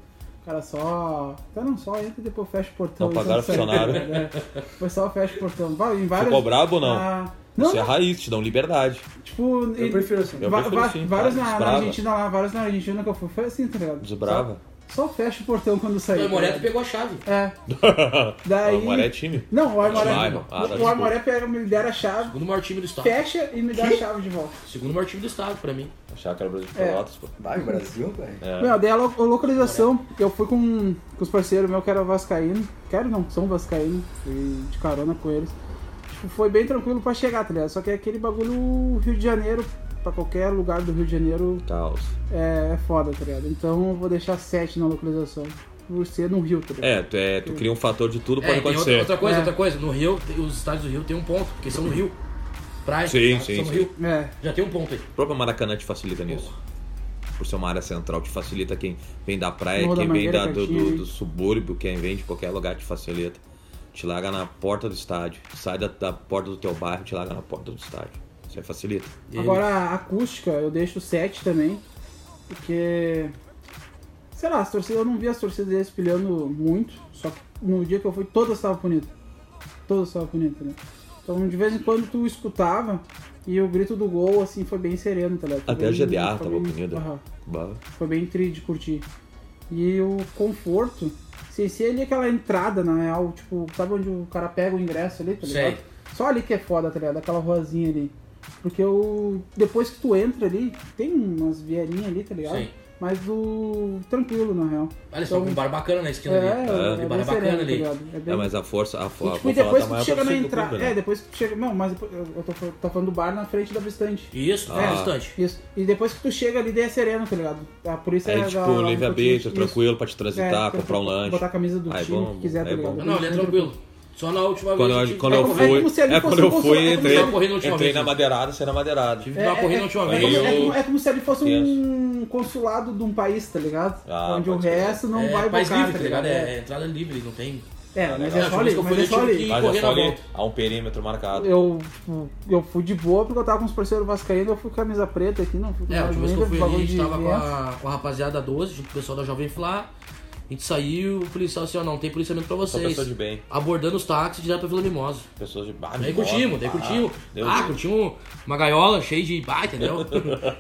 Speaker 1: cara só. Tá não, só entra e depois fecha o portão.
Speaker 3: Não pagaram
Speaker 1: Isso é um
Speaker 3: funcionário.
Speaker 1: segredo, né? O pessoal fecha o portão. Vai, em várias...
Speaker 3: Ficou brabo ou não?
Speaker 1: Ah, não,
Speaker 3: Isso é raiz, te dão liberdade.
Speaker 1: tipo.
Speaker 2: Eu
Speaker 1: e-
Speaker 2: prefiro assim.
Speaker 3: Eu
Speaker 1: va-
Speaker 3: prefiro
Speaker 1: va-
Speaker 3: sim,
Speaker 1: vários
Speaker 3: cara,
Speaker 1: na, na
Speaker 3: desbrava.
Speaker 1: Argentina lá, vários na Argentina que eu fui. Foi assim, tá ligado?
Speaker 3: Desbrava.
Speaker 1: Só, só fecha o portão quando sair. tá
Speaker 4: O Então, Moreto pegou a chave.
Speaker 1: É. Daí.
Speaker 3: O Maré é time.
Speaker 1: Não, o Aimoré.
Speaker 3: Ah, não. Ah, tá,
Speaker 1: o
Speaker 3: desculpa.
Speaker 1: Aimoré pega, me dera a chave,
Speaker 4: Segundo maior time do estado.
Speaker 1: fecha e me dá a chave de volta.
Speaker 4: Segundo maior time do estado, pra mim.
Speaker 3: Achar que era o Brasil de
Speaker 1: É.
Speaker 3: Pelotas, pô.
Speaker 2: Vai, Brasil, velho.
Speaker 3: É.
Speaker 1: Meu, daí a lo- a localização, eu fui com, com os parceiros meus que era vascaíno, quero não, são vascaíno, fui de carona com eles. Tipo, foi bem tranquilo pra chegar, tá ligado? Só que é aquele bagulho Rio de Janeiro, pra qualquer lugar do Rio de Janeiro,
Speaker 3: Caos.
Speaker 1: é, é foda, tá ligado? Então eu vou deixar 7 na localização, por ser no Rio, tá ligado?
Speaker 3: É, tu, é, tu cria um fator de tudo, pode
Speaker 4: É, e tem outra,
Speaker 3: acontecer.
Speaker 4: outra coisa,
Speaker 1: É.
Speaker 4: outra coisa. No Rio, tem- os estádios do Rio tem um ponto, porque são no Rio. Praia,
Speaker 3: Sim,
Speaker 4: são
Speaker 3: sim,
Speaker 4: no
Speaker 3: sim.
Speaker 4: Rio.
Speaker 1: É,
Speaker 4: Já tem um ponto aí.
Speaker 3: O próprio Maracanã te facilita nisso. Por ser uma área central, te facilita quem vem da praia,
Speaker 1: Morro da
Speaker 3: quem vem
Speaker 1: Mangueira,
Speaker 3: da- do,
Speaker 1: pertinho,
Speaker 3: do-
Speaker 1: hein?
Speaker 3: do subúrbio, quem vem de qualquer lugar, te facilita. Te larga na porta do estádio. Sai da, da porta do teu bairro, te larga na porta do estádio. Isso aí facilita.
Speaker 4: E aí,
Speaker 1: Agora a acústica eu deixo 7 também, porque. Sei lá, as torcidas, eu não vi as torcidas deles pilhando muito, só que no dia que eu fui, todas estavam bonitas. Todas estavam bonitas, né? Então de vez em quando tu escutava e o grito do gol, assim, foi bem sereno, tá ligado? Foi
Speaker 3: Até a
Speaker 1: bem-
Speaker 3: GDA
Speaker 1: foi
Speaker 3: tava
Speaker 1: bem-
Speaker 3: punida.
Speaker 1: Aham,
Speaker 3: Bah.
Speaker 1: foi bem tri de curtir. E o conforto, sem ser ali aquela entrada, na real, tipo, sabe onde o cara pega o ingresso ali, tá ligado?
Speaker 4: Sei.
Speaker 1: Só ali que é foda, tá ligado? Aquela ruazinha ali. Porque o. Depois que tu entra ali, tem umas vielinhas ali, tá ligado?
Speaker 4: Sim.
Speaker 1: Mas do. tranquilo, na real.
Speaker 4: Olha, eles estão com um bar bacana na esquina
Speaker 1: Então, É,
Speaker 3: Ah.
Speaker 4: ali. Ah.
Speaker 1: é,
Speaker 4: Tem
Speaker 1: é
Speaker 4: bar
Speaker 1: bem
Speaker 4: bacana
Speaker 1: sereno, tá
Speaker 4: ali.
Speaker 1: ligado? É bem...
Speaker 3: É, mas a força, a,
Speaker 1: E,
Speaker 3: força.
Speaker 1: tipo, e depois que tu chega na
Speaker 3: um
Speaker 1: entrada.
Speaker 3: né?
Speaker 1: É, depois que tu chega. Não, mas eu tô, eu tô falando do bar na frente da bastante.
Speaker 4: Isso,
Speaker 3: Ah.
Speaker 4: é bastante.
Speaker 1: Isso. E depois que tu chega ali, daí é sereno, tá ligado? A polícia
Speaker 3: É
Speaker 1: da-
Speaker 3: tipo,
Speaker 1: da-
Speaker 3: livre
Speaker 1: da-
Speaker 3: arbítrio,
Speaker 1: um isso.
Speaker 3: tranquilo pra te transitar,
Speaker 1: pra-
Speaker 3: comprar um
Speaker 1: pra-
Speaker 3: lanche.
Speaker 1: Botar a camisa do
Speaker 3: Aí
Speaker 1: time
Speaker 3: bom,
Speaker 1: que quiser,
Speaker 3: aí
Speaker 1: tá ligado?
Speaker 3: bom.
Speaker 4: Não, não, ali é tranquilo. Só na última
Speaker 3: Quando
Speaker 4: vez.
Speaker 3: eu,
Speaker 4: tive-
Speaker 3: quando
Speaker 4: é,
Speaker 3: eu
Speaker 1: como-
Speaker 4: como-
Speaker 1: é
Speaker 3: fui,
Speaker 1: como se ali
Speaker 3: é
Speaker 1: fosse
Speaker 3: quando eu
Speaker 1: um
Speaker 3: fui,
Speaker 1: Bolsonaro,
Speaker 3: entrei,
Speaker 4: é como se eu corri na última
Speaker 3: entrei
Speaker 4: vez,
Speaker 3: na
Speaker 4: né?
Speaker 3: madeirada, saí na madeirada.
Speaker 4: Tive uma corrida na última
Speaker 1: é
Speaker 4: vez.
Speaker 1: como-
Speaker 3: Eu-
Speaker 1: é como- é como se ele fosse um
Speaker 3: Penso.
Speaker 1: consulado de um país, tá ligado?
Speaker 3: Ah,
Speaker 1: Onde o
Speaker 3: pode crer.
Speaker 1: resto não
Speaker 4: é,
Speaker 1: vai
Speaker 4: país
Speaker 1: botar,
Speaker 4: livre, tá ligado? É, é entrada livre, não tem.
Speaker 1: É, mas
Speaker 4: É,
Speaker 1: é
Speaker 4: a
Speaker 1: só
Speaker 4: última vez
Speaker 1: ali,
Speaker 4: que eu
Speaker 1: mas
Speaker 4: fui,
Speaker 1: é só
Speaker 4: eu tive
Speaker 1: ali.
Speaker 4: que-
Speaker 3: Mas é
Speaker 4: correr
Speaker 3: só
Speaker 4: na
Speaker 3: ali,
Speaker 4: volta. É.
Speaker 3: há um perímetro marcado.
Speaker 1: Eu, tipo, eu fui de boa porque eu tava com os parceiros vascaínos, eu fui com camisa preta aqui, não fui com
Speaker 4: É, a
Speaker 1: nada,
Speaker 4: última vez que eu
Speaker 1: lembra
Speaker 4: fui
Speaker 1: do
Speaker 4: ali, a
Speaker 1: bagulho
Speaker 4: gente
Speaker 1: de
Speaker 4: tava com
Speaker 1: evento?
Speaker 4: a, com a rapaziada 12, junto com o pessoal da Jovem Flá. A gente saiu, o policial assim, ó, não tem policiamento pra
Speaker 3: Sou
Speaker 4: vocês.
Speaker 3: pessoa de bem.
Speaker 4: Abordando os táxis direto pra Vila Mimosa.
Speaker 3: Pessoas de bar,
Speaker 4: Daí
Speaker 3: de moto,
Speaker 4: curtimos, daí
Speaker 3: pá.
Speaker 4: curtimos.
Speaker 3: Deu- um-
Speaker 4: Ah, curtimos uma gaiola cheia de bah, entendeu?
Speaker 2: De
Speaker 1: Eu-
Speaker 2: verdade.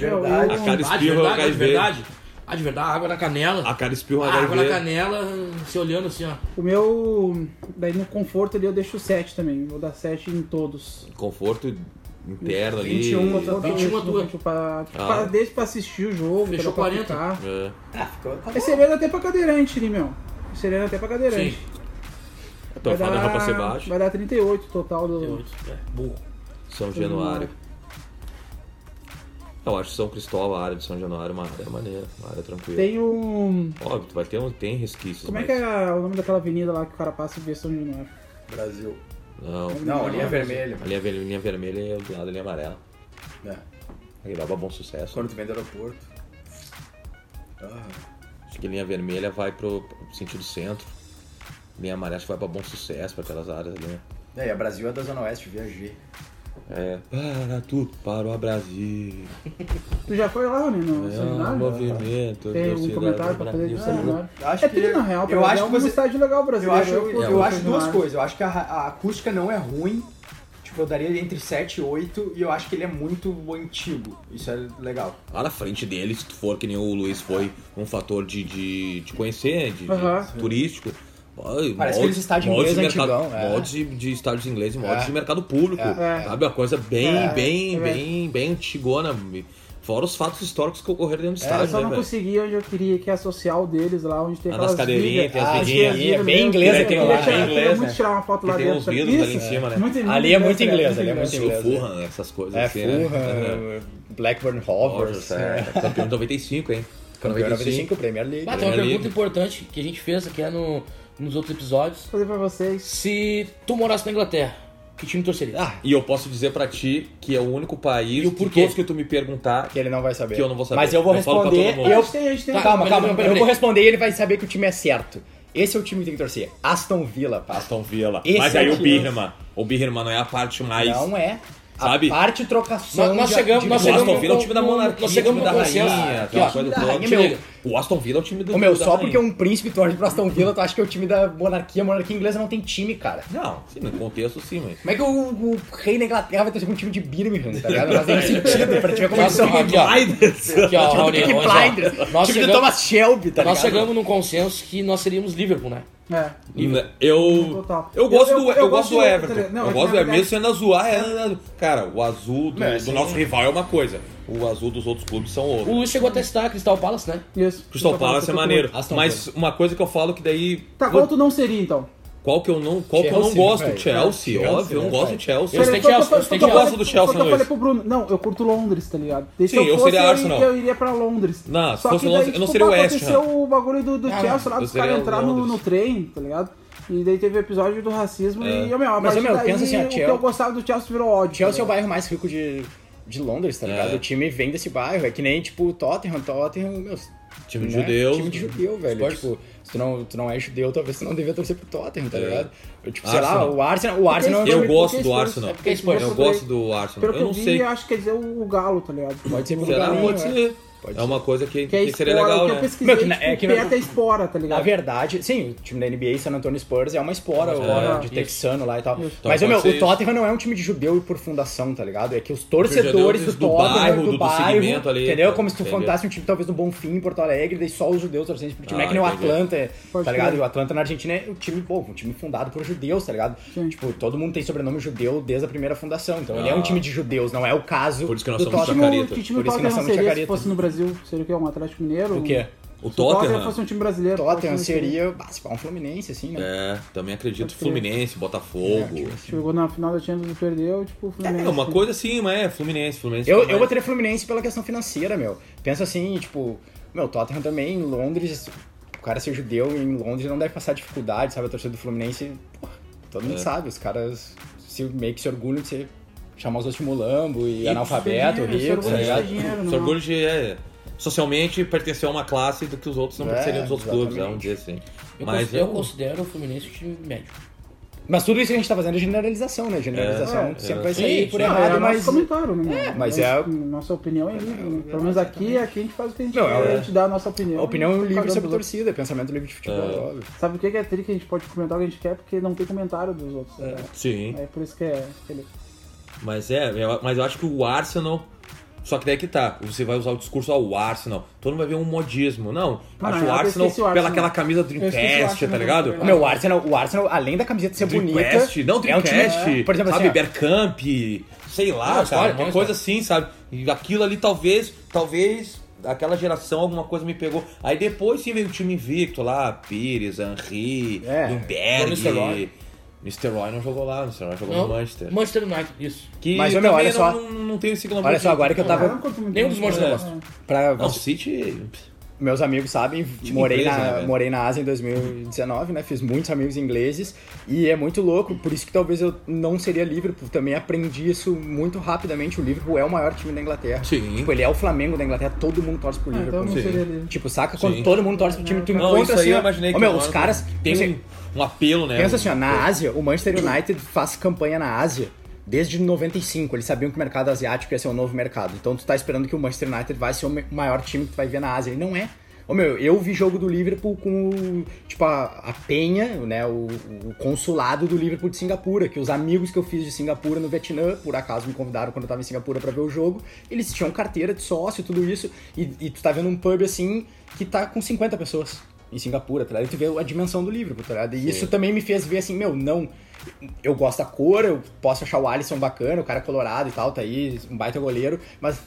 Speaker 1: eu-
Speaker 3: A cada
Speaker 4: Ah,
Speaker 3: espirro é
Speaker 4: de
Speaker 3: HIV.
Speaker 4: verdade. Ah, de verdade, água na canela.
Speaker 3: A cara espirra um
Speaker 4: Ah, água na
Speaker 3: HIV.
Speaker 4: canela, se olhando assim, ó.
Speaker 1: O meu. Daí no conforto ali eu deixo 7 também. Vou dar 7 em todos.
Speaker 3: Conforto interno ali.
Speaker 2: 21
Speaker 1: Vou dar
Speaker 4: 21
Speaker 1: isso,
Speaker 4: tua.
Speaker 1: tipo, pra,
Speaker 3: Ah.
Speaker 1: pra- desde pra assistir o jogo,
Speaker 4: Fechou
Speaker 1: pra
Speaker 4: 40.
Speaker 1: ficar.
Speaker 3: É.
Speaker 2: Ah, ficou. Tá
Speaker 1: É sereno até pra cadeirante ali, meu. É sereno até pra cadeirante.
Speaker 4: Sim,
Speaker 3: Então, fala roupa ser baixo.
Speaker 1: vai dar 38 total do.
Speaker 4: 38, é, burro.
Speaker 3: São Januário. Eu acho São Cristóvão, a área de São Januário, uma área maneira, uma área tranquila.
Speaker 1: Tem um.
Speaker 3: Óbvio, tu vai ter um, tem resquícios.
Speaker 1: Como é
Speaker 3: mas-
Speaker 1: que é o nome daquela avenida lá que o cara passa e vê São Januário?
Speaker 2: Brasil.
Speaker 3: Não,
Speaker 2: Não, linha é vermelha,
Speaker 3: a
Speaker 2: mano.
Speaker 3: linha, ver- linha vermelha é do lado da linha amarela.
Speaker 2: É.
Speaker 3: Aí dava bom sucesso.
Speaker 2: Quando tu vem do aeroporto. Ah,
Speaker 3: Acho que linha vermelha vai pro pro sentido centro. Linha amarela acho que vai pra bom sucesso, pra aquelas áreas ali. né?
Speaker 2: É, e a Brasil é da Zona Oeste, viajei.
Speaker 3: É, para tudo, para o Brasil.
Speaker 1: Tu já foi lá, né? No
Speaker 3: É
Speaker 1: São
Speaker 3: um
Speaker 1: Januário?
Speaker 3: movimento.
Speaker 1: Tem
Speaker 3: da
Speaker 1: um
Speaker 3: cidade
Speaker 1: comentário pra
Speaker 3: do
Speaker 1: fazer de São
Speaker 3: Brasil.
Speaker 1: Januário?
Speaker 2: Acho
Speaker 1: é tudo
Speaker 2: que-
Speaker 1: na real, pra
Speaker 2: eu
Speaker 1: ver,
Speaker 2: acho
Speaker 1: é um
Speaker 2: que você-
Speaker 1: estádio legal
Speaker 2: Eu
Speaker 1: brasileiro.
Speaker 2: acho, eu,
Speaker 1: curto
Speaker 2: eu
Speaker 1: o
Speaker 2: acho
Speaker 1: São
Speaker 2: duas
Speaker 1: Januário.
Speaker 2: coisas. Eu acho que a, a acústica não é ruim. Tipo, eu daria entre 7 e 8. E eu acho que ele é muito antigo. Isso é legal.
Speaker 3: Lá na frente dele, se tu for que nem o Luiz foi, um fator de, de, de conhecer, de, de
Speaker 1: Aham.
Speaker 3: turístico. Ai,
Speaker 2: Parece aqueles estádios
Speaker 3: moldes
Speaker 2: ingleses
Speaker 3: de mercado-
Speaker 2: antigão, é.
Speaker 3: Moldes de, de estádios ingleses, moldes
Speaker 2: É.
Speaker 3: de mercado público.
Speaker 2: É.
Speaker 3: Sabe? Uma coisa bem,
Speaker 2: É.
Speaker 3: bem,
Speaker 1: É.
Speaker 3: bem, bem antigona. Fora os fatos históricos que
Speaker 2: É,
Speaker 3: ocorreram dentro do
Speaker 1: Eu
Speaker 3: estádio,
Speaker 1: só
Speaker 3: né,
Speaker 1: não
Speaker 3: velho?
Speaker 1: consegui onde eu queria, que é a social deles lá, onde tem
Speaker 3: Ah,
Speaker 1: aquelas
Speaker 3: nas cadeirinhas,
Speaker 1: vigas.
Speaker 3: tem as
Speaker 1: Ah, as
Speaker 3: vidinhas.
Speaker 2: É
Speaker 1: vigas
Speaker 2: bem
Speaker 1: mesmo.
Speaker 2: inglês,
Speaker 1: Eu
Speaker 3: tem
Speaker 1: queria
Speaker 3: lá,
Speaker 1: tirar-
Speaker 3: é
Speaker 1: eu queria
Speaker 3: inglês,
Speaker 1: muito
Speaker 3: né?
Speaker 1: tirar uma foto
Speaker 3: E
Speaker 1: lá
Speaker 3: tem
Speaker 1: dentro.
Speaker 3: uns vidros ali em
Speaker 1: Isso,
Speaker 3: cima, né?
Speaker 2: Ali é muito
Speaker 1: né?
Speaker 2: inglês, ali é muito
Speaker 3: Estilo
Speaker 2: inglês, né?
Speaker 3: Fulham, assim, essas coisas
Speaker 2: É,
Speaker 3: assim,
Speaker 2: Fulham,
Speaker 3: né?
Speaker 2: Blackburn Rovers.
Speaker 3: Rogers, é. Campeão de 95, hein?
Speaker 2: Campeão 95, Premier League.
Speaker 4: Ah, tem uma
Speaker 3: Premier
Speaker 4: pergunta
Speaker 3: League.
Speaker 4: importante que a gente fez aqui é no, nos outros episódios.
Speaker 1: Vou fazer pra vocês.
Speaker 4: Se tu morasse na Inglaterra, que time torceria?
Speaker 2: Ah,
Speaker 3: E eu posso dizer pra ti que é o único país
Speaker 4: E o
Speaker 3: de
Speaker 4: porquê?
Speaker 3: todos que tu me perguntar
Speaker 2: que ele não vai saber.
Speaker 3: Que é eu não vou saber.
Speaker 2: Mas eu vou
Speaker 3: Eu falo pra
Speaker 2: responder.
Speaker 3: todo mundo.
Speaker 2: eu-
Speaker 1: A gente tem, a gente tem.
Speaker 4: Tá.
Speaker 2: Calma,
Speaker 4: Peraí,
Speaker 2: calma.
Speaker 4: peraí,
Speaker 2: Eu vou
Speaker 4: peraí.
Speaker 2: responder e ele vai saber que o time é certo. Esse é o time que tem que torcer. Aston Villa, pá.
Speaker 3: Aston Villa.
Speaker 2: Esse
Speaker 3: Mas
Speaker 2: é
Speaker 3: aí
Speaker 2: o
Speaker 3: o
Speaker 2: que
Speaker 3: Birman. O Birman não é a parte mais.
Speaker 2: Não é. A
Speaker 3: Sabe?
Speaker 2: parte trocação.
Speaker 4: Nós- nós
Speaker 2: de-
Speaker 4: chegamos-
Speaker 2: de-
Speaker 4: nós
Speaker 3: O
Speaker 4: chegamos
Speaker 3: Aston Villa é o
Speaker 4: no-
Speaker 3: time da
Speaker 4: no-
Speaker 3: monarquia,
Speaker 4: nós chegamos
Speaker 3: o time
Speaker 4: no
Speaker 3: da
Speaker 4: consenso.
Speaker 3: rainha,
Speaker 4: Aqui,
Speaker 3: aquela
Speaker 4: ó,
Speaker 3: coisa
Speaker 2: time da
Speaker 3: toda.
Speaker 2: rainha,
Speaker 4: Te
Speaker 2: meu.
Speaker 4: liga.
Speaker 3: O Aston Villa é o time do.
Speaker 2: Ô meu,
Speaker 3: da
Speaker 2: só
Speaker 3: rainha.
Speaker 2: porque um príncipe torce pro Aston Villa, tu acha que é o time da monarquia? A monarquia inglesa não tem time, cara.
Speaker 3: Não, sim, no contexto sim, mas.
Speaker 2: Como é que o, o rei da Inglaterra vai torcer pra um time de Birmingham, tá ligado? Não faz nenhum sentido pra time como é
Speaker 4: Mas
Speaker 2: são.
Speaker 4: aqui, ó. Aqui, ó, Raoni,
Speaker 2: Peaky
Speaker 4: olha só.
Speaker 2: Blinders,
Speaker 4: Nós
Speaker 2: time do
Speaker 4: chegamos-
Speaker 2: Thomas Shelby, tá
Speaker 4: Nós
Speaker 2: ligado?
Speaker 4: chegamos num consenso que nós seríamos Liverpool, né?
Speaker 1: É.
Speaker 3: Eu,
Speaker 1: Total.
Speaker 3: eu gosto
Speaker 1: Eu-
Speaker 3: do,
Speaker 1: eu-
Speaker 3: eu,
Speaker 1: eu
Speaker 3: gosto
Speaker 1: gosto
Speaker 3: do
Speaker 1: do-
Speaker 3: Everton.
Speaker 1: não, é
Speaker 3: eu
Speaker 1: que na
Speaker 3: gosto do Everton.
Speaker 1: verdade-
Speaker 3: Mesmo sendo azul, é, cara, o azul do,
Speaker 2: Não,
Speaker 3: do
Speaker 2: assim-
Speaker 3: nosso rival é uma coisa. O azul dos outros clubes são
Speaker 4: O
Speaker 3: outros.
Speaker 4: Luiz chegou a testar a Crystal Palace, né?
Speaker 1: Isso.
Speaker 3: Crystal
Speaker 1: Total,
Speaker 3: Palace é
Speaker 1: total.
Speaker 3: maneiro.
Speaker 2: Aston
Speaker 3: Mas uma coisa que eu falo que daí.
Speaker 1: Tá, qual tu não seria então?
Speaker 3: Qual que eu não, qual que eu não
Speaker 2: Chelsea,
Speaker 3: gosto?
Speaker 2: velho.
Speaker 3: Chelsea,
Speaker 2: Chelsea,
Speaker 3: óbvio, eu
Speaker 2: né,
Speaker 3: não gosto
Speaker 2: velho?
Speaker 3: de Chelsea.
Speaker 4: Eu sei
Speaker 1: Peraí, foi o
Speaker 4: Chelsea,
Speaker 1: que eu-
Speaker 4: eu sei
Speaker 1: foi o que
Speaker 3: Eu
Speaker 4: Chelsea.
Speaker 1: falei- foi
Speaker 3: gosto do
Speaker 1: o que
Speaker 3: Chelsea,
Speaker 1: eu falei
Speaker 3: Luiz.
Speaker 1: pro Bruno. Não, eu curto Londres, tá ligado? E Se
Speaker 3: Sim, eu
Speaker 1: fosse,
Speaker 3: seria
Speaker 1: eu iria-
Speaker 3: Arsenal.
Speaker 1: Eu iria pra Londres.
Speaker 3: Não, se
Speaker 1: Só
Speaker 3: fosse
Speaker 1: que
Speaker 3: Londres,
Speaker 1: daí,
Speaker 3: eu não
Speaker 1: tipo,
Speaker 3: seria o
Speaker 1: pá,
Speaker 3: West Ham.
Speaker 1: aconteceu o bagulho do, do
Speaker 2: Ah,
Speaker 1: Chelsea lá,
Speaker 3: eu
Speaker 1: dos
Speaker 3: seria
Speaker 1: caras entraram no,
Speaker 3: Londres.
Speaker 1: no trem, tá ligado? E daí teve o episódio do racismo e, meu, a
Speaker 2: Mas,
Speaker 1: partir
Speaker 2: meu,
Speaker 1: daí,
Speaker 2: pensa assim, ó,
Speaker 1: o que
Speaker 2: Chelsea-
Speaker 1: eu gostava do Chelsea virou ódio.
Speaker 2: Chelsea é o
Speaker 1: tá ligado?
Speaker 2: bairro mais rico de, de Londres, tá ligado?
Speaker 3: É.
Speaker 2: O time vem desse bairro. É que nem, tipo, Tottenham, Tottenham, meu.
Speaker 3: Time de
Speaker 2: né?
Speaker 3: judeus.
Speaker 2: Time de judeu, velho.
Speaker 3: Spurs.
Speaker 2: Tipo, se tu não, tu não é judeu, talvez tu não devia torcer pro Tottenham, tá
Speaker 3: É.
Speaker 2: ligado? Eu, tipo, sei lá,
Speaker 3: Arsenal.
Speaker 2: o Arsenal. O Arsenal é
Speaker 1: Eu
Speaker 2: um time-
Speaker 3: Eu
Speaker 1: Porque
Speaker 3: gosto do
Speaker 1: Spurs-
Speaker 3: Arsenal.
Speaker 1: é porque
Speaker 4: Spurs-
Speaker 3: Eu
Speaker 1: por
Speaker 3: gosto
Speaker 1: aí.
Speaker 3: do Arsenal.
Speaker 1: Pelo
Speaker 3: Eu não
Speaker 1: que eu vi,
Speaker 3: sei.
Speaker 1: eu acho que quer dizer o, o Galo, tá ligado?
Speaker 2: Pode ser pro
Speaker 3: Será?
Speaker 2: Galinho,
Speaker 3: Pode
Speaker 2: é.
Speaker 3: ser.
Speaker 2: Pode
Speaker 3: É uma coisa que,
Speaker 1: Que é
Speaker 3: que seria
Speaker 1: espora, o
Speaker 3: legal,
Speaker 1: que
Speaker 3: né?
Speaker 1: eu pesquisei,
Speaker 2: Meu, que na-
Speaker 1: tipo,
Speaker 2: é que na-
Speaker 1: peta é espora, tá
Speaker 2: Na
Speaker 1: ligado?
Speaker 2: verdade, sim, o time da NBA, San Antonio Spurs, é uma espora, ó, de
Speaker 1: isso.
Speaker 2: texano lá e tal.
Speaker 1: Isso.
Speaker 2: Mas,
Speaker 3: Então,
Speaker 2: meu,
Speaker 3: pode ser
Speaker 2: o Tottenham não é um time de judeu por fundação, tá ligado? É que os torcedores do
Speaker 3: Torcedores do
Speaker 2: Tottenham,
Speaker 3: bairro,
Speaker 2: do
Speaker 3: do
Speaker 2: bairro,
Speaker 3: segmento ali,
Speaker 2: entendeu?
Speaker 3: tá,
Speaker 2: Como se tu
Speaker 3: entendeu?
Speaker 2: fantasse um time, talvez, do Bonfim, em Porto Alegre, daí só os judeus torcendo pro time.
Speaker 3: Ah,
Speaker 2: é que nem o
Speaker 3: entendi.
Speaker 2: Atlanta,
Speaker 1: Pode
Speaker 2: tá ligado?
Speaker 1: crer.
Speaker 2: O Atlanta na Argentina é um time, pô, um time fundado por judeus, tá ligado?
Speaker 1: Sim.
Speaker 2: Tipo, todo mundo tem sobrenome judeu desde a primeira fundação. Então, ele é
Speaker 3: Ah.
Speaker 2: um time de judeus, não é o caso
Speaker 3: Por isso que nós
Speaker 2: do
Speaker 3: somos
Speaker 1: Que
Speaker 2: Tottenham.
Speaker 1: time,
Speaker 3: Chacarita.
Speaker 1: que time
Speaker 2: Por isso
Speaker 1: Tottenham
Speaker 2: que nós somos
Speaker 1: seria se
Speaker 2: Chacarita.
Speaker 1: fosse no Brasil? Seria o quê? Um Atlético Mineiro?
Speaker 2: O quê?
Speaker 3: O
Speaker 1: Se o Tottenham
Speaker 3: Tottenham.
Speaker 1: fosse um time brasileiro.
Speaker 2: Tottenham
Speaker 1: fosse um time-
Speaker 2: seria, bah, se pá, um Fluminense, assim, né? É, tipo,
Speaker 3: É, também acredito.
Speaker 1: Pode crer.
Speaker 3: Fluminense, Botafogo.
Speaker 1: Chegou na final da Champions e perdeu, tipo, o Fluminense.
Speaker 3: É, uma coisa assim, mas é Fluminense, Fluminense.
Speaker 2: Eu, eu
Speaker 3: Fluminense.
Speaker 2: votaria Fluminense pela questão financeira, meu. Pensa assim, tipo, meu, Tottenham também, em Londres, o cara ser judeu em Londres não deve passar dificuldade, sabe? A torcida do Fluminense, pô, todo mundo sabe, os caras se, meio que se orgulham de ser chamar os outros de mulambo e,
Speaker 1: E
Speaker 2: analfabeto,
Speaker 1: dinheiro, se
Speaker 2: rico, tá
Speaker 1: orgulha de
Speaker 2: ligado?
Speaker 1: ser dinheiro,
Speaker 3: Esse
Speaker 1: não.
Speaker 3: orgulho de é, socialmente pertencer a uma classe do que os outros não
Speaker 2: É,
Speaker 3: pertenceriam aos outros clubes, é um
Speaker 2: exatamente.
Speaker 3: dia assim.
Speaker 4: Eu,
Speaker 3: Mas
Speaker 4: cons- eu
Speaker 3: eu,
Speaker 4: considero o Fluminense um time médio.
Speaker 2: Mas tudo isso que a gente tá fazendo é generalização, né? Generalização
Speaker 1: É,
Speaker 2: sempre
Speaker 3: é.
Speaker 2: vai
Speaker 4: Sim,
Speaker 2: sair por
Speaker 4: sim.
Speaker 1: Não, é
Speaker 2: errado,
Speaker 1: nosso
Speaker 2: mas...
Speaker 1: comentário, né? mano?
Speaker 2: mas é-
Speaker 1: Nossa opinião é livre, né? Pelo menos aqui, aqui a gente faz o que a gente
Speaker 2: Não,
Speaker 1: quer,
Speaker 2: é-
Speaker 1: a gente dá a nossa opinião.
Speaker 2: A opinião é
Speaker 1: e fica
Speaker 2: livre
Speaker 1: cagando
Speaker 2: sobre
Speaker 1: os outros.
Speaker 2: torcida, pensamento livre de futebol, óbvio.
Speaker 1: Sabe o que que é tri que a gente pode comentar o que a gente quer? Porque não tem comentário dos outros. tá ligado?
Speaker 3: sim,
Speaker 1: É por isso que é... aquele-
Speaker 3: mas é, eu- mas eu acho que o Arsenal. Só que daí que tá, você vai usar o discurso ao Arsenal, todo mundo vai ver um modismo. Não,
Speaker 1: Não,
Speaker 3: acho
Speaker 1: não,
Speaker 3: o,
Speaker 1: eu
Speaker 3: Arsenal,
Speaker 1: esqueci o Arsenal.
Speaker 3: pela aquela camisa
Speaker 1: esqueci o
Speaker 3: Dreamcast,
Speaker 1: Arsenal
Speaker 3: tá ligado?
Speaker 1: também.
Speaker 2: Ô, Meu, o Arsenal, o Arsenal, além da camiseta ser bonita,
Speaker 3: Dreamcast, não
Speaker 2: é um time-
Speaker 3: Dreamcast,
Speaker 2: por exemplo, assim,
Speaker 3: sabe,
Speaker 2: ó,
Speaker 3: Bergkamp, sei lá,
Speaker 4: Não, história,
Speaker 3: cara,
Speaker 4: tem
Speaker 3: uma
Speaker 4: uma
Speaker 3: coisa assim, sabe? E aquilo ali talvez, talvez aquela geração alguma coisa me pegou. Aí depois sim veio o time invicto lá, Pires, Henry,
Speaker 2: É.
Speaker 3: Lundberg,
Speaker 4: Mr. Roy.
Speaker 3: Mr. Roy não jogou lá, Mr. Roy jogou
Speaker 4: Não,
Speaker 3: no Manchester.
Speaker 4: Manchester United, isso.
Speaker 3: Que
Speaker 2: Mas, ô, meu,
Speaker 3: também
Speaker 2: olha
Speaker 3: não,
Speaker 2: só.
Speaker 3: não, não tem esse glamour
Speaker 2: Olha só,
Speaker 3: que-
Speaker 2: agora que eu
Speaker 1: Ah,
Speaker 2: tava.
Speaker 1: não conto muito. né?
Speaker 4: Nenhum dos monstros
Speaker 3: É.
Speaker 4: eu gosto.
Speaker 2: Pra,
Speaker 3: Não, o City...
Speaker 2: meus amigos sabem,
Speaker 3: Tipo
Speaker 2: morei,
Speaker 3: inglês, né,
Speaker 2: na,
Speaker 3: velho?
Speaker 2: morei na Ásia em 2019, né? Fiz muitos amigos ingleses e é muito louco, por isso que talvez eu não seria Liverpool. Também aprendi isso muito rapidamente. O Liverpool é o maior time da Inglaterra.
Speaker 3: Sim.
Speaker 2: Tipo, ele é o Flamengo da Inglaterra, todo mundo torce pro
Speaker 1: Ah, então
Speaker 2: Liverpool.
Speaker 1: não
Speaker 3: Sim.
Speaker 1: seria livre.
Speaker 2: Tipo, saca? Quando
Speaker 3: Sim.
Speaker 2: todo mundo torce pro time, tu
Speaker 3: Não, isso
Speaker 2: encontra
Speaker 3: aí
Speaker 2: assim.
Speaker 3: eu
Speaker 2: ó,
Speaker 3: imaginei
Speaker 2: Ô,
Speaker 3: que...
Speaker 2: meu,
Speaker 3: na
Speaker 2: os
Speaker 3: hora
Speaker 2: caras.
Speaker 3: Tem
Speaker 2: assim,
Speaker 3: um, um apelo, né?
Speaker 2: Pensa
Speaker 3: Um-
Speaker 2: assim, ó, na Ásia, o Manchester United faz campanha na Ásia desde 95. Eles sabiam que o mercado asiático ia ser um novo mercado. Então tu tá esperando que o Manchester United vai ser o me- maior time que tu vai ver na Ásia. E não é. Ô meu, eu vi jogo do Liverpool com, o- tipo, a, a Penha, né, o, o consulado do Liverpool de Singapura, que os amigos que eu fiz de Singapura no Vietnã, por acaso me convidaram quando eu tava em Singapura pra ver o jogo, eles tinham carteira de sócio, tudo isso, e, e tu tá vendo um pub assim, que tá com 50 pessoas em Singapura, tá ligado? E tu vê a dimensão do Liverpool, tá ligado? E isso também me fez ver assim, meu, não, eu gosto da cor, eu posso achar o Alisson bacana, o cara é colorado e tal, tá aí, um baita goleiro, mas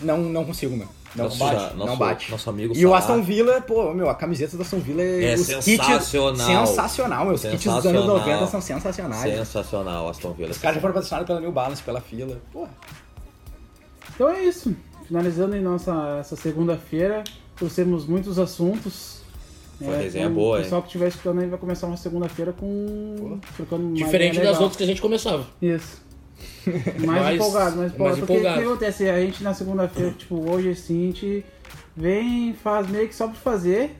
Speaker 2: não, não consigo, meu. Não
Speaker 3: Nosso-
Speaker 2: bate, não
Speaker 3: nosso-
Speaker 2: bate.
Speaker 3: nosso amigo
Speaker 2: e o
Speaker 3: Salah.
Speaker 2: Aston Villa, pô, meu, a camiseta do Aston Villa
Speaker 3: É
Speaker 2: os
Speaker 3: sensacional.
Speaker 2: Kits, sensacional, meu. Os kits dos anos
Speaker 3: Sensacional.
Speaker 2: 90 são sensacionais.
Speaker 3: Um Sensacional, Aston Villa.
Speaker 2: Os caras já foram patrocinados pela New Balance, pela fila. Porra.
Speaker 1: Então é isso. Finalizando em nossa essa segunda-feira, trouxemos muitos assuntos.
Speaker 3: Foi
Speaker 1: né?
Speaker 3: uma resenha
Speaker 1: Então,
Speaker 3: boa,
Speaker 1: O pessoal que estiver escutando aí vai começar uma segunda-feira com. trocando uma
Speaker 4: Diferente
Speaker 1: ideia
Speaker 4: das
Speaker 1: é legal.
Speaker 4: outras que a gente começava.
Speaker 1: Isso. Mais,
Speaker 4: Mais-
Speaker 1: empolgado, mais empolgado.
Speaker 4: mais
Speaker 1: Porque
Speaker 4: empolgado.
Speaker 1: o que acontece? A gente na segunda-feira, tipo, hoje assim, a gente vem, faz meio que só pra fazer.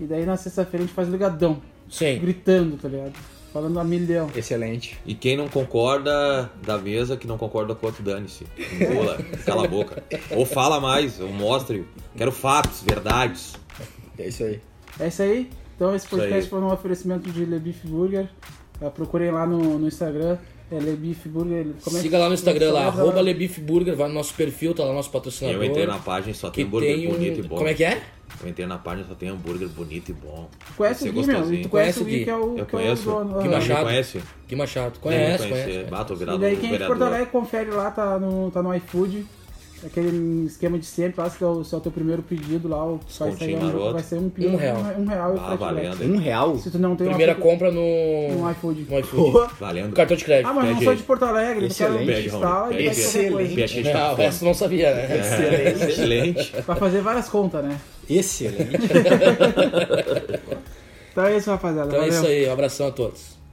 Speaker 1: E daí na sexta-feira a gente faz ligadão,
Speaker 4: Sim.
Speaker 1: gritando, tá ligado? Falando a milhão.
Speaker 2: Excelente.
Speaker 3: E quem não concorda da mesa, que não concorda com o outro, dane-se. Engula, cala a boca. Ou fala mais, ou mostre. Quero fatos, verdades.
Speaker 2: É isso aí.
Speaker 1: É isso aí. Então esse podcast
Speaker 3: aí.
Speaker 1: foi um oferecimento de Le Beef Burger. Ah, procurem lá no, no Instagram. É Le Beef Burger. Como é que-
Speaker 4: Siga lá no Instagram, lá,
Speaker 1: Instagram,
Speaker 4: arroba
Speaker 1: lá.
Speaker 4: LeBifBurger, vai no nosso perfil, tá lá nosso
Speaker 3: Eu
Speaker 4: patrocinador.
Speaker 3: entrei na página e só tem
Speaker 4: que
Speaker 3: hambúrguer
Speaker 4: tem um...
Speaker 3: bonito e bom.
Speaker 4: Como é que é?
Speaker 3: Eu entrei na página e só tem hambúrguer bonito e bom.
Speaker 1: Conhece
Speaker 3: Vai
Speaker 1: o Gui,
Speaker 3: ser
Speaker 1: meu? E
Speaker 3: gostosinho.
Speaker 1: tu conhece
Speaker 4: Conhece
Speaker 1: o Gui, que é o,
Speaker 3: Eu
Speaker 1: que é o
Speaker 3: conheço.
Speaker 1: dono.
Speaker 4: Que
Speaker 1: Aham.
Speaker 4: machado.
Speaker 3: Me conhece?
Speaker 4: Que Machado.
Speaker 3: Deve
Speaker 4: Conhece,
Speaker 3: conhecer.
Speaker 4: conhece. conhece.
Speaker 3: Bato
Speaker 1: E
Speaker 3: virado
Speaker 1: daí quem é de Porto
Speaker 3: vereador.
Speaker 1: Alegre, confere lá, tá no, tá no iFood. Aquele esquema de sempre, lá se é o, se é o teu primeiro pedido lá, o- vai
Speaker 3: Descontinho
Speaker 1: sair um,
Speaker 3: maroto.
Speaker 1: vai ser um pedido,
Speaker 4: Um real.
Speaker 1: um real e
Speaker 3: Ah,
Speaker 1: frete
Speaker 3: valendo.
Speaker 1: grátis.
Speaker 2: Um real?
Speaker 1: Se tu não tem um
Speaker 4: Primeira
Speaker 1: iFood-
Speaker 4: compra no...
Speaker 1: um iFood.
Speaker 4: No iFood.
Speaker 2: Porra!
Speaker 3: Valendo.
Speaker 4: No cartão de crédito.
Speaker 1: Ah, mas não
Speaker 3: Pede
Speaker 1: sou
Speaker 3: aí.
Speaker 1: de Porto Alegre, tu quer um
Speaker 3: Excelente,
Speaker 1: instala e
Speaker 3: Raul.
Speaker 1: vai fazer coisa.
Speaker 2: Excelente.
Speaker 3: Peixe
Speaker 4: Ah, o resto não sabia, né?
Speaker 2: É. Excelente.
Speaker 3: Excelente.
Speaker 1: Pra fazer várias contas, né?
Speaker 2: Excelente.
Speaker 1: Então é isso, rapaziada.
Speaker 4: Então é
Speaker 1: Valeu.
Speaker 4: Então isso é aí, um abração a todos.